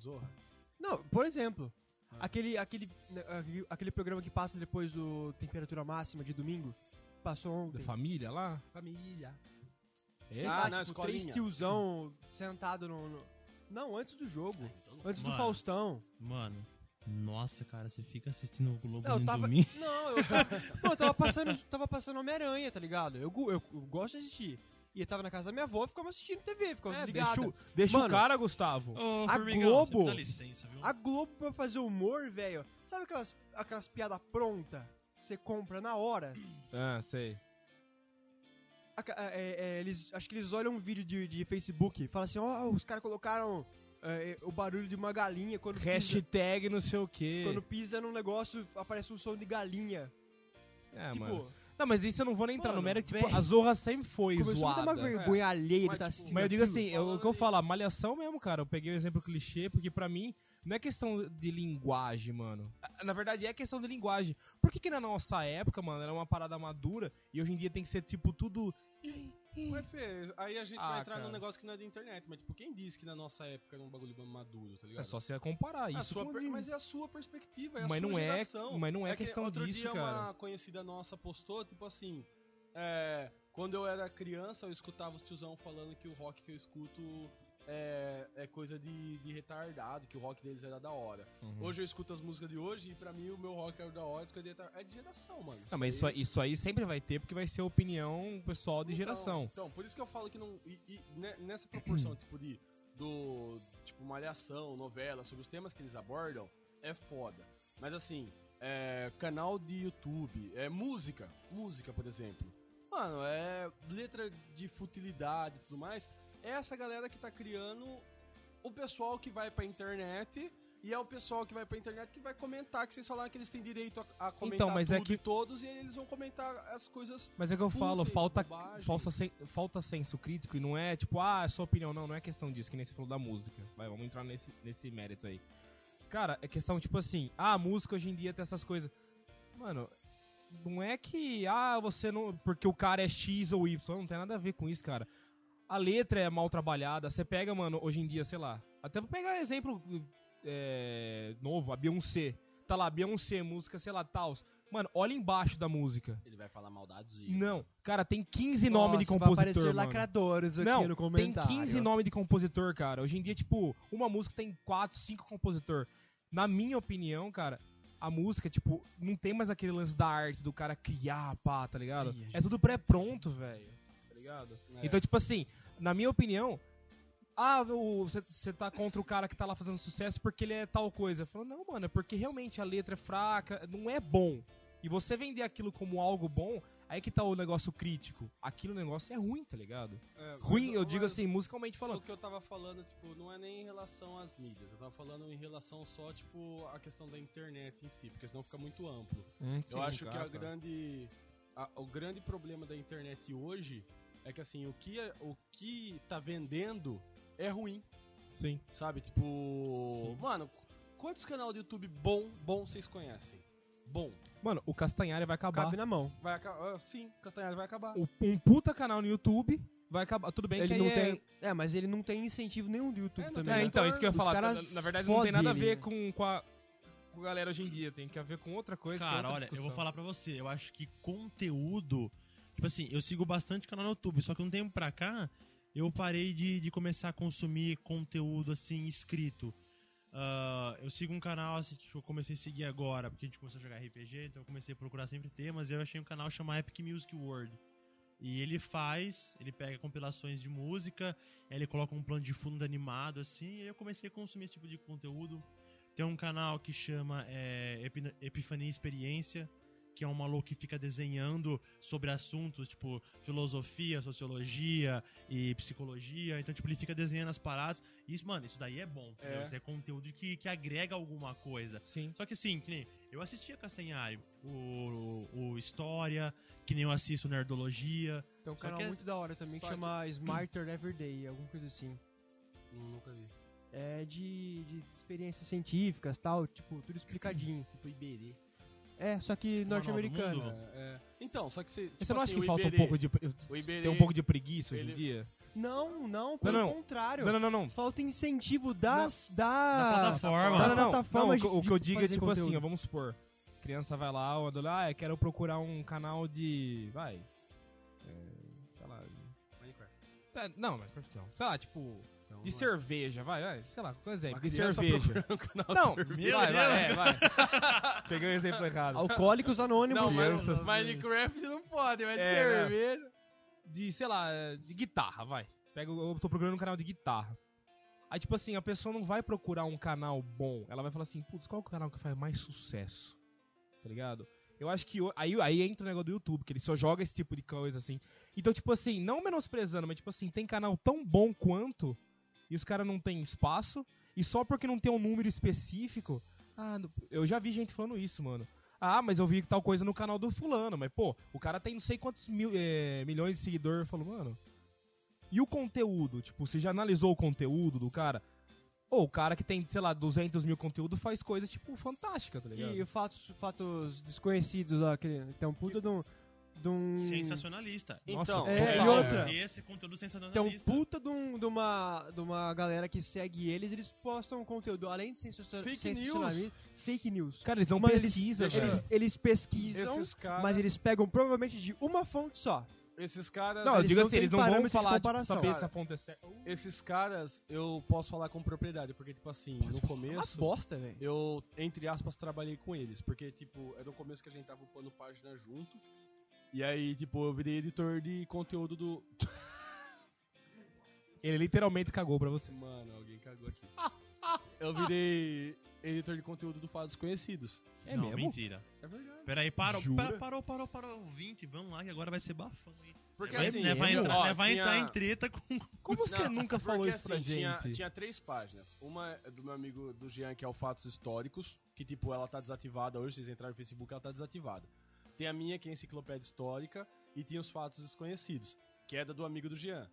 Speaker 4: Zorra.
Speaker 5: Não, por exemplo,
Speaker 4: Ah.
Speaker 5: aquele, aquele, né, aquele- aquele programa que passa depois do Temperatura Máxima de domingo, passou
Speaker 1: Da
Speaker 5: ontem.
Speaker 1: família lá?
Speaker 4: Família.
Speaker 1: É?
Speaker 4: Ah,
Speaker 5: Ah,
Speaker 4: na
Speaker 5: tipo,
Speaker 4: escolinha.
Speaker 5: três tiozão sentado no, no- Não, antes do jogo. Antes do
Speaker 2: Mano.
Speaker 5: Faustão.
Speaker 2: Mano, nossa, cara, você fica assistindo o Globo
Speaker 5: Não, eu
Speaker 2: no
Speaker 5: tava.
Speaker 2: domingo.
Speaker 5: Não, eu tava. não, eu tava passando, tava passando Homem-Aranha, tá ligado? Eu, gu- eu, eu gosto de assistir. E eu tava na casa da minha avó, ficava assistindo TV, ficava
Speaker 1: É,
Speaker 5: ligado.
Speaker 1: deixa, o- deixa o
Speaker 5: Mano,
Speaker 1: cara, Gustavo.
Speaker 2: Ô,
Speaker 5: A
Speaker 2: Formigão,
Speaker 5: Globo-
Speaker 2: você me dá licença, viu?
Speaker 5: A Globo pra fazer humor, velho. Sabe aquelas, aquelas piadas pronta que você compra na hora?
Speaker 1: Ah, sei.
Speaker 5: Aca- é, é, eles, acho que eles olham um vídeo de, de Facebook e falam assim, ó, os caras colocaram é, o barulho de uma galinha quando pisa,
Speaker 1: Hashtag não sei o quê.
Speaker 5: quando pisa num negócio, aparece um som de galinha.
Speaker 1: É,
Speaker 5: tipo,
Speaker 1: mano. Não, mas isso eu não vou nem entrar
Speaker 5: Mano,
Speaker 1: no mérito. Tipo,
Speaker 5: velho.
Speaker 1: a Zorra sempre foi
Speaker 5: começou a me dar
Speaker 1: zoada.
Speaker 5: uma vergonha alheia de
Speaker 4: Mas,
Speaker 5: tá
Speaker 4: tipo,
Speaker 5: assistindo
Speaker 1: Mas eu digo
Speaker 5: aquilo.
Speaker 1: assim, eu- o que eu
Speaker 4: falando
Speaker 1: falo, a malhação mesmo, cara, eu peguei o exemplo clichê, porque pra mim não é questão de linguagem, mano. Ah, Na verdade é questão de linguagem. Por que, que na nossa época, mano, era uma parada madura e hoje em dia tem que ser tipo tudo.
Speaker 4: Ué, Fê, aí a gente
Speaker 1: Ah,
Speaker 4: vai entrar
Speaker 1: cara.
Speaker 4: num negócio que não é da internet, mas tipo, quem disse que na nossa época era um bagulho maduro, tá ligado?
Speaker 1: É só você comparar
Speaker 4: A
Speaker 1: isso.
Speaker 4: sua
Speaker 1: com
Speaker 4: per-
Speaker 1: de-
Speaker 4: Mas é a sua perspectiva, é a
Speaker 1: Mas
Speaker 4: sua
Speaker 1: não é-
Speaker 4: geração.
Speaker 1: mas não é
Speaker 4: que
Speaker 1: questão
Speaker 4: outro
Speaker 1: disso,
Speaker 4: dia
Speaker 1: cara.
Speaker 4: uma conhecida nossa postou, tipo assim, é, quando eu era criança, eu escutava os tiozão falando que o rock que eu escuto é, é coisa de, de retardado, que o rock deles era da hora.
Speaker 1: Hum. Uhum.
Speaker 4: Hoje eu escuto as músicas de hoje e pra mim o meu rock é o da hora, isso que é de retardado. É de geração, mano.
Speaker 1: Não, mas isso,
Speaker 4: aí-
Speaker 1: aí- isso aí sempre vai ter, porque vai ser opinião pessoal de
Speaker 4: então,
Speaker 1: geração.
Speaker 4: Então, por isso que eu falo que não. E, e ne- nessa proporção, tipo, de. Do. Tipo, malhação, novela, sobre os temas que eles abordam, é foda. Mas assim, é, canal de YouTube, é música. Música, por exemplo. Mano, é. Letra de futilidade e tudo mais. É essa galera que tá criando o pessoal que vai pra internet. E é o pessoal que vai pra internet que vai comentar, que vocês falaram que eles têm direito a, a comentar
Speaker 1: mas é
Speaker 4: tudo
Speaker 1: que-
Speaker 4: e todos, e eles vão comentar as coisas
Speaker 1: Mas é o que eu
Speaker 4: Puta,
Speaker 1: falo,
Speaker 4: isso,
Speaker 1: falta,
Speaker 4: bobagem.
Speaker 1: falsa sen- falta senso crítico e não é tipo, ah, é sua opinião. Não, não é questão disso, que nem você falou da música. Vai, vamos entrar nesse, nesse mérito aí. Cara, é questão tipo assim, ah, a música hoje em dia tem essas coisas. Mano, não é que, ah, você não. Porque o cara é X ou Y, não tem nada a ver com isso, cara. A letra é mal trabalhada, você pega, mano, hoje em dia, sei lá. Até vou pegar exemplo é, novo, a Beyoncé. Tá lá, Beyoncé, música, sei lá, tal. Mano, olha embaixo da música.
Speaker 4: Ele vai falar maldadezinho.
Speaker 1: Não, cara, tem 15 nomes de
Speaker 5: Nossa,
Speaker 1: compositor.
Speaker 5: Vai aparecer
Speaker 1: mano.
Speaker 5: lacradores aqui
Speaker 1: Não,
Speaker 5: no
Speaker 1: tem
Speaker 5: comentário.
Speaker 1: 15 nomes de compositor, cara. Hoje em dia, tipo, uma música tem 4, 5 compositor. Na minha opinião, cara, a música, tipo, não tem mais aquele lance da arte do cara criar, pá, tá ligado?
Speaker 2: Ih, a
Speaker 1: É tudo pré-pronto, velho. Tá ligado?
Speaker 4: É.
Speaker 1: Então, tipo assim, na minha opinião, ah, você tá contra o cara que tá lá fazendo sucesso porque ele é tal coisa. Falou, não, mano, é porque realmente a letra é fraca, não é bom. E você vender aquilo como algo bom, aí que tá o negócio crítico. Aquilo o negócio é ruim, tá ligado?
Speaker 4: É, mas
Speaker 1: Ruim, eu
Speaker 4: mas
Speaker 1: digo assim, musicalmente
Speaker 4: O
Speaker 1: falando.
Speaker 4: que eu tava falando, tipo, não é nem em relação às mídias. Eu tava falando em relação só, tipo, a questão da internet em si, porque senão fica muito amplo.
Speaker 5: Hum,
Speaker 4: eu acho que a grande, a- o grande problema da internet hoje é que, assim, o que, é- o que tá vendendo é ruim,
Speaker 1: Sim.
Speaker 4: sabe? Tipo, mano, quantos canal do YouTube bom, bom vocês conhecem? Bom.
Speaker 1: Mano, o Castanhari vai acabar.
Speaker 5: Cabe na mão.
Speaker 4: Vai acabar, ah, sim, Castanhari vai acabar.
Speaker 1: O- Um puta canal no YouTube vai acabar. Tudo bem que
Speaker 5: Ele
Speaker 1: aí
Speaker 5: não
Speaker 1: é-
Speaker 5: tem. É, mas ele não tem incentivo nenhum do YouTube
Speaker 4: É, não
Speaker 5: também.
Speaker 4: tem,
Speaker 1: É,
Speaker 5: né?
Speaker 1: então, isso que eu ia
Speaker 5: Os
Speaker 1: falar.
Speaker 5: caras
Speaker 1: na verdade, não tem
Speaker 5: fodem
Speaker 1: nada a
Speaker 5: ele,
Speaker 1: ver
Speaker 5: né?
Speaker 1: com, com, a, com a galera hoje em dia. Tem que ver com outra coisa. que é
Speaker 2: Cara,
Speaker 1: outra
Speaker 2: olha, eu vou
Speaker 1: discussão.
Speaker 2: falar pra você, eu acho que conteúdo. Tipo assim, eu sigo bastante canal no YouTube, só que um tempo pra cá eu parei de, de começar a consumir conteúdo assim, escrito. Ah, eu sigo um canal assim que eu comecei a seguir agora, porque a gente começou a jogar RPG, então eu comecei a procurar sempre temas e eu achei um canal chamado Epic Music World. E ele faz, ele pega compilações de música, aí ele coloca um plano de fundo animado assim, e aí eu comecei a consumir esse tipo de conteúdo. Tem um canal que chama é, Epi- Epifania Experiência, que é um maluco que fica desenhando sobre assuntos tipo filosofia, sociologia e psicologia. Então, tipo, ele fica desenhando as paradas. E isso, mano, isso daí é bom. entendeu?
Speaker 4: É.
Speaker 2: Isso é conteúdo que, que agrega alguma coisa.
Speaker 1: Sim.
Speaker 2: Só que assim, que nem eu assistia Castanhari, o, o, o História, que nem eu assisto Nerdologia.
Speaker 5: Tem um
Speaker 2: Só
Speaker 5: canal
Speaker 2: que é-
Speaker 5: muito da hora também que
Speaker 4: Só que-
Speaker 5: chama Smarter Everyday, alguma coisa assim.
Speaker 4: Nunca vi.
Speaker 5: É de, de experiências científicas tal, tipo, tudo explicadinho, tipo IBD. É, só que
Speaker 2: Manual do
Speaker 5: norte-americano.
Speaker 2: mundo?
Speaker 4: É, é. Então, só que você.
Speaker 1: Você não acha que falta um pouco de.
Speaker 4: Iberê-
Speaker 1: Tem um pouco de preguiça hoje
Speaker 4: ele-
Speaker 1: em dia?
Speaker 5: Não, não, pelo
Speaker 1: não.
Speaker 5: contrário.
Speaker 1: Não, não, não, não.
Speaker 5: Falta incentivo das. das
Speaker 2: plataforma.
Speaker 1: Não, não,
Speaker 5: das
Speaker 1: não. não o,
Speaker 5: plataformas
Speaker 1: que- o
Speaker 5: de
Speaker 1: que eu digo é
Speaker 5: fazer
Speaker 1: tipo
Speaker 5: conteúdo.
Speaker 1: assim, ó, vamos supor. Criança vai lá, o adolescente, ah, eu quero procurar um canal de. Vai. É, sei lá. Tá, não, mas profissional. Sei lá, tipo. De cerveja, vai, vai. Sei lá, por exemplo, de cerveja. (laughs) Um Não,
Speaker 2: Meu
Speaker 1: vai, vai,
Speaker 2: Deus,
Speaker 1: é, vai. (laughs) Peguei o exemplo errado.
Speaker 5: Alcoólicos Anônimos.
Speaker 4: Não, mas
Speaker 1: Crianças-
Speaker 4: Minecraft não pode, mas
Speaker 1: É,
Speaker 4: cerveja.
Speaker 1: de, sei lá, é, de guitarra, vai. Pega, o- eu tô procurando um canal de guitarra. Aí, tipo assim, a pessoa não vai procurar um canal bom. Ela vai falar assim, putz, qual é o canal que faz mais sucesso? Tá ligado? Eu acho que. o- Aí, aí entra o negócio do YouTube, que ele só joga esse tipo de coisa, assim. Então, tipo assim, não menosprezando, mas tipo assim, tem canal tão bom quanto, e os caras não tem espaço, e só porque não tem um número específico. Ah, não- eu já vi gente falando isso, mano. Ah, mas eu vi tal coisa no canal do fulano, mas pô, o cara tem não sei quantos mil, eh, milhões de seguidores, falou, mano. E o conteúdo? Tipo, você já analisou o conteúdo do cara? Ou o cara que tem, sei lá, 200 mil conteúdo faz coisa, tipo, fantástica, tá ligado?
Speaker 5: E o fatos, fatos desconhecidos lá, que tem um puta de um. De um
Speaker 2: Sensacionalista.
Speaker 1: Nossa,
Speaker 4: então,
Speaker 5: É,
Speaker 1: total,
Speaker 5: e outra,
Speaker 1: velho.
Speaker 2: Esse conteúdo
Speaker 5: tem um
Speaker 2: sensacionalista.
Speaker 1: Então,
Speaker 5: puta de, um- de uma, de uma galera que segue eles, eles postam conteúdo além de sensacion-
Speaker 4: Fake
Speaker 5: sensacionalismo. Fake news.
Speaker 1: Cara, eles não
Speaker 5: Mano, eles-
Speaker 1: pesquisam, velho.
Speaker 5: Eles, eles pesquisam,
Speaker 4: Esses caras.
Speaker 5: mas eles pegam provavelmente de uma fonte só.
Speaker 4: Esses caras.
Speaker 1: Não, eu
Speaker 5: eles
Speaker 1: digo
Speaker 5: não
Speaker 1: assim,
Speaker 5: têm
Speaker 1: eles não vão
Speaker 5: parâmetro de
Speaker 1: falar, tipo,
Speaker 5: comparação.
Speaker 1: saber
Speaker 5: Cara,
Speaker 1: se a fonte é certa.
Speaker 4: Esses caras, eu posso falar com propriedade, porque, tipo assim, no
Speaker 5: É uma
Speaker 4: começo.
Speaker 5: bosta, velho.
Speaker 4: eu, entre aspas, trabalhei com eles. Porque, tipo, era no começo que a gente tava upando página junto. E aí, tipo, eu virei editor de conteúdo do. (laughs)
Speaker 1: Ele literalmente cagou pra você.
Speaker 4: Mano, alguém cagou (laughs) aqui. Eu virei editor de conteúdo do Fatos Conhecidos.
Speaker 1: É
Speaker 2: não,
Speaker 1: mesmo?
Speaker 2: mentira.
Speaker 4: É verdade.
Speaker 2: Peraí, parou,
Speaker 1: Jura?
Speaker 2: pa- parou, parou, parou, ouvinte, vamos lá, que agora vai ser bafão, hein?
Speaker 4: Porque
Speaker 2: vai,
Speaker 4: assim.
Speaker 2: né, vai
Speaker 4: eu-
Speaker 2: entrar,
Speaker 4: ó,
Speaker 2: né, vai
Speaker 4: tinha-
Speaker 2: entrar em treta com...
Speaker 1: Como você
Speaker 4: Não,
Speaker 1: nunca falou
Speaker 4: porque,
Speaker 1: isso pra
Speaker 4: assim,
Speaker 1: gente?
Speaker 4: Tinha, tinha três páginas. Uma é do meu amigo do Jean, que é o Fatos Históricos, que tipo, ela tá desativada hoje, vocês entraram no Facebook, ela tá desativada. Tem a minha, que é a Enciclopédia Histórica, e tem os Fatos Desconhecidos, que é da do amigo do Jean.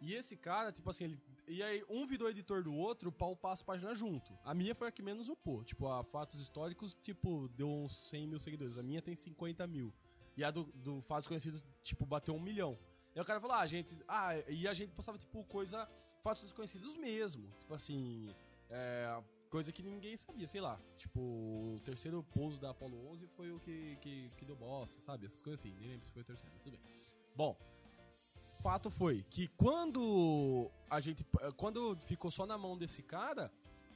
Speaker 4: E esse cara, tipo assim, ele. E aí, um virou editor do outro pra upar as páginas junto. A minha foi a que menos upou. Tipo, a Fatos Históricos, tipo, deu uns 100 mil seguidores. A minha tem 50 mil. E a do, do Fatos Conhecidos, tipo, bateu um milhão. Aí o cara falou, ah, a gente. Ah, e a gente postava, tipo, coisa fatos desconhecidos mesmo. Tipo assim, é, coisa que ninguém sabia, sei lá. Tipo, o terceiro pouso da Apollo 11 foi o que, que, que deu bosta, sabe? Essas coisas assim, nem lembro se foi o terceiro, mas tudo bem. Bom, fato foi que quando a gente. Quando ficou só na mão desse cara,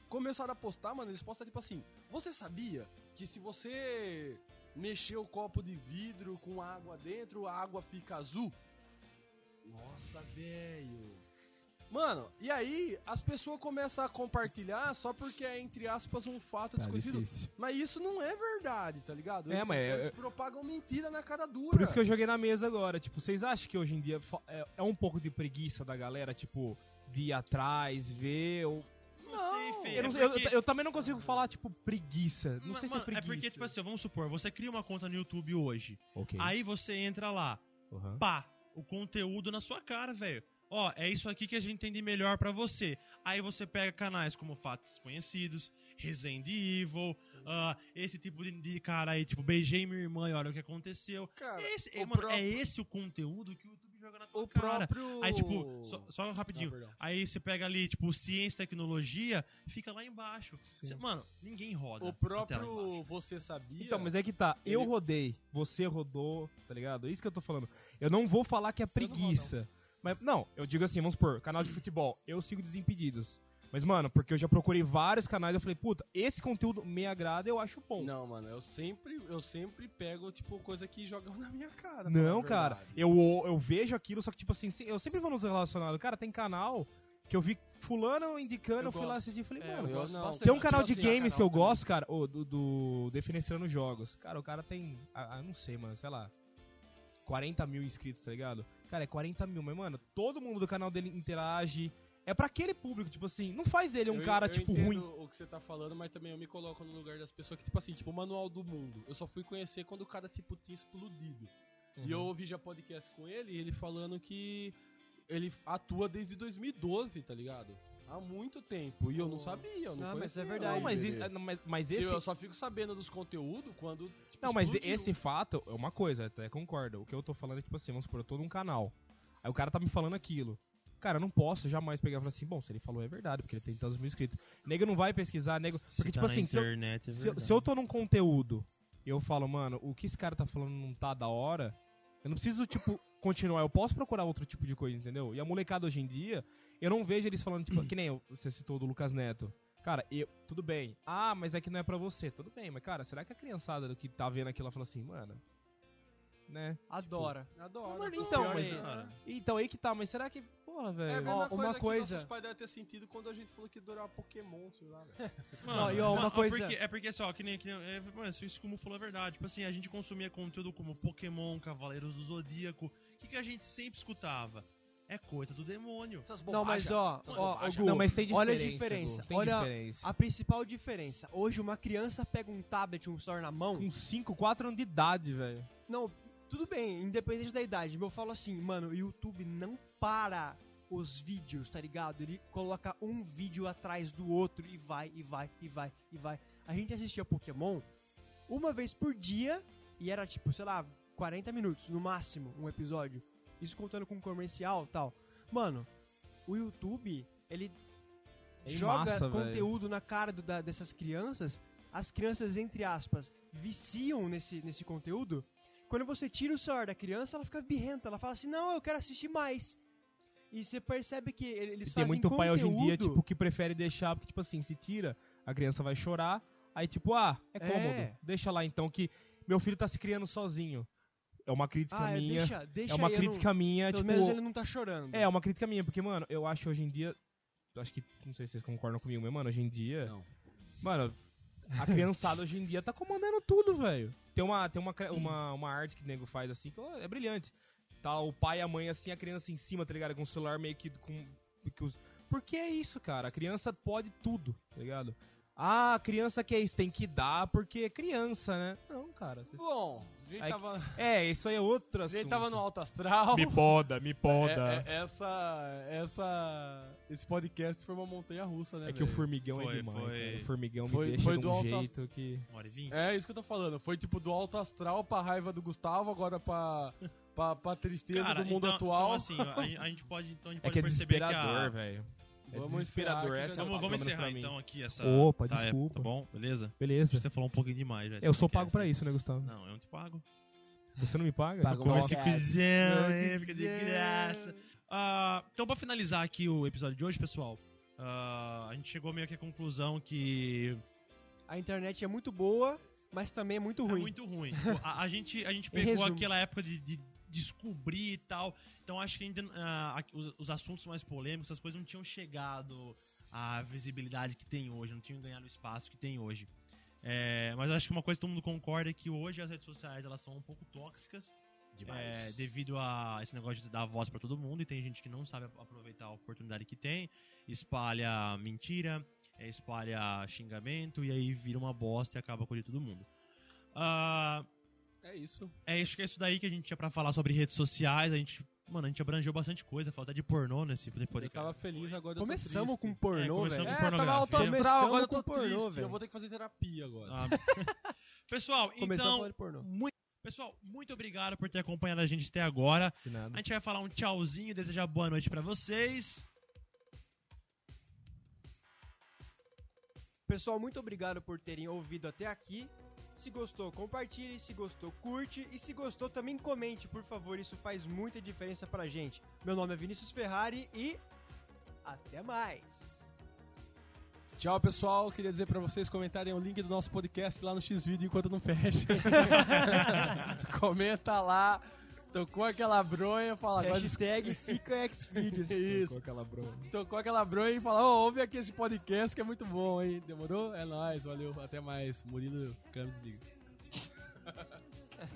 Speaker 4: começaram a postar, mano, eles postam tipo assim: Você sabia que se você mexer o copo de vidro com água dentro, a água fica azul? Nossa, velho. Mano, e aí as pessoas começam a compartilhar só porque é, entre aspas, um
Speaker 5: Tá
Speaker 4: fato desconhecido. Mas isso não é verdade, tá ligado?
Speaker 1: Tá É,
Speaker 4: Eles-
Speaker 1: mas é-
Speaker 4: Eles propagam mentira na cara dura.
Speaker 2: Ah.
Speaker 1: Por isso que eu joguei na mesa agora. Tipo, vocês acham que hoje em dia fa- é, é um pouco de preguiça da galera, tipo, de ir atrás, ver. Ou...
Speaker 2: Não, sei, Fê,
Speaker 1: Eu, não-
Speaker 2: é
Speaker 1: eu-
Speaker 2: porque-
Speaker 1: eu também não consigo falar, tipo, preguiça. Não
Speaker 2: Ma-
Speaker 1: sei se
Speaker 2: mano,
Speaker 1: é preguiça.
Speaker 2: porque, tipo assim, vamos supor, você cria uma conta no YouTube hoje,
Speaker 1: Ok.
Speaker 2: aí você entra lá,
Speaker 1: Uhum.
Speaker 2: pá, o conteúdo na sua cara, velho. Ó, é isso aqui que a gente tem de melhor pra você. Aí você pega canais como Fatos Desconhecidos, Resident Evil, ah, esse tipo de, de cara aí, tipo, beijei minha irmã e olha o que aconteceu.
Speaker 4: Cara,
Speaker 2: Esse-
Speaker 4: o
Speaker 2: é, mano,
Speaker 4: próprio-
Speaker 2: é esse o conteúdo que o YouTube joga na tua
Speaker 4: o
Speaker 2: cara.
Speaker 4: próprio.
Speaker 2: Aí, tipo, só, só
Speaker 4: Não,
Speaker 2: rapidinho.
Speaker 4: perdão.
Speaker 2: Aí você pega ali, tipo, ciência e tecnologia, fica lá embaixo. Cê- mano, ninguém roda.
Speaker 4: O
Speaker 2: a tela embaixo.
Speaker 4: próprio Você Sabia.
Speaker 1: Então, mas é que tá. Eu
Speaker 4: Ele-
Speaker 1: rodei, você rodou, tá ligado? É isso que eu tô falando. Eu não vou falar que é preguiça. Mas, não, eu digo assim, vamos supor, canal de futebol, eu sigo Desimpedidos. Mas, mano, porque eu já procurei vários canais, eu falei, puta, esse conteúdo me agrada, eu acho é bom.
Speaker 4: Não, mano, eu sempre, eu sempre pego, tipo, coisa que jogam (laughs) na minha cara. pra
Speaker 1: Não,
Speaker 4: falar a
Speaker 1: cara,
Speaker 4: é verdade.
Speaker 1: eu, eu vejo aquilo, só que, tipo assim, se- eu sempre vou nos relacionados. Cara, tem canal que eu vi fulano indicando, eu,
Speaker 4: Eu
Speaker 1: fui lá
Speaker 4: gosto.
Speaker 1: assistir e falei,
Speaker 4: É,
Speaker 1: mano,
Speaker 4: eu gosto
Speaker 5: não.
Speaker 4: bastante.
Speaker 1: tem um canal de
Speaker 4: Tipo assim, ah,
Speaker 1: games que eu
Speaker 4: canal
Speaker 1: gosto, cara, o do, do Defenestrando Jogos. Cara, o cara tem, ah, ah, não sei, mano, sei lá, 40 mil inscritos, tá ligado? Cara, é 40 mil, mas, mano, todo mundo do canal dele interage. É pra aquele público, tipo assim, não faz ele um
Speaker 4: Eu-
Speaker 1: cara,
Speaker 4: eu
Speaker 1: tipo,
Speaker 4: entendo
Speaker 1: ruim.
Speaker 4: o que você tá falando, mas também eu me coloco no lugar das pessoas que, tipo assim, tipo, o manual do mundo. Eu só fui conhecer quando o cara, tipo, tinha explodido. E
Speaker 1: Uhum.
Speaker 4: eu ouvi já podcast com ele, e ele falando que ele atua desde 2012, tá ligado? Há muito tempo. E eu não sabia, eu não
Speaker 5: Ah, mas
Speaker 4: conhecia.
Speaker 5: é verdade.
Speaker 1: Não, mas,
Speaker 4: ele.
Speaker 1: isso, ah, não, mas, mas
Speaker 4: Se
Speaker 1: esse...
Speaker 4: Eu só fico sabendo dos conteúdos quando. tipo,
Speaker 1: Não, mas
Speaker 4: explodiu.
Speaker 1: esse fato é uma coisa, até concordo. O que eu tô falando é tipo assim, vamos supor, eu tô num canal. Aí o cara tá me falando aquilo. Cara, eu não posso jamais pegar e falar assim, bom, se ele falou é verdade, porque ele tem tantos mil inscritos. Nego não vai pesquisar, nego.
Speaker 2: Se
Speaker 1: Porque, tipo
Speaker 2: tá na
Speaker 1: assim, se eu,
Speaker 2: internet, é
Speaker 1: se, eu-
Speaker 2: verdade.
Speaker 1: se eu tô num conteúdo e eu falo, mano, o que esse cara tá falando não tá da hora, eu não preciso, tipo, continuar, eu posso procurar outro tipo de coisa, entendeu? E a molecada hoje em dia, eu não vejo eles falando, tipo, que nem eu- você citou do Lucas Neto. Cara, eu, tudo bem. Ah, mas é que não é pra você. Tudo bem, mas cara, será que a criançada do que tá vendo aquilo ela fala assim, mano? Né?
Speaker 5: Adora.
Speaker 1: Mas
Speaker 5: Adora.
Speaker 1: então,
Speaker 5: Pior
Speaker 1: mas-
Speaker 5: é isso.
Speaker 1: Então aí que tá, mas será que. Porra,
Speaker 4: É a
Speaker 1: velho.
Speaker 4: mesma
Speaker 5: Ó,
Speaker 4: coisa
Speaker 5: uma
Speaker 4: que
Speaker 5: coisa-
Speaker 4: nossos pais devem ter sentido quando a gente falou que adorava Pokémon, sei lá, velho.
Speaker 2: Mano,
Speaker 5: Não, e ó, uma
Speaker 2: não, é
Speaker 5: coisa-
Speaker 2: Porque, é porque só, que nem. Que nem é, mano, isso isso como falou é verdade. Tipo assim, a gente consumia conteúdo como Pokémon, Cavaleiros do Zodíaco. O que, que a gente sempre escutava? É coisa do demônio.
Speaker 6: Essas
Speaker 5: Não, mas ó,
Speaker 6: essas
Speaker 5: ó,
Speaker 6: bobagens.
Speaker 5: Gu,
Speaker 1: não, mas tem diferença.
Speaker 5: olha a diferença.
Speaker 1: Gu, tem
Speaker 5: olha
Speaker 1: diferença.
Speaker 5: a principal diferença. Hoje uma criança pega um tablet, um store na mão.
Speaker 1: Com 5, 4 anos de idade, velho.
Speaker 5: Não, tudo bem, independente da idade. mas Eu falo assim, mano, o YouTube não para os vídeos, tá ligado? Ele coloca um vídeo atrás do outro e vai, e vai, e vai, e vai. A gente assistia Pokémon uma vez por dia e era tipo, sei lá, 40 minutos no máximo um episódio. Isso contando com comercial e tal. Mano, o YouTube, ele
Speaker 1: É em
Speaker 5: joga
Speaker 1: massa, velho.
Speaker 5: conteúdo na cara do- da- dessas crianças. As crianças, entre aspas, viciam nesse, nesse conteúdo. Quando você tira o celular da criança, ela fica birrenta. Ela fala assim, não, eu quero assistir mais. E você percebe que ele- eles
Speaker 1: E tem
Speaker 5: fazem
Speaker 1: muito pai hoje em dia,
Speaker 5: conteúdo-
Speaker 1: tipo, que prefere deixar, porque, tipo assim, se tira, a criança vai chorar, aí, tipo, ah, é
Speaker 5: É.
Speaker 1: cômodo, deixa lá então que meu filho tá se criando sozinho. É uma crítica
Speaker 5: ah, é,
Speaker 1: minha.
Speaker 5: deixa, deixa
Speaker 1: é uma
Speaker 5: aí, eu
Speaker 1: crítica minha,
Speaker 5: não, Pelo
Speaker 1: tipo.
Speaker 5: menos ele não tá chorando.
Speaker 1: É, é uma crítica minha, porque, mano, eu acho hoje em dia. Acho que. Não sei se vocês concordam comigo, mas, mano, hoje em dia.
Speaker 4: Não.
Speaker 1: Mano, a criançada hoje em dia tá comandando tudo, velho. Tem uma, tem uma, cre- uma, uma arte que o nego faz assim, que ó, é brilhante. Tá o pai e a mãe assim, a criança em cima, tá ligado? Com o celular meio que com. que os- Por que é isso, cara? A criança pode tudo, tá ligado? Ah, a criança que é isso, tem que dar porque é criança, né? Não, cara. vocês-
Speaker 4: Bom, a gente
Speaker 1: Aí-
Speaker 4: tava,
Speaker 1: É, isso aí é outro
Speaker 4: a
Speaker 1: assunto.
Speaker 4: gente tava no alto astral.
Speaker 1: Me poda, me poda.
Speaker 4: É- é- essa, essa, esse podcast foi uma montanha russa, né?
Speaker 1: É que o
Speaker 4: velho?
Speaker 1: formigão
Speaker 2: Foi,
Speaker 1: é demais,
Speaker 2: foi.
Speaker 1: cara. O formigão
Speaker 4: Foi-
Speaker 1: me deixa
Speaker 4: foi
Speaker 1: de
Speaker 4: do
Speaker 1: um
Speaker 4: alto às-
Speaker 1: jeito que...
Speaker 2: Uma hora e vinte.
Speaker 4: É isso que eu tô falando. Foi tipo do alto astral pra raiva do Gustavo, agora pra, pra, pra tristeza
Speaker 2: Cara,
Speaker 4: do mundo
Speaker 2: então-
Speaker 4: atual.
Speaker 2: Então, assim, a, a gente pode, então, a gente
Speaker 1: É
Speaker 2: pode
Speaker 1: que é
Speaker 2: perceber que
Speaker 1: desesperador,
Speaker 2: a.
Speaker 1: velho. É
Speaker 4: Vamos
Speaker 1: desesperador,
Speaker 4: encerrar que
Speaker 1: essa
Speaker 4: já
Speaker 1: é a palavra,
Speaker 2: Vamos, vamos
Speaker 4: deu-
Speaker 1: pelo menos pra
Speaker 2: encerrar
Speaker 1: mim.
Speaker 2: então aqui essa.
Speaker 1: Opa,
Speaker 2: tá, é-
Speaker 1: desculpa.
Speaker 2: tá bom? Beleza?
Speaker 1: Beleza.
Speaker 2: Você falou um pouquinho demais, já.
Speaker 1: Eu sou pago pra isso, né, Gustavo?
Speaker 2: Não, eu não te pago.
Speaker 1: Você não me paga?
Speaker 8: Pago
Speaker 1: Eu
Speaker 8: mal.
Speaker 1: começo-
Speaker 2: Esse
Speaker 8: Nossa.
Speaker 2: cuzão, hein? Fica de graça. Ah, então, pra finalizar aqui o episódio de hoje, pessoal, ah, a gente chegou meio que à conclusão que
Speaker 5: A internet é muito boa, mas também é muito ruim.
Speaker 2: É muito ruim. O- A, a gente, a gente pegou
Speaker 5: resumo.
Speaker 2: aquela época de, de descobrir e tal. Então acho que ainda ah, a- os, os assuntos mais polêmicos, essas coisas não tinham chegado à visibilidade que tem hoje, não tinham ganhado o espaço que tem hoje. É, mas acho que uma coisa que todo mundo concorda é que hoje as redes sociais elas são um pouco tóxicas. é, devido a esse negócio de dar voz pra todo mundo e tem gente que não sabe aproveitar a oportunidade que tem, espalha mentira, é, espalha xingamento e aí vira uma bosta e acaba com o de todo mundo. Ah,
Speaker 4: É isso.
Speaker 2: é, acho que é isso daí que a gente tinha pra falar sobre redes sociais. A gente, mano, a gente abrangeu bastante coisa. Falta de pornô nesse podcast.
Speaker 4: Eu tava feliz, agora eu tô
Speaker 5: Começamos com
Speaker 4: triste.
Speaker 2: É,
Speaker 5: pornô,
Speaker 2: começamos
Speaker 5: velho.
Speaker 2: com
Speaker 4: É, tava alto
Speaker 2: pornografia.
Speaker 4: astral, agora eu
Speaker 5: Começamos
Speaker 4: tô
Speaker 5: com pornô,
Speaker 4: triste.
Speaker 5: velho.
Speaker 4: Eu vou ter que fazer terapia agora.
Speaker 2: Ah. (laughs) Pessoal,
Speaker 5: (laughs) Começamos a
Speaker 2: então,
Speaker 5: falar de pornô.
Speaker 2: muito, pessoal, muito obrigado por ter acompanhado a gente até agora.
Speaker 1: De nada.
Speaker 2: A gente vai falar um tchauzinho, desejar boa noite pra vocês.
Speaker 5: Pessoal, muito obrigado por terem ouvido até aqui. Se gostou, compartilhe. Se gostou, curte. E se gostou, também comente, por favor. Isso faz muita diferença pra gente. Meu nome é Vinícius Ferrari e. Até mais!
Speaker 4: Tchau,
Speaker 1: (laughs)
Speaker 4: pessoal. Queria dizer pra vocês comentarem o link do nosso podcast lá no Xvideo enquanto não fecha. Comenta lá. Tocou aquela bronha,
Speaker 5: É,
Speaker 4: fala agora.
Speaker 5: Hashtag fica
Speaker 1: É
Speaker 5: Xvideos.
Speaker 4: Isso.
Speaker 5: aquela broma.
Speaker 4: Tocou aquela bronha e fala: Ô, ouve aqui esse podcast que é muito bom, hein? Demorou? É nóis, valeu. Até mais. Murilo, câmbio desliga.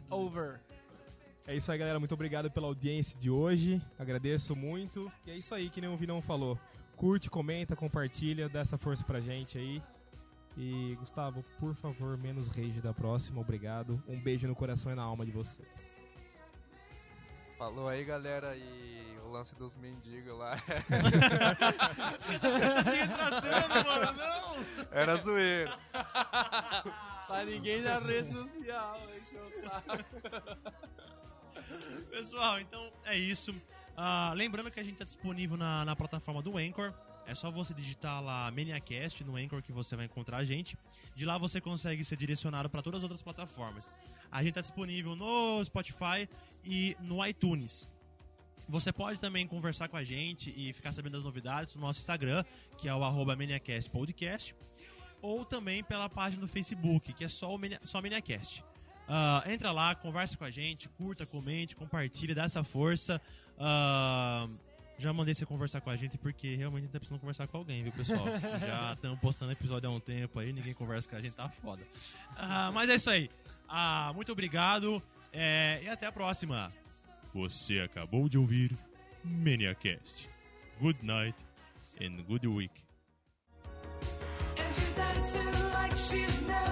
Speaker 4: Over.
Speaker 1: É isso aí, galera. Muito obrigado pela audiência de hoje. Agradeço muito. E é isso aí, que nem o Vinão falou. Curte, comenta, compartilha, dá essa força pra gente aí. E, Gustavo, por favor, menos rage da próxima. Obrigado. Um beijo no coração e na alma de vocês.
Speaker 6: Falou aí, galera, e o lance dos mendigos lá.
Speaker 2: (laughs) Se retratando, mano, não!
Speaker 6: Era (laughs) zoeiro.
Speaker 4: Pra ninguém na rede social, deixa eu saber.
Speaker 2: Pessoal, então é isso. Ah, lembrando que a gente tá disponível na, na plataforma do Anchor. É só você digitar lá Maniacast no Anchor que você vai encontrar a gente. De lá você consegue ser direcionado para todas as outras plataformas. A gente tá disponível no Spotify e no iTunes. Você pode também conversar com a gente e ficar sabendo das novidades no nosso Instagram, que é o arroba Maniacast Podcast, ou também pela página do Facebook, que é só o Mania, só Maniacast. Ah, entra lá, conversa com a gente, curta, comente, compartilha, dá essa força. Ah, já mandei você conversar com a gente porque realmente a gente tá precisando conversar com alguém, viu, pessoal? (laughs) já estamos postando episódio há um tempo aí, ninguém conversa com a gente, tá foda. Ah, mas é isso aí. Ah, muito obrigado é, e até a próxima. Você acabou de ouvir Maniacast. Good night and good week.
Speaker 9: And you're dancing like she's never